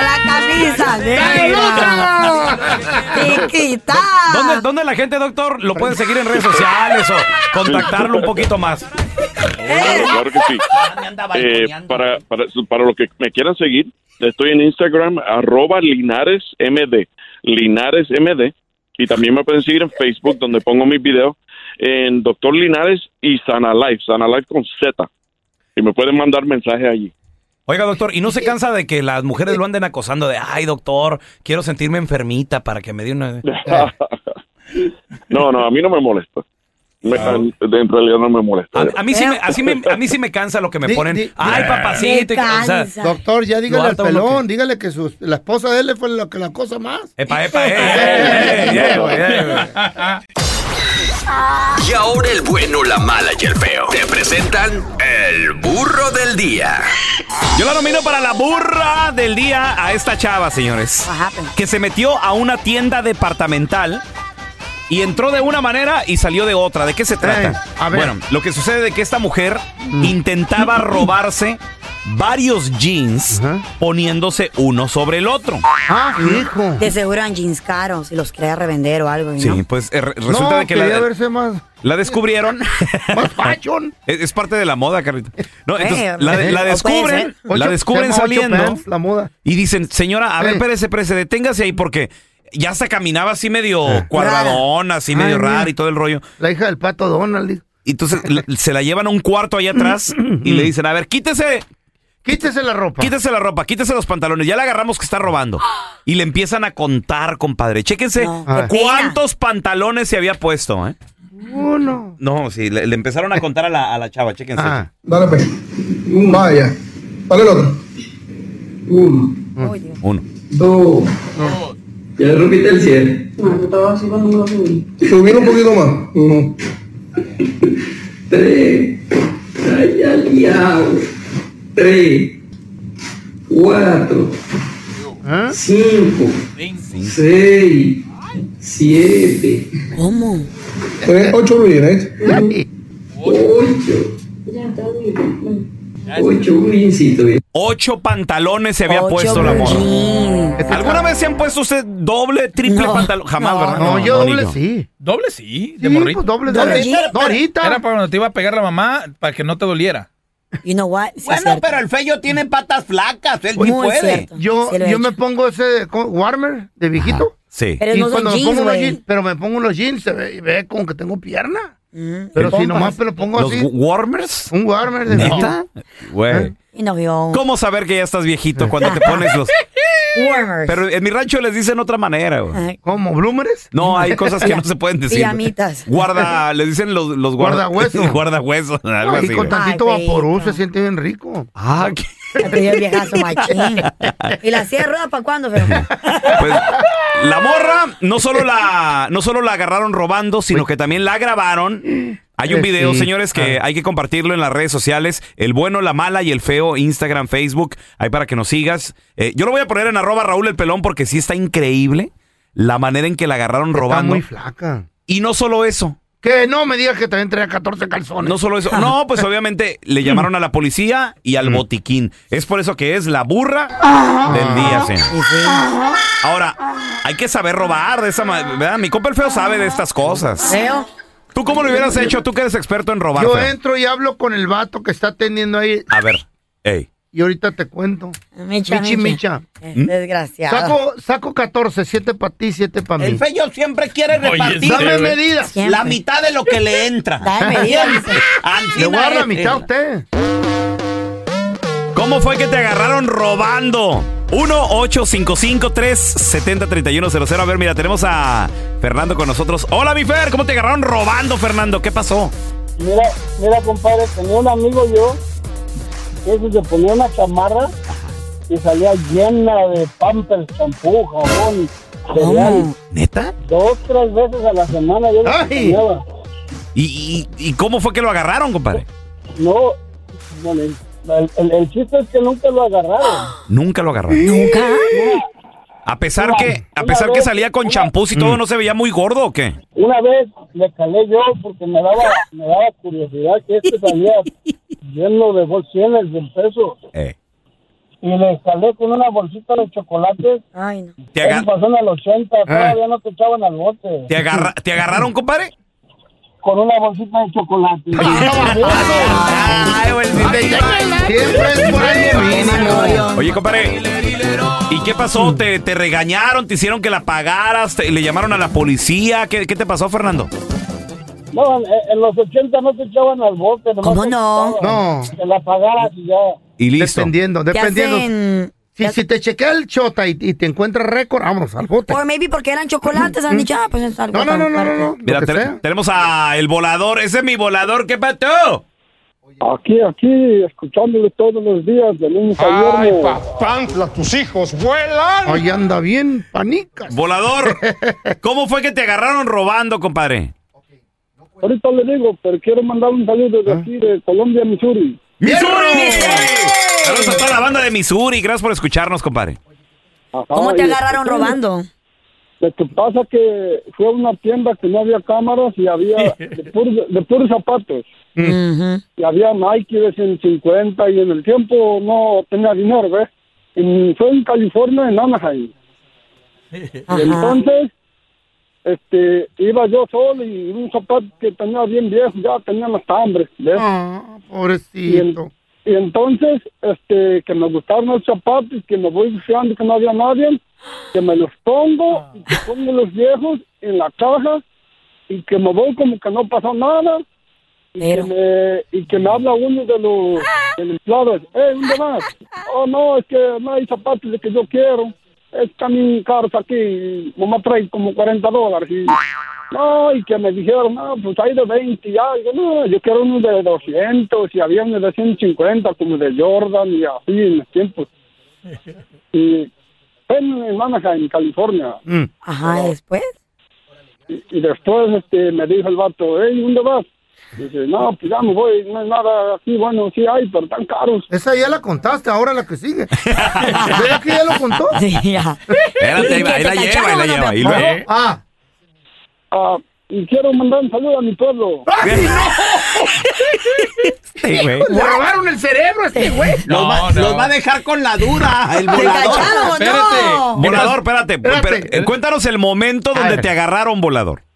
Speaker 6: La camisa negra. Tiquita.
Speaker 3: ¿Dónde, ¿Dónde la gente, doctor, lo puede seguir en redes sociales o contactarlo un poquito más?
Speaker 23: Claro, claro que sí. Eh, para, para, para los que me quieran seguir, estoy en Instagram, arroba linaresmd, linaresmd, y también me pueden seguir en Facebook, donde pongo mis videos, en Doctor Linares y Sana Life, Sana Life con Z, y me pueden mandar mensajes allí.
Speaker 3: Oiga, doctor, ¿y no se cansa de que las mujeres lo anden acosando de, ay, doctor, quiero sentirme enfermita para que me dé una...
Speaker 23: No, no, a mí no me molesta. Me- En realidad no me molesta.
Speaker 3: A mí sí me, así me- a mí sí me cansa lo que me
Speaker 23: Di-
Speaker 3: ponen,
Speaker 23: di-
Speaker 3: ay, papacito. y que- o sea,
Speaker 5: Doctor, ya dígale
Speaker 3: lo
Speaker 5: al
Speaker 3: harta uno
Speaker 5: pelón, dígale que su- la esposa de él le fue la que la cosa más.
Speaker 3: Epa, epa, eh, eh, eh, eh, güey, eh, güey.
Speaker 9: Y ahora el bueno, la mala y el feo. Te presentan el burro del día.
Speaker 3: Yo la nomino para la burra del día a esta chava, señores.
Speaker 5: pues.
Speaker 3: Que se metió a una tienda departamental y entró de una manera y salió de otra. ¿De qué se trata?
Speaker 5: a ver. Mm.
Speaker 3: Bueno, lo que sucede es que esta mujer intentaba robarse varios jeans poniéndose uno sobre el otro.
Speaker 5: Ah, hijo.
Speaker 6: De seguro eran jeans caros y los quería revender o algo. ¿no?
Speaker 3: Sí, pues eh, re- resulta
Speaker 5: no,
Speaker 3: de que
Speaker 5: quería
Speaker 3: la,
Speaker 5: verse más.
Speaker 3: la descubrieron. es, es parte de la moda, Carlita. No, entonces, la, de- la
Speaker 5: O puede
Speaker 3: descubren,
Speaker 5: ser. Ocho-
Speaker 3: la descubren
Speaker 5: se llama ocho
Speaker 3: saliendo.
Speaker 5: pants, la moda.
Speaker 3: Y dicen, señora, a ver,
Speaker 5: Eh.
Speaker 3: espérese, espérese, deténgase ahí porque ya hasta caminaba así medio cuadradona, así
Speaker 5: Ay,
Speaker 3: medio
Speaker 5: mira.
Speaker 3: rara y todo el rollo.
Speaker 5: La hija del pato Donald.
Speaker 3: Y entonces la- se la llevan a un cuarto allá atrás y le dicen, a ver, quítese.
Speaker 5: Quítese la ropa.
Speaker 3: Quítese la ropa, quítese los pantalones. Ya la agarramos que está robando. Y le empiezan a contar, compadre. Chéquense
Speaker 5: No, qué
Speaker 3: cuántos pantalones se había puesto, ¿eh?
Speaker 5: Uno.
Speaker 3: No, sí, le, le empezaron a contar a la, a la chava, chéquense.
Speaker 10: Dale, pues. Uno, vaya. Dale el otro. Uno.
Speaker 3: Uno.
Speaker 10: Dos. Ya rompiste el cielo. Subir un poquito más. Uno. Tres. Ay, al diablo. Tres. Cuatro.
Speaker 3: ¿Ah?
Speaker 10: Cinco. Seis. Siete. ¿Cómo? ocho ¿eh? lunes. Ocho. Ocho lunes.
Speaker 3: Ocho pantalones se había
Speaker 10: Ocho
Speaker 3: puesto la morra.
Speaker 10: pantalones.
Speaker 3: ¿Alguna vez se han puesto usted doble, triple pantalón? Jamás, ¿verdad?
Speaker 11: no, yo doble
Speaker 5: sí.
Speaker 11: Doble sí, de
Speaker 5: Sí,
Speaker 11: morrito.
Speaker 5: pues, doble, doble.
Speaker 11: Ahorita
Speaker 5: Sí,
Speaker 11: era-
Speaker 5: no, ahorita.
Speaker 11: Era para cuando te iba a pegar la mamá para que no te doliera.
Speaker 6: You know what?
Speaker 8: Bueno, pero el feyo tiene patas flacas. Él sí puede.
Speaker 5: Yo, yo me pongo ese co- warmer de viejito.
Speaker 3: Sí.
Speaker 8: Pero no son
Speaker 5: cuando me
Speaker 8: jeans,
Speaker 5: pongo unos
Speaker 8: güey.
Speaker 5: jeans- pero me pongo los jeans, se ve, ve como que tengo pierna. Mm. Pero
Speaker 3: ¿Te
Speaker 5: si
Speaker 3: pompas?
Speaker 5: nomás me lo pongo
Speaker 3: ¿Los
Speaker 5: así.
Speaker 3: wa- warmers?
Speaker 5: Un warmer de ¿Eh?
Speaker 3: ¿Neta?
Speaker 5: viejito.
Speaker 3: Güey.
Speaker 6: Y no vio.
Speaker 3: ¿Cómo saber que ya estás viejito cuando te pones los...
Speaker 6: Warmers.
Speaker 3: Pero en mi rancho les dicen otra manera, güey.
Speaker 5: ¿Cómo? ¿Blúmeres?
Speaker 3: No, hay cosas que no se pueden decir.
Speaker 6: Pijamitas.
Speaker 3: Guarda, les dicen los, los guarda,
Speaker 5: Guardahueso.
Speaker 3: guardahuesos, algo
Speaker 5: y
Speaker 3: así.
Speaker 5: con
Speaker 3: güey.
Speaker 5: tantito
Speaker 6: Ay, feíto.
Speaker 5: vaporú se siente bien rico.
Speaker 3: Ah, ¿qué?
Speaker 6: Ya te dio el viejazo machín. ¿Y la silla de ruedas para cuándo, feo?
Speaker 3: La morra no solo la, no solo la agarraron robando, sino que también la grabaron. Hay un
Speaker 11: Pues
Speaker 3: video,
Speaker 5: Este,
Speaker 11: sí.
Speaker 3: señores, que hay que compartirlo en las redes sociales. El bueno, la mala y el feo, Instagram, Facebook. Ahí para que nos sigas. Eh, yo lo voy a poner en arroba Raúl el Pelón porque sí está increíble la manera en que la agarraron robando.
Speaker 5: muy flaca.
Speaker 3: Y no solo eso.
Speaker 5: Que no me digas que también traía 14 calzones.
Speaker 3: No solo eso. No, pues obviamente le llamaron a la policía y al botiquín. Es por eso que es la burra del día, señor. Ahora, hay que saber robar de esa manera. ¿Verdad? Mi compa el feo sabe de estas cosas.
Speaker 6: Feo.
Speaker 3: ¿Tú cómo lo hubieras hecho? Tú que eres experto en robar.
Speaker 5: Yo
Speaker 3: feo.
Speaker 5: entro y hablo con el vato que está atendiendo ahí
Speaker 3: A ver. Ey.
Speaker 5: y ahorita te cuento.
Speaker 6: Micha,
Speaker 5: Michi,
Speaker 6: micha.
Speaker 5: micha.
Speaker 6: Eh, Desgraciado.
Speaker 5: Saco, saco 14, 7 para ti, 7 para mí.
Speaker 8: El feyo siempre quiere
Speaker 5: Oye,
Speaker 3: este,
Speaker 8: repartir.
Speaker 5: dame medidas.
Speaker 8: La mitad de lo que le entra.
Speaker 5: Dame medidas, dice.
Speaker 8: Ancina este.
Speaker 5: Le voy a dar la
Speaker 8: es
Speaker 5: mitad a
Speaker 8: él.
Speaker 5: usted.
Speaker 3: ¿Cómo fue que te agarraron robando? 1-855-370-3100. A ver, mira, tenemos a Fernando con nosotros. Hola, mi Fer. ¿Cómo te agarraron robando, Fernando? ¿Qué pasó?
Speaker 21: Mira, mira, compadre, tenía un amigo yo ese se ponía una chamarra y salía llena de pampers, champú, jabón, cereal.
Speaker 3: ¿Neta?
Speaker 21: Dos, tres veces a la semana yo lo acompañaba.
Speaker 3: ¿Y, y, y cómo fue que lo agarraron, compadre?
Speaker 21: No, bueno, el, el- el chiste es que nunca lo agarraron.
Speaker 3: Nunca lo agarraron.
Speaker 21: ¿Nunca?
Speaker 3: A pesar que, a pesar que salía con champús y todo, ¿no se veía muy gordo o qué?
Speaker 21: Una vez le calé yo porque me daba, me daba curiosidad que este salía lleno de bolsienes de pesos.
Speaker 3: Eh.
Speaker 21: Y le calé con una bolsita de chocolates.
Speaker 6: Ay, no.
Speaker 3: Te agar-
Speaker 21: pasó en el 80,
Speaker 3: Ah.
Speaker 21: todavía no te echaban al bote.
Speaker 3: ¿Te, agarra- ¿te agarraron, compadre?
Speaker 21: Con una bolsita de chocolate.
Speaker 5: Siempre
Speaker 3: ¿eh?
Speaker 5: es por algo mínimo. Mm.
Speaker 3: Oye, compadre, ¿y qué pasó? ¿Te, te regañaron? ¿Te hicieron que la pagaras? ¿Te- ¿Le llamaron a la policía? ¿Qué, qué te pasó, Fernando?
Speaker 21: No, en, en los 80 no te echaban al bote. nomás
Speaker 5: ¿Cómo
Speaker 21: te
Speaker 5: no?
Speaker 21: quitaban, Te la pagaras y ya.
Speaker 3: Y listo.
Speaker 5: Dependiendo,
Speaker 6: Te
Speaker 5: dependiendo.
Speaker 6: hacen-
Speaker 5: Si, si te chequea el chota y, y te encuentra récord, vámonos al bote. Mm.
Speaker 6: O maybe porque eran chocolates, han dicho, ah, pues es algo.
Speaker 5: No, no,
Speaker 6: tan
Speaker 5: no, no,
Speaker 6: fuerte.
Speaker 5: no, no.
Speaker 3: Mira, te- tenemos a el volador. Ese es mi volador. ¿Qué pato?
Speaker 24: Aquí, aquí, escuchándole todos los días, de lunes a
Speaker 3: Ay,
Speaker 24: viernes.
Speaker 5: ¡Papantla, tus hijos vuelan! Ahí anda bien, panica.
Speaker 3: Volador, ¿cómo fue que te agarraron robando, compadre?
Speaker 24: Ahorita le digo, pero quiero mandar un saludo
Speaker 5: Ah.
Speaker 24: desde aquí, de Colombia, Missouri.
Speaker 3: Saludos a toda la banda de Missouri. Gracias por escucharnos, compadre.
Speaker 6: ¿Cómo
Speaker 24: Ajá,
Speaker 6: te
Speaker 24: y-
Speaker 6: agarraron robando?
Speaker 24: Lo que pasa que fue a una tienda que no había cámaras y había de puros, de puros zapatos. Y había Nike de 150 y en el tiempo no tenía dinero, ¿ves? Y fue en California, en Anaheim. Y entonces, este, iba yo solo y un zapato que tenía bien viejo, ya tenían hasta hambre. ¿ves? ¿eh?
Speaker 5: Ah.
Speaker 24: Y, en-
Speaker 5: Pobrecito.
Speaker 24: y entonces, este, que me gustaron los zapatos, que me voy fijando que no había nadie, que me los pongo, y que pongo los viejos en la caja, y que me voy como que no pasó nada, y, que, me, y que me habla uno de los, de los empleados, eh, ¿dónde vas? Oh, no, es que no hay zapatos de que yo quiero, están bien caros aquí, nomás traen como 40 dólares, y, no, y que me dijeron, no, pues hay de 20 ya, yo no, yo quiero uno de 200, y había uno de 150, como de Jordan, y así en los tiempos, y fue en en Anaheim, California.
Speaker 5: Mm.
Speaker 6: Ajá, después.
Speaker 24: Y, y después este, me dijo el vato, hey, ¿dónde vas? Dice, no, pues ya me voy, no hay nada aquí, bueno, sí hay, pero tan caros.
Speaker 5: Esa ya la contaste, ahora la que sigue. ¿Verdad que ya lo contó?
Speaker 6: Sí, ya.
Speaker 3: Espérate, ahí, va, ahí la lleva, ahí la lleva. Y luego.
Speaker 24: Ah. Ah, y quiero mandar un saludo a mi pueblo.
Speaker 3: Sí, Este, güey.
Speaker 24: Le
Speaker 5: robaron el cerebro a este güey.
Speaker 3: No, no.
Speaker 8: dejar con la duda. El
Speaker 3: Te cacharon,
Speaker 8: volador.
Speaker 3: Volador, espérate.
Speaker 24: Espérate.
Speaker 3: Eh, Cuéntanos el momento donde te agarraron, volador.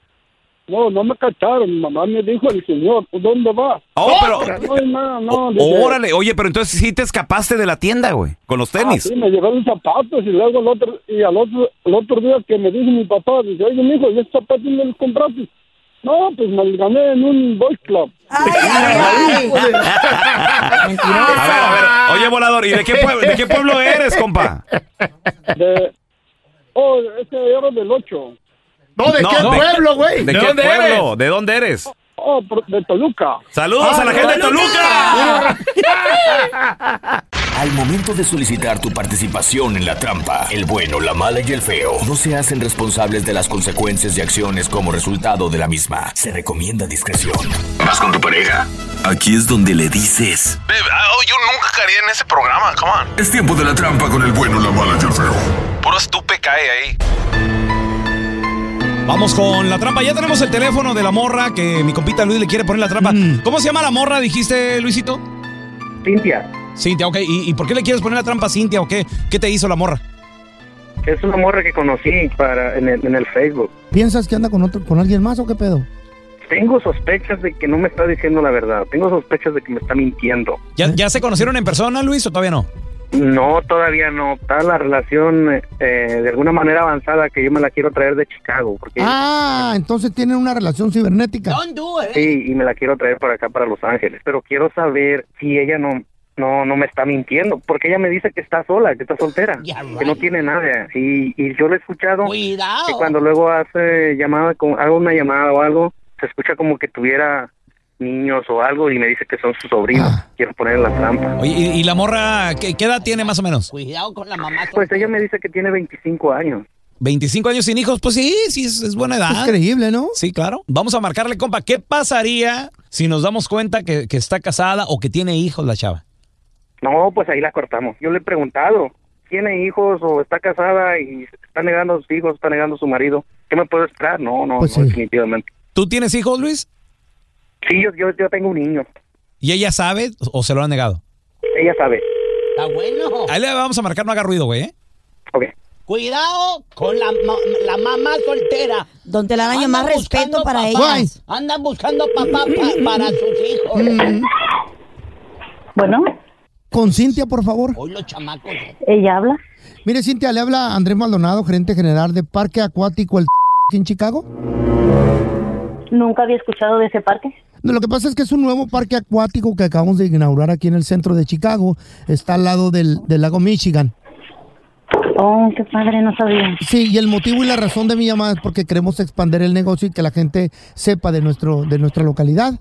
Speaker 24: No, no me cacharon, mamá me dijo el señor, ¿dónde vas?
Speaker 3: Oh, pero-
Speaker 24: No, hay nada, no, dice,
Speaker 3: Órale, oye, pero entonces sí te escapaste de la tienda, güey, con los
Speaker 24: Ah,
Speaker 3: tenis.
Speaker 24: sí, me llevaron zapatos y luego el otro, y al otro, el otro día que me dice mi papá, dice, oye, mijo, ¿y estos zapatos me los compraste? No, pues me los gané en un boy club. pues.
Speaker 3: A ver, a ver. Oye, volador, ¿y de qué, pue- de qué pueblo eres, compa?
Speaker 24: De- oh, ese era del 8.
Speaker 5: No,
Speaker 3: No, ¿De, qué pueblo? ¿De dónde eres?
Speaker 24: Oh, por- de Toluca.
Speaker 3: Saludos a la gente de Toluca.
Speaker 9: Al momento de solicitar tu participación en la trampa, el bueno, la mala y el feo no se hacen responsables de las consecuencias y acciones como resultado de la misma. Se recomienda discreción. Más con tu pareja. Aquí es donde le dices.
Speaker 25: yo nunca caería en ese programa, come on.
Speaker 9: Es tiempo de la trampa con el bueno, la mala y el feo.
Speaker 25: Puro estupe cae ahí.
Speaker 3: Vamos con la trampa. Ya tenemos el teléfono de la morra que mi compita Luis le quiere poner la trampa. ¿Cómo se llama la morra, dijiste, Luisito? Cintia. Cintia, ok. ¿Y, y por qué le quieres poner la trampa a Cintia o qué? ¿Qué te hizo la morra?
Speaker 14: Es una morra que conocí para en el, en el Facebook.
Speaker 5: ¿Piensas que anda con otro, con alguien más o qué pedo?
Speaker 14: Tengo sospechas de que no me está diciendo la verdad. Tengo sospechas de que me está mintiendo.
Speaker 3: ¿Ya, ya se conocieron en persona, Luis, o todavía no?
Speaker 14: No, todavía no. Está la relación eh, de alguna manera avanzada que yo me la quiero traer de Chicago. Porque,
Speaker 5: Ah, entonces tienen una relación cibernética.
Speaker 14: Sí, y me la quiero traer para acá, para Los Ángeles. Pero quiero saber si ella no no no me está mintiendo. Porque ella me dice que está sola, que está soltera. Que no tiene nada. Y, y yo lo he escuchado.
Speaker 8: Cuidado.
Speaker 14: que cuando luego hace llamada, con, hago una llamada o algo, se escucha como que tuviera niños o algo y me dice que son sus sobrinos. Quiero poner la trampa.
Speaker 3: Ah. Oye, ¿y, y la morra qué, qué edad tiene más o menos?
Speaker 14: Cuidado con la mamá. Pues ella me dice que tiene 25 años.
Speaker 3: 25 años sin hijos, pues sí, sí, es, es buena edad.
Speaker 5: Es creíble, ¿no?
Speaker 3: Sí, claro. Vamos a marcarle, compa, ¿qué pasaría si nos damos cuenta que, que está casada o que tiene hijos la chava?
Speaker 14: No, pues ahí la cortamos. Yo le he preguntado, ¿tiene hijos o está casada y está negando a sus hijos, está negando a su marido? ¿Qué me puedo esperar? No, no,
Speaker 3: Pues
Speaker 14: no,
Speaker 3: sí.
Speaker 14: definitivamente.
Speaker 3: ¿Tú tienes hijos, Luis?
Speaker 14: Sí, yo, yo, yo tengo un niño.
Speaker 3: ¿Y ella sabe o se lo ha negado?
Speaker 14: Ella sabe.
Speaker 8: Está bueno.
Speaker 3: Ahí le vamos a marcar, no haga ruido, güey, ¿eh?
Speaker 8: Cuidado con la, ma- la mamá soltera.
Speaker 6: Don Telaraño, más respeto para ellas.
Speaker 8: Andan buscando papá pa- para sus hijos.
Speaker 5: Bueno. Con Cintia, por favor.
Speaker 8: Hoy los chamacos.
Speaker 5: Ella habla. Mire, Cintia, le habla Andrés Maldonado, gerente general de Parque Acuático El en Chicago.
Speaker 16: Nunca había escuchado de ese parque.
Speaker 5: No, lo que pasa es que es un nuevo parque acuático que acabamos de inaugurar aquí en el centro de Chicago. Está al lado del, del lago Michigan.
Speaker 16: Oh, qué padre, no sabía.
Speaker 5: Sí, y el motivo y la razón de mi llamada es porque queremos expandir el negocio y que la gente sepa de, nuestro, de nuestra localidad.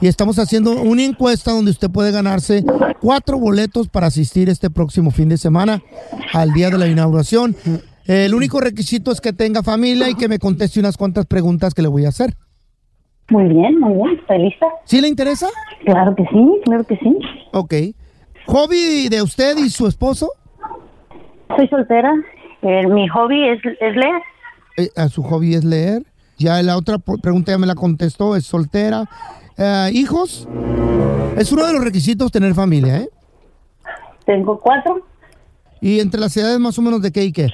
Speaker 5: Y estamos haciendo una encuesta donde usted puede ganarse cuatro boletos para asistir este próximo fin de semana al día de la inauguración. El único requisito es que tenga familia y que me conteste unas cuantas preguntas que le voy a hacer.
Speaker 16: Muy bien, muy bien, estoy lista.
Speaker 5: ¿Sí le interesa?
Speaker 16: Claro que sí, claro que sí.
Speaker 5: Ok. ¿Hobby de usted y su esposo?
Speaker 16: Soy soltera. Eh, mi hobby es, es leer.
Speaker 5: Eh, a su hobby es leer. Ya la otra po- pregunta ya me la contestó, es soltera. Eh, ¿Hijos? Es uno de los requisitos tener familia, ¿eh?
Speaker 16: Tengo cuatro.
Speaker 5: ¿Y entre las edades más o menos de qué y qué?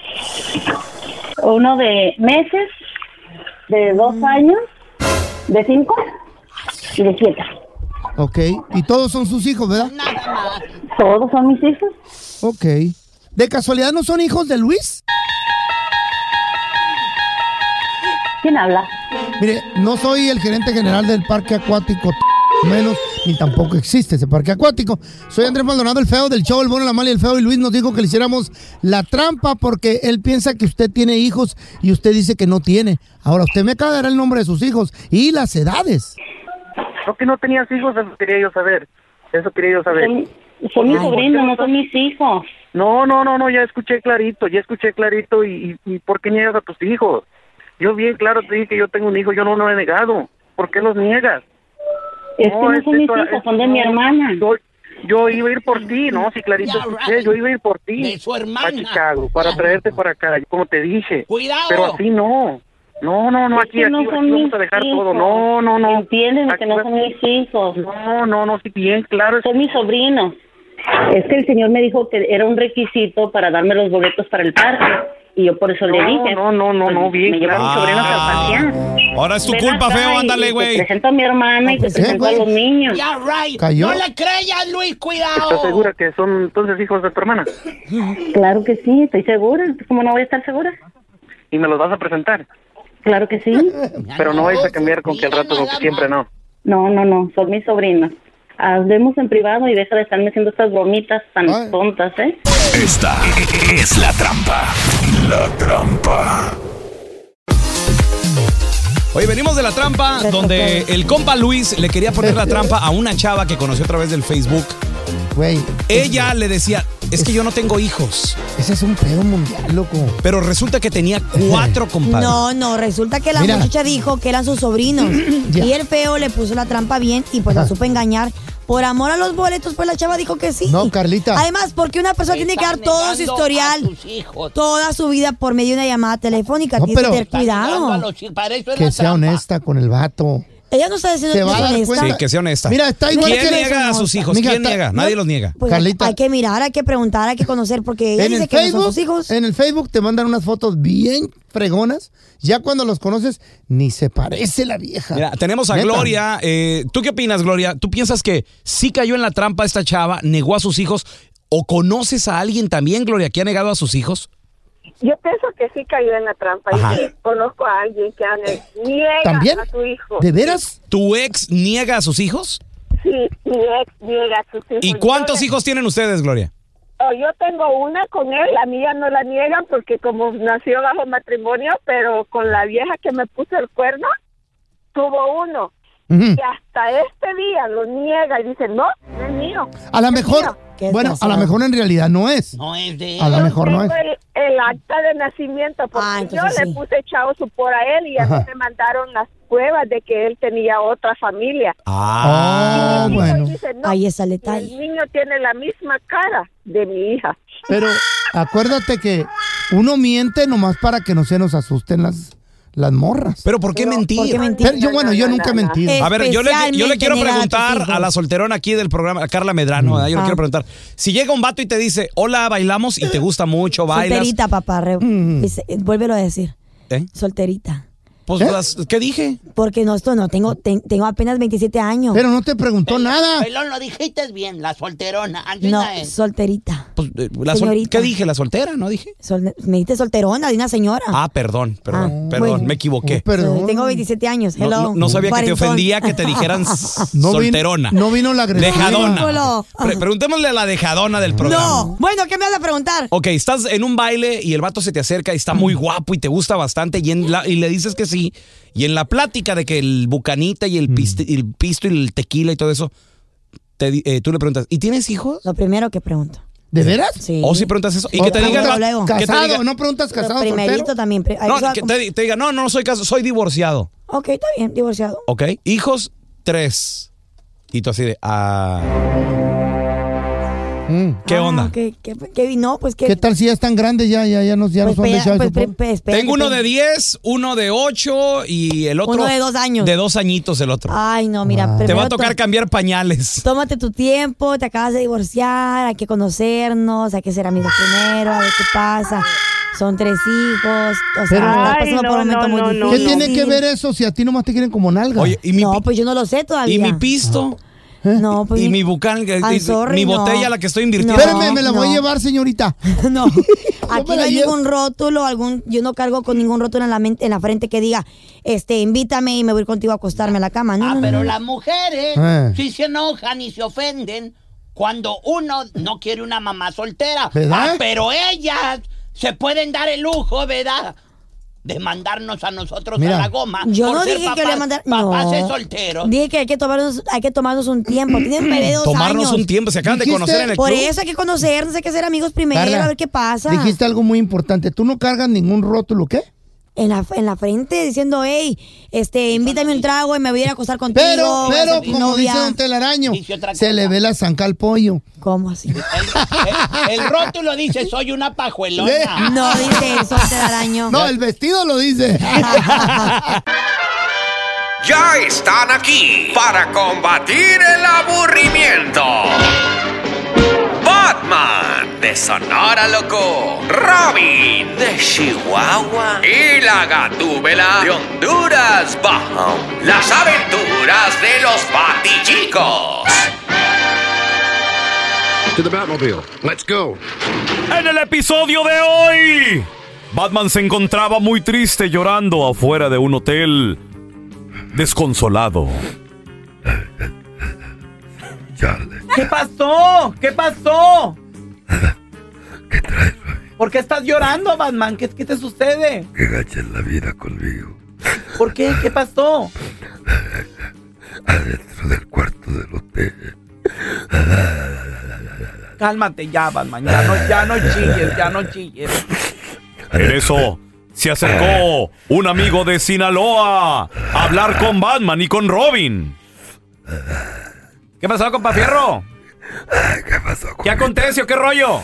Speaker 16: Uno de meses, de dos
Speaker 6: Mm.
Speaker 16: años, de cinco y de siete.
Speaker 5: Ok. ¿Y todos son sus hijos, verdad?
Speaker 16: Todos son mis hijos.
Speaker 5: Ok. ¿De casualidad no son hijos de Luis?
Speaker 16: ¿Quién habla?
Speaker 5: Mire, no soy el gerente general del parque acuático, t- menos, ni tampoco existe ese parque acuático. Soy Andrés Maldonado, el feo del show, el bueno, la mala y el feo. Y Luis nos dijo que le hiciéramos la trampa porque él piensa que usted tiene hijos y usted dice que no tiene. Ahora, usted me acaba de dar el nombre de sus hijos y las edades.
Speaker 14: No, que no tenías hijos, eso quería yo saber. Eso quería yo saber.
Speaker 16: Son mis
Speaker 14: Ay,
Speaker 16: sobrinos, no
Speaker 14: ¿por
Speaker 16: son mis hijos.
Speaker 14: qué No, no, no, no, ya escuché clarito, ya escuché clarito. ¿Y, y, y por qué niegas a tus hijos? Yo bien claro te dije que yo tengo un hijo, yo no lo he negado. ¿Por qué los niegas?
Speaker 16: Es que no son mis
Speaker 14: esto-
Speaker 16: hijos, son de mi
Speaker 14: no,
Speaker 16: hermana.
Speaker 14: Yo, yo iba a ir por ti, ¿no? Sí, clarito
Speaker 16: Yeah,
Speaker 14: escuché, yo iba a ir por ti.
Speaker 16: De su hermana.
Speaker 14: A Chicago, para traerte para acá, como te dije.
Speaker 16: Cuidado.
Speaker 14: Pero así no. No, no, no,
Speaker 16: Es
Speaker 14: aquí,
Speaker 16: que
Speaker 14: aquí,
Speaker 16: no
Speaker 14: aquí
Speaker 16: son
Speaker 14: vamos
Speaker 16: mis
Speaker 14: a dejar todo.
Speaker 16: hijos.
Speaker 14: No, no, no.
Speaker 16: Entienden que
Speaker 14: Aquí
Speaker 16: no
Speaker 14: vas-
Speaker 16: son mis hijos.
Speaker 14: No, no, no, sí, bien claro.
Speaker 16: Son mis sobrinos. Es que el señor me dijo que era un requisito para darme los boletos para el parque. Y yo por eso le
Speaker 14: No,
Speaker 16: dije.
Speaker 14: no, no, no,
Speaker 16: Pues
Speaker 14: no, bien
Speaker 16: Me llevo a mis
Speaker 14: claro.
Speaker 16: sobrinos a pasear.
Speaker 3: Ah, Ahora es tu
Speaker 16: Ven
Speaker 3: culpa,
Speaker 16: acá
Speaker 3: feo,
Speaker 16: y- y
Speaker 3: ándale, güey.
Speaker 16: Te presento a mi hermana y te
Speaker 3: pues, sí,
Speaker 16: presento a
Speaker 3: güey.
Speaker 16: los niños.
Speaker 8: Ya, right.
Speaker 16: Cayó.
Speaker 8: No le creas, Luis,
Speaker 14: ¿Estás
Speaker 8: cuidado.
Speaker 14: segura que son entonces hijos de tu hermana?
Speaker 16: Claro que sí, estoy segura. ¿Cómo no voy a estar segura?
Speaker 14: ¿Y me los vas a presentar?
Speaker 16: Claro que sí.
Speaker 14: Pero no vais a cambiar con que al rato, con que siempre no.
Speaker 16: No, no, no, son mis sobrinos. Hablemos en privado y deja de estarme haciendo estas bromitas tan tontas, ¿eh?
Speaker 9: Esta es la trampa. La trampa.
Speaker 3: Oye, venimos de la trampa donde el compa Luis le quería poner la trampa a una chava que conoció a través del Facebook.
Speaker 5: Güey.
Speaker 3: Ella le decía, es que yo no tengo hijos.
Speaker 5: Ese es un pedo mundial, loco.
Speaker 3: Pero resulta que tenía cuatro, compadre.
Speaker 6: No, no, resulta que la
Speaker 3: Mira.
Speaker 6: muchacha dijo que eran sus sobrinos.
Speaker 3: Ya.
Speaker 6: Y el feo le puso la trampa bien y pues la
Speaker 5: Ajá.
Speaker 6: supo engañar. Por amor a los boletos, pues la chava dijo que sí.
Speaker 5: No, Carlita.
Speaker 6: Además, porque una persona tiene que dar todo su historial, toda su vida por medio de una llamada telefónicas.
Speaker 5: No,
Speaker 6: Tienes que
Speaker 5: pero-
Speaker 6: tener cuidado.
Speaker 5: Que sea honesta con el vato.
Speaker 6: Ella no está diciendo
Speaker 5: Se
Speaker 6: que
Speaker 5: va a
Speaker 6: es
Speaker 5: dar
Speaker 6: honesta.
Speaker 5: cuenta.
Speaker 3: Sí, que sea honesta.
Speaker 5: Mira, está igual
Speaker 3: ¿Quién
Speaker 5: que-
Speaker 3: niega a sus hijos?
Speaker 5: Mija,
Speaker 3: ¿Quién
Speaker 5: está-
Speaker 3: niega?
Speaker 5: no,
Speaker 3: Nadie los niega.
Speaker 6: Pues, hay que mirar, hay que preguntar, hay que conocer, porque ella
Speaker 5: en
Speaker 6: dice
Speaker 5: el
Speaker 6: que no son
Speaker 5: Facebook,
Speaker 6: sus hijos.
Speaker 5: en el Facebook te mandan unas fotos bien fregonas. Ya cuando los conoces, ni se parece la vieja.
Speaker 3: Mira, tenemos a
Speaker 5: Neta.
Speaker 3: Gloria. Eh, ¿Tú qué opinas, Gloria? ¿Tú piensas que sí cayó en la trampa esta chava, negó a sus hijos? ¿O conoces a alguien también, Gloria, que ha negado a sus hijos?
Speaker 26: Yo pienso que sí cayó en la trampa.
Speaker 3: Ajá.
Speaker 26: Yo sí conozco a alguien que ane- niega
Speaker 3: ¿También?
Speaker 26: a su hijo.
Speaker 3: ¿Tu ex niega a sus hijos?
Speaker 26: Sí, mi ex niega a sus hijos.
Speaker 3: ¿Y cuántos hijos tienen ustedes, Gloria?
Speaker 26: Oh, yo tengo una con él, la mía no la niegan porque como nació bajo matrimonio, pero con la vieja que me puso el cuerno, tuvo uno.
Speaker 5: Ujú.
Speaker 16: Y hasta este día lo niega y dice, no, no es mío.
Speaker 5: A lo
Speaker 16: no es
Speaker 5: mejor,
Speaker 16: mío".
Speaker 5: bueno, a lo mejor en realidad no es.
Speaker 8: No es de
Speaker 5: A lo mejor no es.
Speaker 16: Tengo el, el acta de nacimiento porque yo
Speaker 5: entonces
Speaker 16: le
Speaker 5: sí.
Speaker 16: puse chao su por a él y a mí
Speaker 5: Ajá.
Speaker 16: me mandaron las pruebas de que él tenía otra familia.
Speaker 5: Ah,
Speaker 16: Y
Speaker 5: bueno.
Speaker 16: dice, no,
Speaker 6: Ahí está el detalle.
Speaker 16: El niño tiene la misma cara de mi hija.
Speaker 5: Pero acuérdate que uno miente nomás para que no se nos asusten las, las morras.
Speaker 3: Pero ¿por qué No, mentir? ¿por qué mentir?
Speaker 5: Pero yo, bueno, yo
Speaker 3: No, no,
Speaker 5: nunca he
Speaker 3: no, no.
Speaker 5: mentido.
Speaker 3: A ver, yo le, yo le quiero preguntar a la solterona aquí del programa, a Carla Medrano, ¿verdad? yo le
Speaker 5: Ah.
Speaker 3: quiero preguntar. Si llega un vato y te dice, hola, bailamos y te gusta mucho, bailas. Mm.
Speaker 6: Solterita, papá. re- dice, eh, Vuélvelo a decir.
Speaker 3: ¿Eh?
Speaker 6: Solterita.
Speaker 3: Pues,
Speaker 5: ¿Eh?
Speaker 3: las- ¿qué dije?
Speaker 6: Porque no, esto no, tengo, ten- tengo apenas 27 años.
Speaker 5: Pero no te preguntó
Speaker 8: Pelón, lo dijiste bien, la solterona.
Speaker 6: No,
Speaker 8: Angelina es.
Speaker 6: solterita.
Speaker 3: Pues, eh, la sol-
Speaker 6: Señorita.
Speaker 3: ¿Qué dije? ¿La soltera? ¿No dije?
Speaker 6: Sol- me dijiste solterona, de una señora.
Speaker 3: Ah, perdón, perdón, perdón,
Speaker 6: Ah, bueno.
Speaker 3: me equivoqué.
Speaker 5: Oh,
Speaker 6: Soy- Tengo 27 años.
Speaker 3: No,
Speaker 6: Hello.
Speaker 3: no- no sabía que te
Speaker 6: Cuarentón.
Speaker 3: ofendía que te dijeran
Speaker 5: No vino-
Speaker 3: solterona.
Speaker 5: no vino la agresiva.
Speaker 3: Dejadona.
Speaker 6: Ridículo.
Speaker 3: Pre- preguntémosle a la dejadona del programa.
Speaker 6: No. Bueno, ¿qué me vas a preguntar?
Speaker 3: Ok, estás en un baile y el vato se te acerca y está muy guapo y te gusta bastante y, en la- y le dices que sí. Y en la plática de que el bucanita y el, piste- y el pisto y el tequila y todo eso, te di- eh, tú le preguntas, ¿y tienes hijos?
Speaker 6: Lo primero que pregunto.
Speaker 5: ¿De veras?
Speaker 6: Sí.
Speaker 3: O si preguntas eso. Y que te diga... el vato- que te diga-
Speaker 5: preguntas
Speaker 3: casado,
Speaker 6: Primerito
Speaker 3: soltero?
Speaker 6: también. pre-
Speaker 3: No,
Speaker 6: Eso va
Speaker 3: que
Speaker 6: como-
Speaker 3: te, te diga, no, no, no soy casado, soy divorciado.
Speaker 6: Ok, está bien, divorciado.
Speaker 3: ¿Ok? Hijos, tres. Y tú así de, ah...
Speaker 5: Mm.
Speaker 3: ¿Qué
Speaker 6: Ah,
Speaker 3: onda?
Speaker 6: ok, ¿Qué, qué- no, pues que...
Speaker 5: ¿Qué tal si ya están grandes ya, ya, ya no, ya no
Speaker 6: Pues,
Speaker 5: son de
Speaker 6: espera,
Speaker 5: Child
Speaker 6: pues,
Speaker 5: Support?
Speaker 6: pre- espera
Speaker 3: Tengo
Speaker 6: que
Speaker 3: uno
Speaker 6: te-
Speaker 3: de 10, uno de 8 y el otro...
Speaker 6: Uno de dos años. Ah,
Speaker 3: De dos añitos el otro.
Speaker 6: Ay, no, mira.
Speaker 3: Te va
Speaker 6: primero
Speaker 3: a tocar
Speaker 6: to-
Speaker 3: cambiar pañales.
Speaker 6: Tómate tu tiempo, te acabas de divorciar, hay que conocernos, hay que ser amigos primero, a ver qué pasa. Son tres hijos, o sea, estás pasando por un momento muy difícil.
Speaker 5: ¿Qué tiene que ver eso si a ti nomás te quieren como nalga? ¿Eh?
Speaker 3: Oye, y mi
Speaker 6: No, pues yo no lo sé todavía.
Speaker 3: ¿Y mi pisto?
Speaker 6: No, pues...
Speaker 3: ¿Y mi bucal? que
Speaker 6: I'm
Speaker 3: dice,
Speaker 6: sorry,
Speaker 3: ¿Mi
Speaker 6: no.
Speaker 3: botella la que estoy invirtiendo?
Speaker 5: Espérame, me la voy a llevar, señorita.
Speaker 6: No. Aquí
Speaker 5: me
Speaker 6: no
Speaker 5: la
Speaker 6: hay
Speaker 5: llevo.
Speaker 6: ningún rótulo, algún, yo no cargo con ningún rótulo en la mente, en la frente que diga, este, invítame y me voy contigo a acostarme a la cama. No,
Speaker 8: Ah,
Speaker 6: no, no,
Speaker 8: pero
Speaker 6: no.
Speaker 8: las mujeres
Speaker 6: Eh.
Speaker 8: sí se enojan y se ofenden cuando uno no quiere una mamá soltera.
Speaker 6: ¿Verdad?
Speaker 8: Ah, pero ellas se pueden dar el lujo, ¿verdad? De mandarnos a nosotros
Speaker 6: Mira,
Speaker 8: a la goma.
Speaker 6: Yo
Speaker 8: por
Speaker 6: no
Speaker 8: ser
Speaker 6: dije que le
Speaker 8: papás-
Speaker 6: mandar.
Speaker 8: Papás
Speaker 6: no.
Speaker 8: es soltero.
Speaker 6: Dije que hay que tomarnos, hay que tomarnos un tiempo. Tienen bebé de dos
Speaker 3: Tomarnos
Speaker 6: años.
Speaker 3: un tiempo, se acaban de
Speaker 5: ¿Dijiste?
Speaker 3: conocer en el
Speaker 6: Por
Speaker 3: club.
Speaker 6: eso hay que conocernos, hay que ser amigos primero,
Speaker 5: Carla,
Speaker 6: a ver qué pasa.
Speaker 5: Dijiste algo muy importante. Tú no cargas ningún rótulo, ¿qué?
Speaker 6: En la, en la frente diciendo, hey, este, invítame un trago y me voy a ir a acostar contigo.
Speaker 5: Pero,
Speaker 6: voy a
Speaker 5: pero,
Speaker 6: ser tu
Speaker 5: como
Speaker 6: novia".
Speaker 5: dice Don Telaraño, se le ve la zanca al pollo.
Speaker 6: ¿Cómo así?
Speaker 8: Eh, El rótulo dice, soy una pajuelona.
Speaker 6: No dice eso, te daño.
Speaker 5: ¿Eh? No, el vestido lo dice.
Speaker 9: Ya están aquí para combatir el aburrimiento. Batman de Sonora Loco, Robin de Chihuahua y la Gatúbela de Honduras Bajo. Las aventuras de los Batichicos.
Speaker 20: To the Batmobile. Let's go.
Speaker 27: En el episodio de hoy, Batman se encontraba muy triste llorando afuera de un hotel, desconsolado.
Speaker 8: ¿Qué pasó? ¿Qué pasó? ¿Por qué estás llorando, Batman? ¿Qué, qué te sucede?
Speaker 20: Que gaches la vida conmigo.
Speaker 8: ¿Por qué? ¿Qué pasó?
Speaker 20: Adentro del cuarto del hotel.
Speaker 8: Cálmate ya, Batman. Ya no, ya no chilles, ya no chilles.
Speaker 27: En eso se acercó un amigo de Sinaloa a hablar con Batman y con Robin. ¿Qué pasó, compa Fierro?
Speaker 20: ¿Qué pasó?
Speaker 27: ¿Qué aconteció? ¿Qué rollo?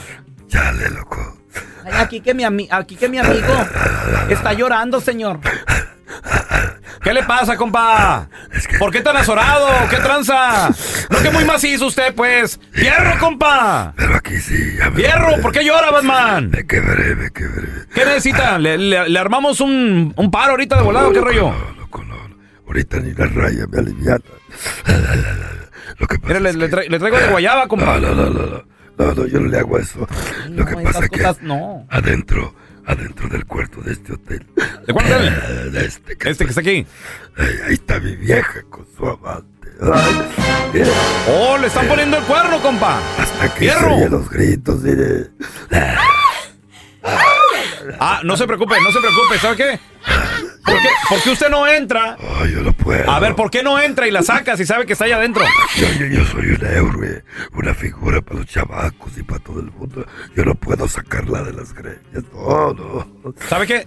Speaker 20: Chale, loco.
Speaker 8: Ay, Aquí que mi, ami- aquí que mi amigo está llorando, señor.
Speaker 27: ¿Qué le pasa, compa? ¿Por qué tan azorado? ¿Qué tranza? No que muy macizo usted, pues. ¡Fierro, compa!
Speaker 20: Pero aquí sí. ya me-
Speaker 27: ¡Fierro! ¿Por qué llora, Batman?
Speaker 20: Me quebré, me quebré.
Speaker 27: ¿Qué necesita? ¿Le, le- le armamos un, un paro ahorita de volado? ¿Qué rollo?
Speaker 20: Ahorita ni la raya me aliviana. Lo que pasa
Speaker 27: Mira, le,
Speaker 20: es
Speaker 27: le
Speaker 20: que-
Speaker 27: tra- le traigo de guayaba, compa.
Speaker 20: No, no, no, no, no. No, no, yo no le hago eso. Lo que pasa es que adentro, adentro del cuarto de este hotel.
Speaker 27: ¿De cuál hotel?
Speaker 20: este,
Speaker 27: que, está aquí.
Speaker 20: ahí está mi vieja con su amante. Ay, mira,
Speaker 27: ¡Oh, le están poniendo el cuerno, compa!
Speaker 20: hasta que se oye los gritos, mire.
Speaker 27: Ah, no se preocupe, no se preocupe. ¿Sabe qué?
Speaker 3: ¿Por qué, por qué usted no entra?
Speaker 20: yo no puedo.
Speaker 3: A ver, ¿por qué no entra y la saca si sabe que está allá adentro?
Speaker 20: Yo, yo- yo soy una héroe, una figura para los chamacos y para todo el mundo. Yo no puedo sacarla de las greñas. No, no. Ah,
Speaker 3: ¿Sabe qué?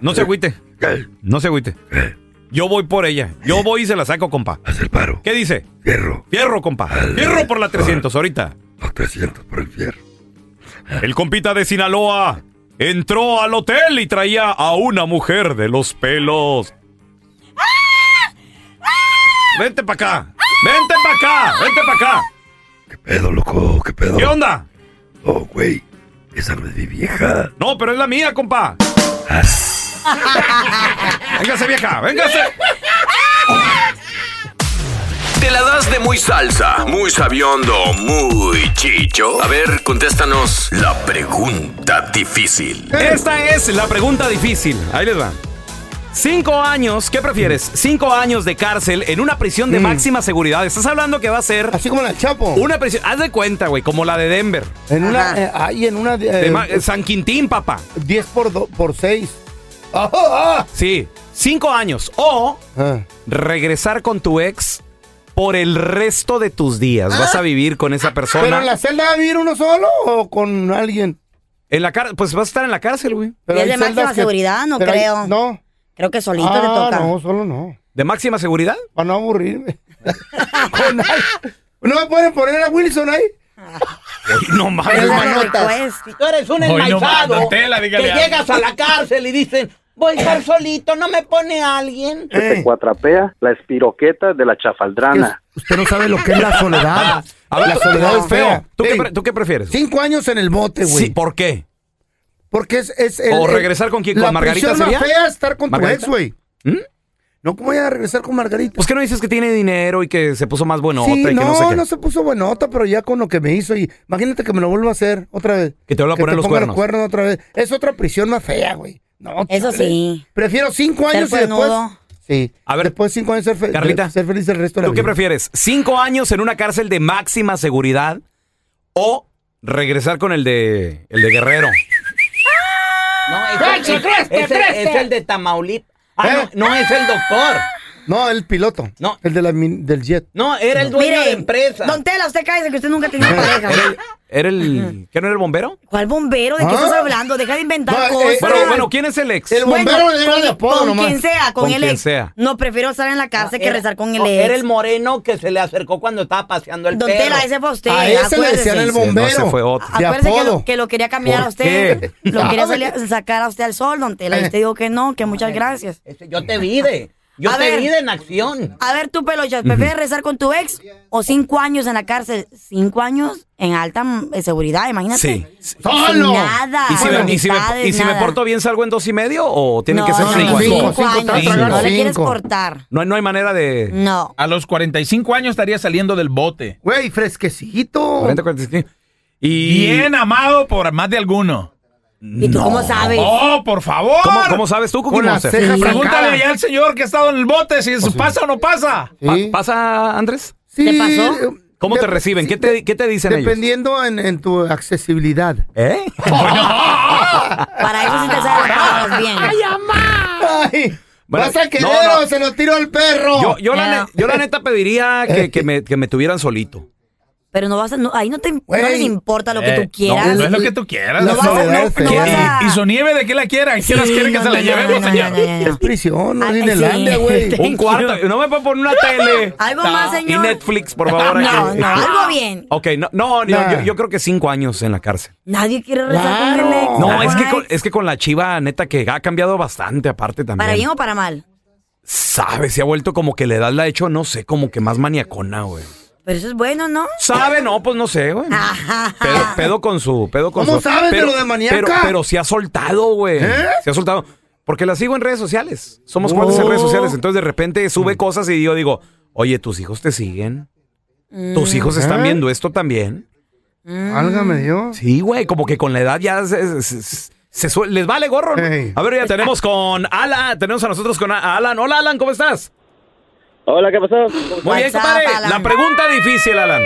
Speaker 3: No
Speaker 20: Eh,
Speaker 3: se agüite. No se agüite. Yo voy por ella. Yo voy y se la saco, compa.
Speaker 20: Eh. Haz el paro.
Speaker 3: ¿Qué dice?
Speaker 20: Fierro.
Speaker 3: Fierro, compa. Fierro por la 300 ahorita.
Speaker 20: Los 300 por el fierro.
Speaker 3: El compita de Sinaloa entró al hotel y traía a una mujer de los pelos. Vente para acá. Vente para acá. Vente para acá.
Speaker 20: Pedo, loco, qué pedo.
Speaker 3: ¿Qué onda?
Speaker 20: Oh, güey. Esa no es mi vieja.
Speaker 3: No, pero es la mía, compa.
Speaker 27: Ah.
Speaker 3: Véngase, vieja. Véngase.
Speaker 9: ¿Te la das de muy salsa, muy sabiondo, muy chicho? A ver, contéstanos la pregunta difícil.
Speaker 3: Esta es la pregunta difícil. Ahí les va. Cinco años, ¿qué prefieres?
Speaker 5: Mm.
Speaker 3: Cinco años de cárcel en una prisión de máxima seguridad. Estás hablando que va a ser. Así
Speaker 5: como la del Chapo.
Speaker 3: Una prisión. Haz de cuenta, güey, como la de Denver.
Speaker 5: En una, eh, ay, en una.
Speaker 3: De ma- eh, San Quintín, papá.
Speaker 5: 10 por, do- por Ah, 6.
Speaker 3: Sí, cinco años. O
Speaker 5: Ah.
Speaker 3: regresar con tu ex por el resto de tus días.
Speaker 6: Ah.
Speaker 3: Vas a vivir con esa persona.
Speaker 5: ¿Pero en la celda va a vivir uno solo o con alguien?
Speaker 3: En la cárcel, pues vas a estar en la cárcel, güey.
Speaker 5: Pero
Speaker 6: Y es
Speaker 5: hay
Speaker 6: de máxima
Speaker 5: celdas que-
Speaker 6: seguridad, no
Speaker 5: pero hay-
Speaker 6: creo.
Speaker 5: no.
Speaker 6: Creo que solito
Speaker 5: Ah,
Speaker 6: te toca.
Speaker 5: No, solo no.
Speaker 3: ¿De máxima seguridad?
Speaker 5: Para no aburrirme. Con al- ¿No me pueden poner a Wilson ahí?
Speaker 3: no
Speaker 5: mames, manotas.
Speaker 8: Si tú eres un
Speaker 5: Hoy no
Speaker 8: enmaizado
Speaker 5: mandan tela,
Speaker 8: que
Speaker 5: dígale algo.
Speaker 8: llegas a la cárcel y dicen, voy a estar solito, no me pone alguien.
Speaker 14: Se te cuatrapea la espiroqueta de la chafaldrana.
Speaker 5: Usted no sabe lo que es la soledad.
Speaker 3: Ah, A ver,
Speaker 5: la
Speaker 3: tú-
Speaker 5: soledad
Speaker 3: tú-
Speaker 5: es
Speaker 3: feo.
Speaker 5: fea.
Speaker 3: ¿Tú, qué,
Speaker 5: Ey,
Speaker 3: pre- tú qué prefieres?
Speaker 5: Cinco años en el bote, güey.
Speaker 3: Sí, ¿por qué?
Speaker 5: Porque es, es
Speaker 3: ¿O regresar con quién? ¿Con
Speaker 5: la
Speaker 3: Margarita
Speaker 5: prisión más
Speaker 3: sería?
Speaker 5: fea es estar con
Speaker 3: ¿Margarita? ¿Mm?
Speaker 5: tu ex, güey. No, ¿cómo voy a regresar con Margarita?
Speaker 3: Pues que no dices que tiene dinero y que se puso más buenota
Speaker 5: sí,
Speaker 3: y que no,
Speaker 5: no,
Speaker 3: sé qué.
Speaker 5: no se puso buenota, pero ya con lo que me hizo y imagínate que me lo vuelva a hacer otra vez.
Speaker 3: Que te vuelva a poner los
Speaker 5: ponga
Speaker 3: cuernos.
Speaker 5: otra vez. Es otra prisión más fea, güey. No,
Speaker 6: Eso
Speaker 5: chale.
Speaker 6: sí.
Speaker 5: Prefiero cinco
Speaker 6: Ser
Speaker 5: años y después.
Speaker 6: cuernudo.
Speaker 5: Sí. A ver. Después de cinco años ser, fe-
Speaker 3: Carlita,
Speaker 5: ser feliz el resto de la
Speaker 3: ¿Tú qué
Speaker 5: vida.
Speaker 3: prefieres? ¿Cinco años en una cárcel de máxima seguridad o regresar con el de el de Guerrero?
Speaker 8: No, es,
Speaker 9: ¡Creste,
Speaker 8: el, es-
Speaker 9: creste,
Speaker 8: es el-
Speaker 9: creste!
Speaker 8: es el de Tamaulipas. Ah, no, no es el doctor.
Speaker 5: No, el piloto. No. El de la min- del jet.
Speaker 8: No, era el dueño de empresa.
Speaker 6: Don Tela, usted cállese que usted nunca tenía pareja.
Speaker 3: ¿Era el. ¿Qué no era el bombero?
Speaker 6: ¿Cuál bombero? ¿De qué
Speaker 3: ¿Ah?
Speaker 6: estás hablando? Deja de inventar cosas.
Speaker 3: bueno, eh, bueno, ¿quién es el ex?
Speaker 5: eh, El bombero
Speaker 6: Bueno,
Speaker 5: era de apodo
Speaker 6: con
Speaker 5: nomás.
Speaker 6: quien sea, con,
Speaker 3: Con
Speaker 6: el
Speaker 3: quien
Speaker 6: ex.
Speaker 3: sea.
Speaker 6: No, prefiero estar en la cárcel que
Speaker 8: Era-
Speaker 6: rezar con el
Speaker 8: no,
Speaker 6: ex.
Speaker 8: Ah, eh, oh, Era el moreno que se le acercó cuando estaba paseando el
Speaker 6: Don
Speaker 8: perro.
Speaker 6: Tela, ese fue usted.
Speaker 5: A ese le decían el bombero.
Speaker 3: ese fue otro.
Speaker 5: De
Speaker 6: Este, Acuérdese que
Speaker 5: apodo.
Speaker 6: lo, que lo quería cambiar
Speaker 3: ¿Por
Speaker 6: a usted.
Speaker 3: qué?
Speaker 6: Lo quería salir- sacar a usted al sol, don Tela. Y usted dijo que no, que muchas gracias.
Speaker 8: Yo te vi de. Yo
Speaker 6: A
Speaker 8: te
Speaker 6: ver.
Speaker 8: vi de en acción.
Speaker 6: A ver, tú, Pelochas, ¿prefieres rezar con tu ex o cinco años en la cárcel? Cinco años en alta mm, eh, seguridad, imagínate.
Speaker 3: Sí.
Speaker 6: Sin nada.
Speaker 3: ¿Y si,
Speaker 6: sin
Speaker 3: me, y si me-
Speaker 6: amistades,
Speaker 3: y si me
Speaker 6: nada.
Speaker 3: porto bien, salgo en dos y medio o tiene
Speaker 6: No,
Speaker 3: que ser
Speaker 6: no,
Speaker 3: cinco?
Speaker 6: no, cinco
Speaker 3: Cinco.
Speaker 6: años, No le quieres
Speaker 28: Cinco.
Speaker 6: cortar.
Speaker 3: No, hay- no hay manera de.
Speaker 6: No.
Speaker 28: A los 45 años estaría saliendo del bote.
Speaker 5: Güey, fresquecito.
Speaker 3: 40, 45. Y...
Speaker 28: Bien amado por más de alguno.
Speaker 6: ¿Y tú cómo sabes?
Speaker 28: ¡Oh, por favor!
Speaker 3: ¿Cómo, cómo sabes tú, Cookie
Speaker 28: Con las
Speaker 3: Monster? Oh,
Speaker 28: cejas Pregúntale allá al señor que ha estado en el bote si eso pasa o no pasa.
Speaker 3: Pa- ¿Pasa, Andrés?
Speaker 5: Sí.
Speaker 3: ¿Te pasó? ¿Cómo
Speaker 5: Dep-
Speaker 3: te reciben? ¿Qué te, qué te dicen ellos?
Speaker 5: Dependiendo en, en tu accesibilidad.
Speaker 3: ¿Eh?
Speaker 6: Para eso sí te salen las palabras bien. ¡Ay,
Speaker 5: mamá!
Speaker 3: Bueno,
Speaker 5: ¡Vas al
Speaker 3: no,
Speaker 5: quedero!
Speaker 3: no.
Speaker 5: ¡Se lo tiro al perro!
Speaker 3: Yo, yo la, ne- yo la neta pediría que, que me, que me tuvieran solito.
Speaker 6: Pero no vas a, no- ahí no te no
Speaker 3: Güey.
Speaker 6: les importa lo que
Speaker 3: Eh,
Speaker 6: tú quieras.
Speaker 3: No, no es lo que tú quieras.
Speaker 6: No vas a- no- no
Speaker 28: ¿Qué?
Speaker 6: vas a-
Speaker 28: ¿Y, y su nieve de qué la quieran? ¿Qué las
Speaker 6: Sí,
Speaker 28: quieren que
Speaker 6: no,
Speaker 28: se la
Speaker 6: no,
Speaker 28: llevemos,
Speaker 6: no, no,
Speaker 28: señor?
Speaker 6: no, no,
Speaker 5: Es prisión, no
Speaker 6: Ah,
Speaker 5: es
Speaker 6: sí.
Speaker 5: Disneylandia, güey.
Speaker 3: Un cuarto. No me puedo poner una tele. Ah.
Speaker 6: Algo más,
Speaker 3: Y
Speaker 6: señor.
Speaker 3: Netflix, por favor.
Speaker 6: No,
Speaker 3: aquí. Ah.
Speaker 6: no, algo bien.
Speaker 3: Ok, no, no, yo- yo, yo creo que cinco años en la cárcel.
Speaker 6: Nadie quiere rezar con el ex.
Speaker 3: No, es que, con, es que con la chiva, neta, que ha cambiado bastante aparte también.
Speaker 6: Para bien o para mal.
Speaker 3: Sabe, se ha vuelto como que la edad la ha hecho, no sé, como que más maniacona, güey.
Speaker 6: Pero eso es bueno, ¿no?
Speaker 3: ¿Sabe? No, pues no sé, güey. Pedo, pedo con su, pedo con
Speaker 6: ¿Cómo
Speaker 3: su.
Speaker 6: sabes de lo de maníaca?
Speaker 3: Pero, pero se ha soltado, güey.
Speaker 6: ¿Eh?
Speaker 3: Se ha soltado. Porque la sigo en redes sociales. Somos
Speaker 5: Oh.
Speaker 3: cuates en redes sociales. Entonces de repente
Speaker 6: Mm.
Speaker 3: sube cosas y yo digo, oye, tus hijos te siguen. Tus
Speaker 6: Mm.
Speaker 3: hijos están
Speaker 5: ¿Eh?
Speaker 3: viendo esto también. Mm.
Speaker 5: Válgame Dios.
Speaker 3: Sí, güey, como que con la edad ya se, se- se- se suel- les vale gorro. ¿no? A ver, ya tenemos con Alan, tenemos a nosotros con a- Alan. Hola, Alan, ¿cómo estás?
Speaker 29: Hola, ¿qué pasó?
Speaker 3: Muy bien,
Speaker 29: What's up,
Speaker 3: compadre.
Speaker 29: Alan?
Speaker 3: La pregunta difícil, Alan.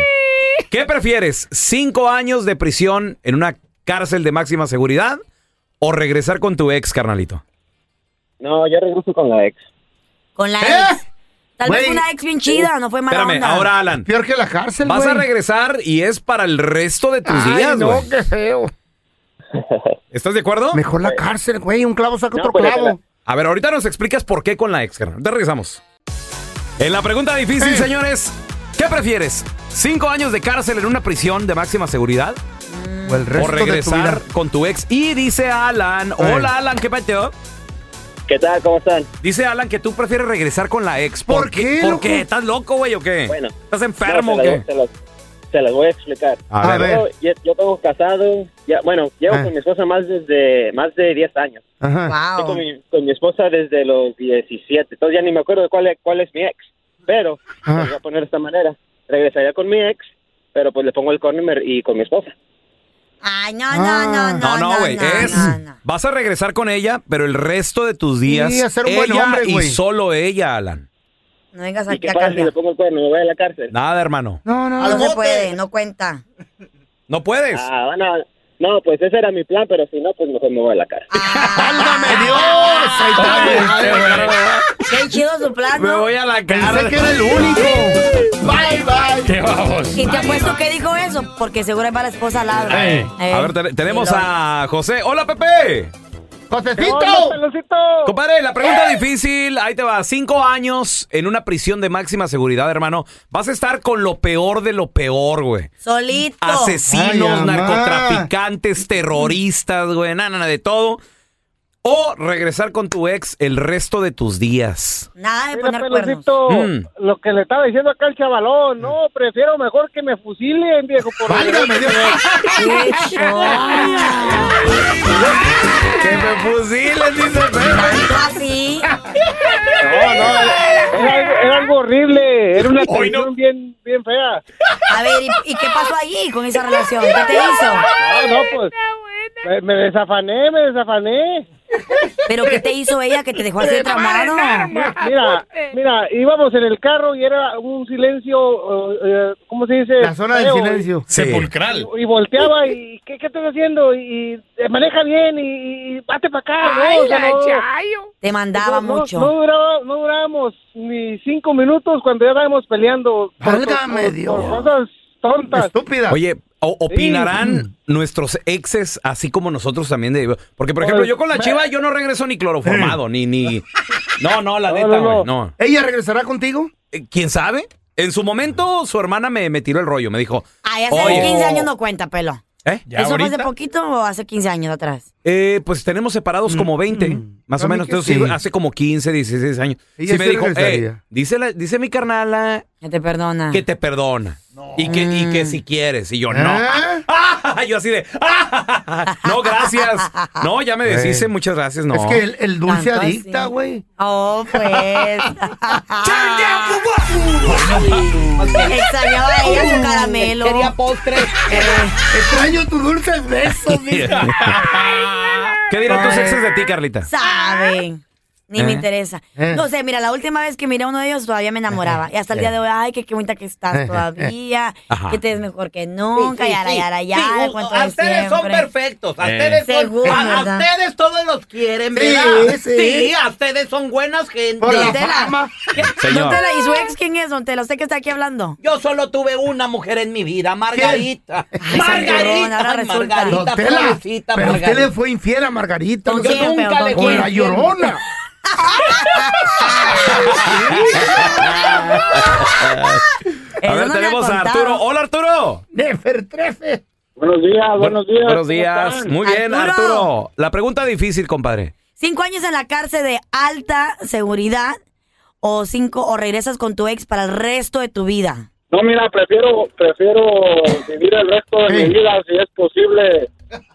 Speaker 3: ¿Qué prefieres? ¿Cinco años de prisión en una cárcel de máxima seguridad o regresar con tu ex, carnalito?
Speaker 14: No, ya regreso con la ex.
Speaker 6: Con la ex. Tal vez
Speaker 3: ¿Eh? Güey.
Speaker 6: una ex bien chida, no fue mala
Speaker 3: Espérame,
Speaker 6: onda.
Speaker 3: ahora Alan.
Speaker 5: Peor que la cárcel,
Speaker 3: Vas a
Speaker 5: güey.
Speaker 3: regresar y es para el resto de tus
Speaker 5: Ay,
Speaker 3: días,
Speaker 5: no,
Speaker 3: güey.
Speaker 5: qué feo.
Speaker 3: ¿Estás de acuerdo?
Speaker 5: Mejor la cárcel, güey. Un clavo saca
Speaker 14: pues,
Speaker 5: otro clavo.
Speaker 3: A ver, ahorita nos explicas por qué con la ex, carnal. Te regresamos. En la pregunta
Speaker 5: Eh.
Speaker 3: difícil, señores, ¿qué prefieres? ¿Cinco años de cárcel en una prisión de máxima seguridad?
Speaker 5: O el resto de tu
Speaker 3: regresar
Speaker 5: vida. Eh.
Speaker 3: con tu ex. Y dice Alan, hola Alan, ¿qué pateo?
Speaker 14: ¿Qué tal? ¿Cómo están?
Speaker 3: Dice Alan que tú prefieres regresar con la ex. ¿Por, qué? ¿Por qué? ¿Estás loco, güey, o qué?
Speaker 14: Bueno.
Speaker 3: ¿Estás enfermo
Speaker 14: No,
Speaker 3: o
Speaker 14: se las-
Speaker 3: qué?
Speaker 14: Se las, se las voy a explicar.
Speaker 3: A A ver. ver.
Speaker 14: Yo, yo tengo casado, ya, bueno, llevo
Speaker 3: Ah.
Speaker 14: con mi esposa más desde más de 10 años.
Speaker 5: Ajá.
Speaker 14: Estoy con mi, con mi esposa desde los 17, entonces ya ni me acuerdo de cuál, es- cuál es mi ex. Pero,
Speaker 5: Ah.
Speaker 14: lo voy a poner de esta manera, regresaría con mi ex, pero pues le pongo el corner y con mi esposa.
Speaker 6: Ay, no, no, no, no.
Speaker 3: No, no, güey. es. Vas a regresar con ella, pero el resto de tus días.
Speaker 6: Sí, a ser un
Speaker 3: ella
Speaker 6: buen hombre,
Speaker 3: y
Speaker 6: güey.
Speaker 3: solo ella, Alan.
Speaker 6: No vengas
Speaker 14: ¿Y
Speaker 6: aquí
Speaker 14: qué
Speaker 6: a
Speaker 14: pasa si le
Speaker 6: cambiar.
Speaker 14: pongo el cuerno? ¿Me voy a la cárcel?
Speaker 3: Nada, hermano.
Speaker 5: No,
Speaker 6: No, se puede, no cuenta.
Speaker 3: ¿No puedes?
Speaker 14: Ah, bueno, no, pues ese era mi plan, pero si no, pues mejor me voy a la cárcel.
Speaker 5: ¡Válgame Dios! Ahí está,
Speaker 6: Qué chido su plan,
Speaker 3: Me
Speaker 6: ¿no?
Speaker 3: voy a la
Speaker 5: Pensé
Speaker 3: cárcel.
Speaker 5: que era el único. Bye, bye.
Speaker 3: Qué babos.
Speaker 6: Y te apuesto que dijo eso, porque seguro es para la esposa Eh, Laura.
Speaker 3: Ey. A ver, te- tenemos a José. ¡Hola, Pepe! Compadre, la pregunta difícil, ahí te va. Cinco años en una prisión de máxima seguridad, hermano. Vas a estar con lo peor de lo peor, güey.
Speaker 6: Solito.
Speaker 3: asesinos, narcotraficantes, terroristas, güey, nada, nada de todo. O regresar con tu ex el resto de tus días.
Speaker 6: Nada Ah, de
Speaker 15: Mira,
Speaker 6: poner cuernos.
Speaker 15: Peloncito,
Speaker 3: Mm.
Speaker 15: lo que le estaba diciendo acá el chavalón, no, prefiero mejor que me fusilen, viejo. Por
Speaker 3: ¡Que me fusilen, dice Pepe!
Speaker 6: Así.
Speaker 15: No, no, era, algo- era algo horrible, era una
Speaker 3: Hoy
Speaker 15: tensión bien, bien fea.
Speaker 6: A ver, ¿y, y qué pasó allí con esa relación? ¿Qué te hizo?
Speaker 15: No, no, pues, me, me desafané, me desafané.
Speaker 6: ¿Pero qué te hizo ella que te dejó así traumado?
Speaker 15: Mira, mira, íbamos en el carro y era un silencio, eh, eh, ¿cómo se dice?
Speaker 5: La zona del
Speaker 15: Feo.
Speaker 5: silencio.
Speaker 15: Sepulcral. Y volteaba y, ¿qué, qué estás haciendo? Y, eh, maneja bien y, y vate para acá, ¿no? O sea, no-
Speaker 6: Te mandaba
Speaker 15: no,
Speaker 6: mucho.
Speaker 15: No, duraba- no durábamos ni cinco minutos cuando ya estábamos peleando. por-
Speaker 5: Válgame
Speaker 15: por-
Speaker 5: Dios.
Speaker 15: por cosas tontas.
Speaker 5: Estúpida.
Speaker 3: Oye, o- opinarán nuestros exes así como nosotros también. de- porque, por ejemplo, yo con la chiva yo no regreso ni cloroformado, ni, ni... No, no, la neta, güey, no.
Speaker 5: ¿Ella regresará contigo?
Speaker 3: Eh, ¿Quién sabe? En su momento, su hermana me, me tiró el rollo, me dijo...
Speaker 6: Ay, hace
Speaker 3: Oye.
Speaker 6: 15 años no cuenta, pelo.
Speaker 3: ¿Eh?
Speaker 6: ¿Eso fue hace poquito o hace 15 años atrás?
Speaker 3: Eh, pues tenemos separados como 20, más o
Speaker 5: Mm, Para mí
Speaker 3: menos.
Speaker 5: que
Speaker 3: Entonces,
Speaker 5: sí.
Speaker 3: sí, hace como 15, 16 años.
Speaker 5: Ella
Speaker 3: sí me
Speaker 5: sí
Speaker 3: dijo,
Speaker 5: regresaría.
Speaker 3: "Eh, dice, la- dice mi carnala
Speaker 6: Que te perdona.
Speaker 3: que te perdona. Y, que, y
Speaker 5: Mm.
Speaker 3: que si quieres. Y yo, no.
Speaker 5: Ah.
Speaker 3: yo así de, no, gracias. No, ya me
Speaker 5: Eh.
Speaker 3: deshice, muchas gracias. No.
Speaker 5: Es que el, el dulce
Speaker 6: Tanto
Speaker 5: adicta,
Speaker 6: así.
Speaker 5: güey.
Speaker 6: Oh, pues. Extrañaba ella su caramelo. Quería postre.
Speaker 5: Extraño tus dulces besos, mija.
Speaker 3: ¿Qué dirán
Speaker 5: Eh.
Speaker 3: tus exes de ti, Carlita?
Speaker 6: Saben. Ni me
Speaker 3: Eh.
Speaker 6: interesa.
Speaker 3: Eh.
Speaker 6: No sé, mira, la última vez que miré a uno de ellos todavía me enamoraba. Y hasta el día de hoy, ay, qué, qué bonita que
Speaker 8: Eh, eh,
Speaker 6: estás todavía.
Speaker 8: Ajá.
Speaker 6: Que te ves mejor que nunca.
Speaker 8: Sí, sí,
Speaker 6: yara,
Speaker 8: sí.
Speaker 6: yara,
Speaker 8: Sí,
Speaker 6: yara.
Speaker 8: u-
Speaker 6: cuento
Speaker 8: a
Speaker 6: de
Speaker 8: ustedes son
Speaker 6: siempre.
Speaker 8: perfectos. A
Speaker 3: Eh.
Speaker 8: ustedes, son-
Speaker 6: Seguro,
Speaker 8: a- a
Speaker 6: ¿verdad?
Speaker 8: ustedes todos los quieren,
Speaker 6: Sí,
Speaker 8: ¿verdad?
Speaker 6: sí.
Speaker 8: a ustedes son buenas gente.
Speaker 6: Por la Don Tela. fama.
Speaker 3: Señor.
Speaker 6: Don Tela, ¿y su ex quién es, Don Tela? ¿Usted que está aquí hablando?
Speaker 8: Yo solo tuve una mujer en mi vida, Margarita. Margarita,
Speaker 6: ahora resulta.
Speaker 8: Margarita,
Speaker 5: Don Tela,
Speaker 8: pobrecita
Speaker 5: pero usted
Speaker 8: Margarita.
Speaker 5: le fue infiel a Margarita.
Speaker 8: Don
Speaker 5: Yo
Speaker 8: Tela,
Speaker 5: nunca
Speaker 8: pero
Speaker 5: le-
Speaker 8: Don
Speaker 5: Con
Speaker 8: Tela.
Speaker 5: la llorona.
Speaker 3: A
Speaker 5: no
Speaker 3: ver,
Speaker 5: me
Speaker 3: tenemos
Speaker 5: ha
Speaker 3: a
Speaker 5: contado.
Speaker 3: Arturo. Hola, Arturo.
Speaker 5: Nefertrefe.
Speaker 14: Buenos días,
Speaker 3: Bu-
Speaker 14: buenos días.
Speaker 3: Buenos
Speaker 14: ¿cómo
Speaker 3: días.
Speaker 14: están?
Speaker 3: Muy bien,
Speaker 6: Arturo.
Speaker 3: Arturo. La pregunta difícil, compadre.
Speaker 6: Cinco años en la cárcel de alta seguridad o cinco o regresas con tu ex para el resto de tu vida.
Speaker 14: No, mira, prefiero, prefiero vivir el resto de mi vida, si es posible,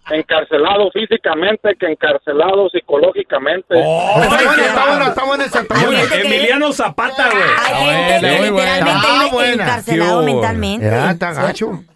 Speaker 14: encarcelado físicamente que encarcelado psicológicamente.
Speaker 5: Está buena, está buena, está buena esa. está buena.
Speaker 3: Emiliano Zapata, güey.
Speaker 6: Hay gente que
Speaker 5: Está
Speaker 6: literalmente
Speaker 5: buena.
Speaker 6: vive encarcelado
Speaker 5: Ah, Sí,
Speaker 6: mentalmente.
Speaker 5: Ya, está gacho.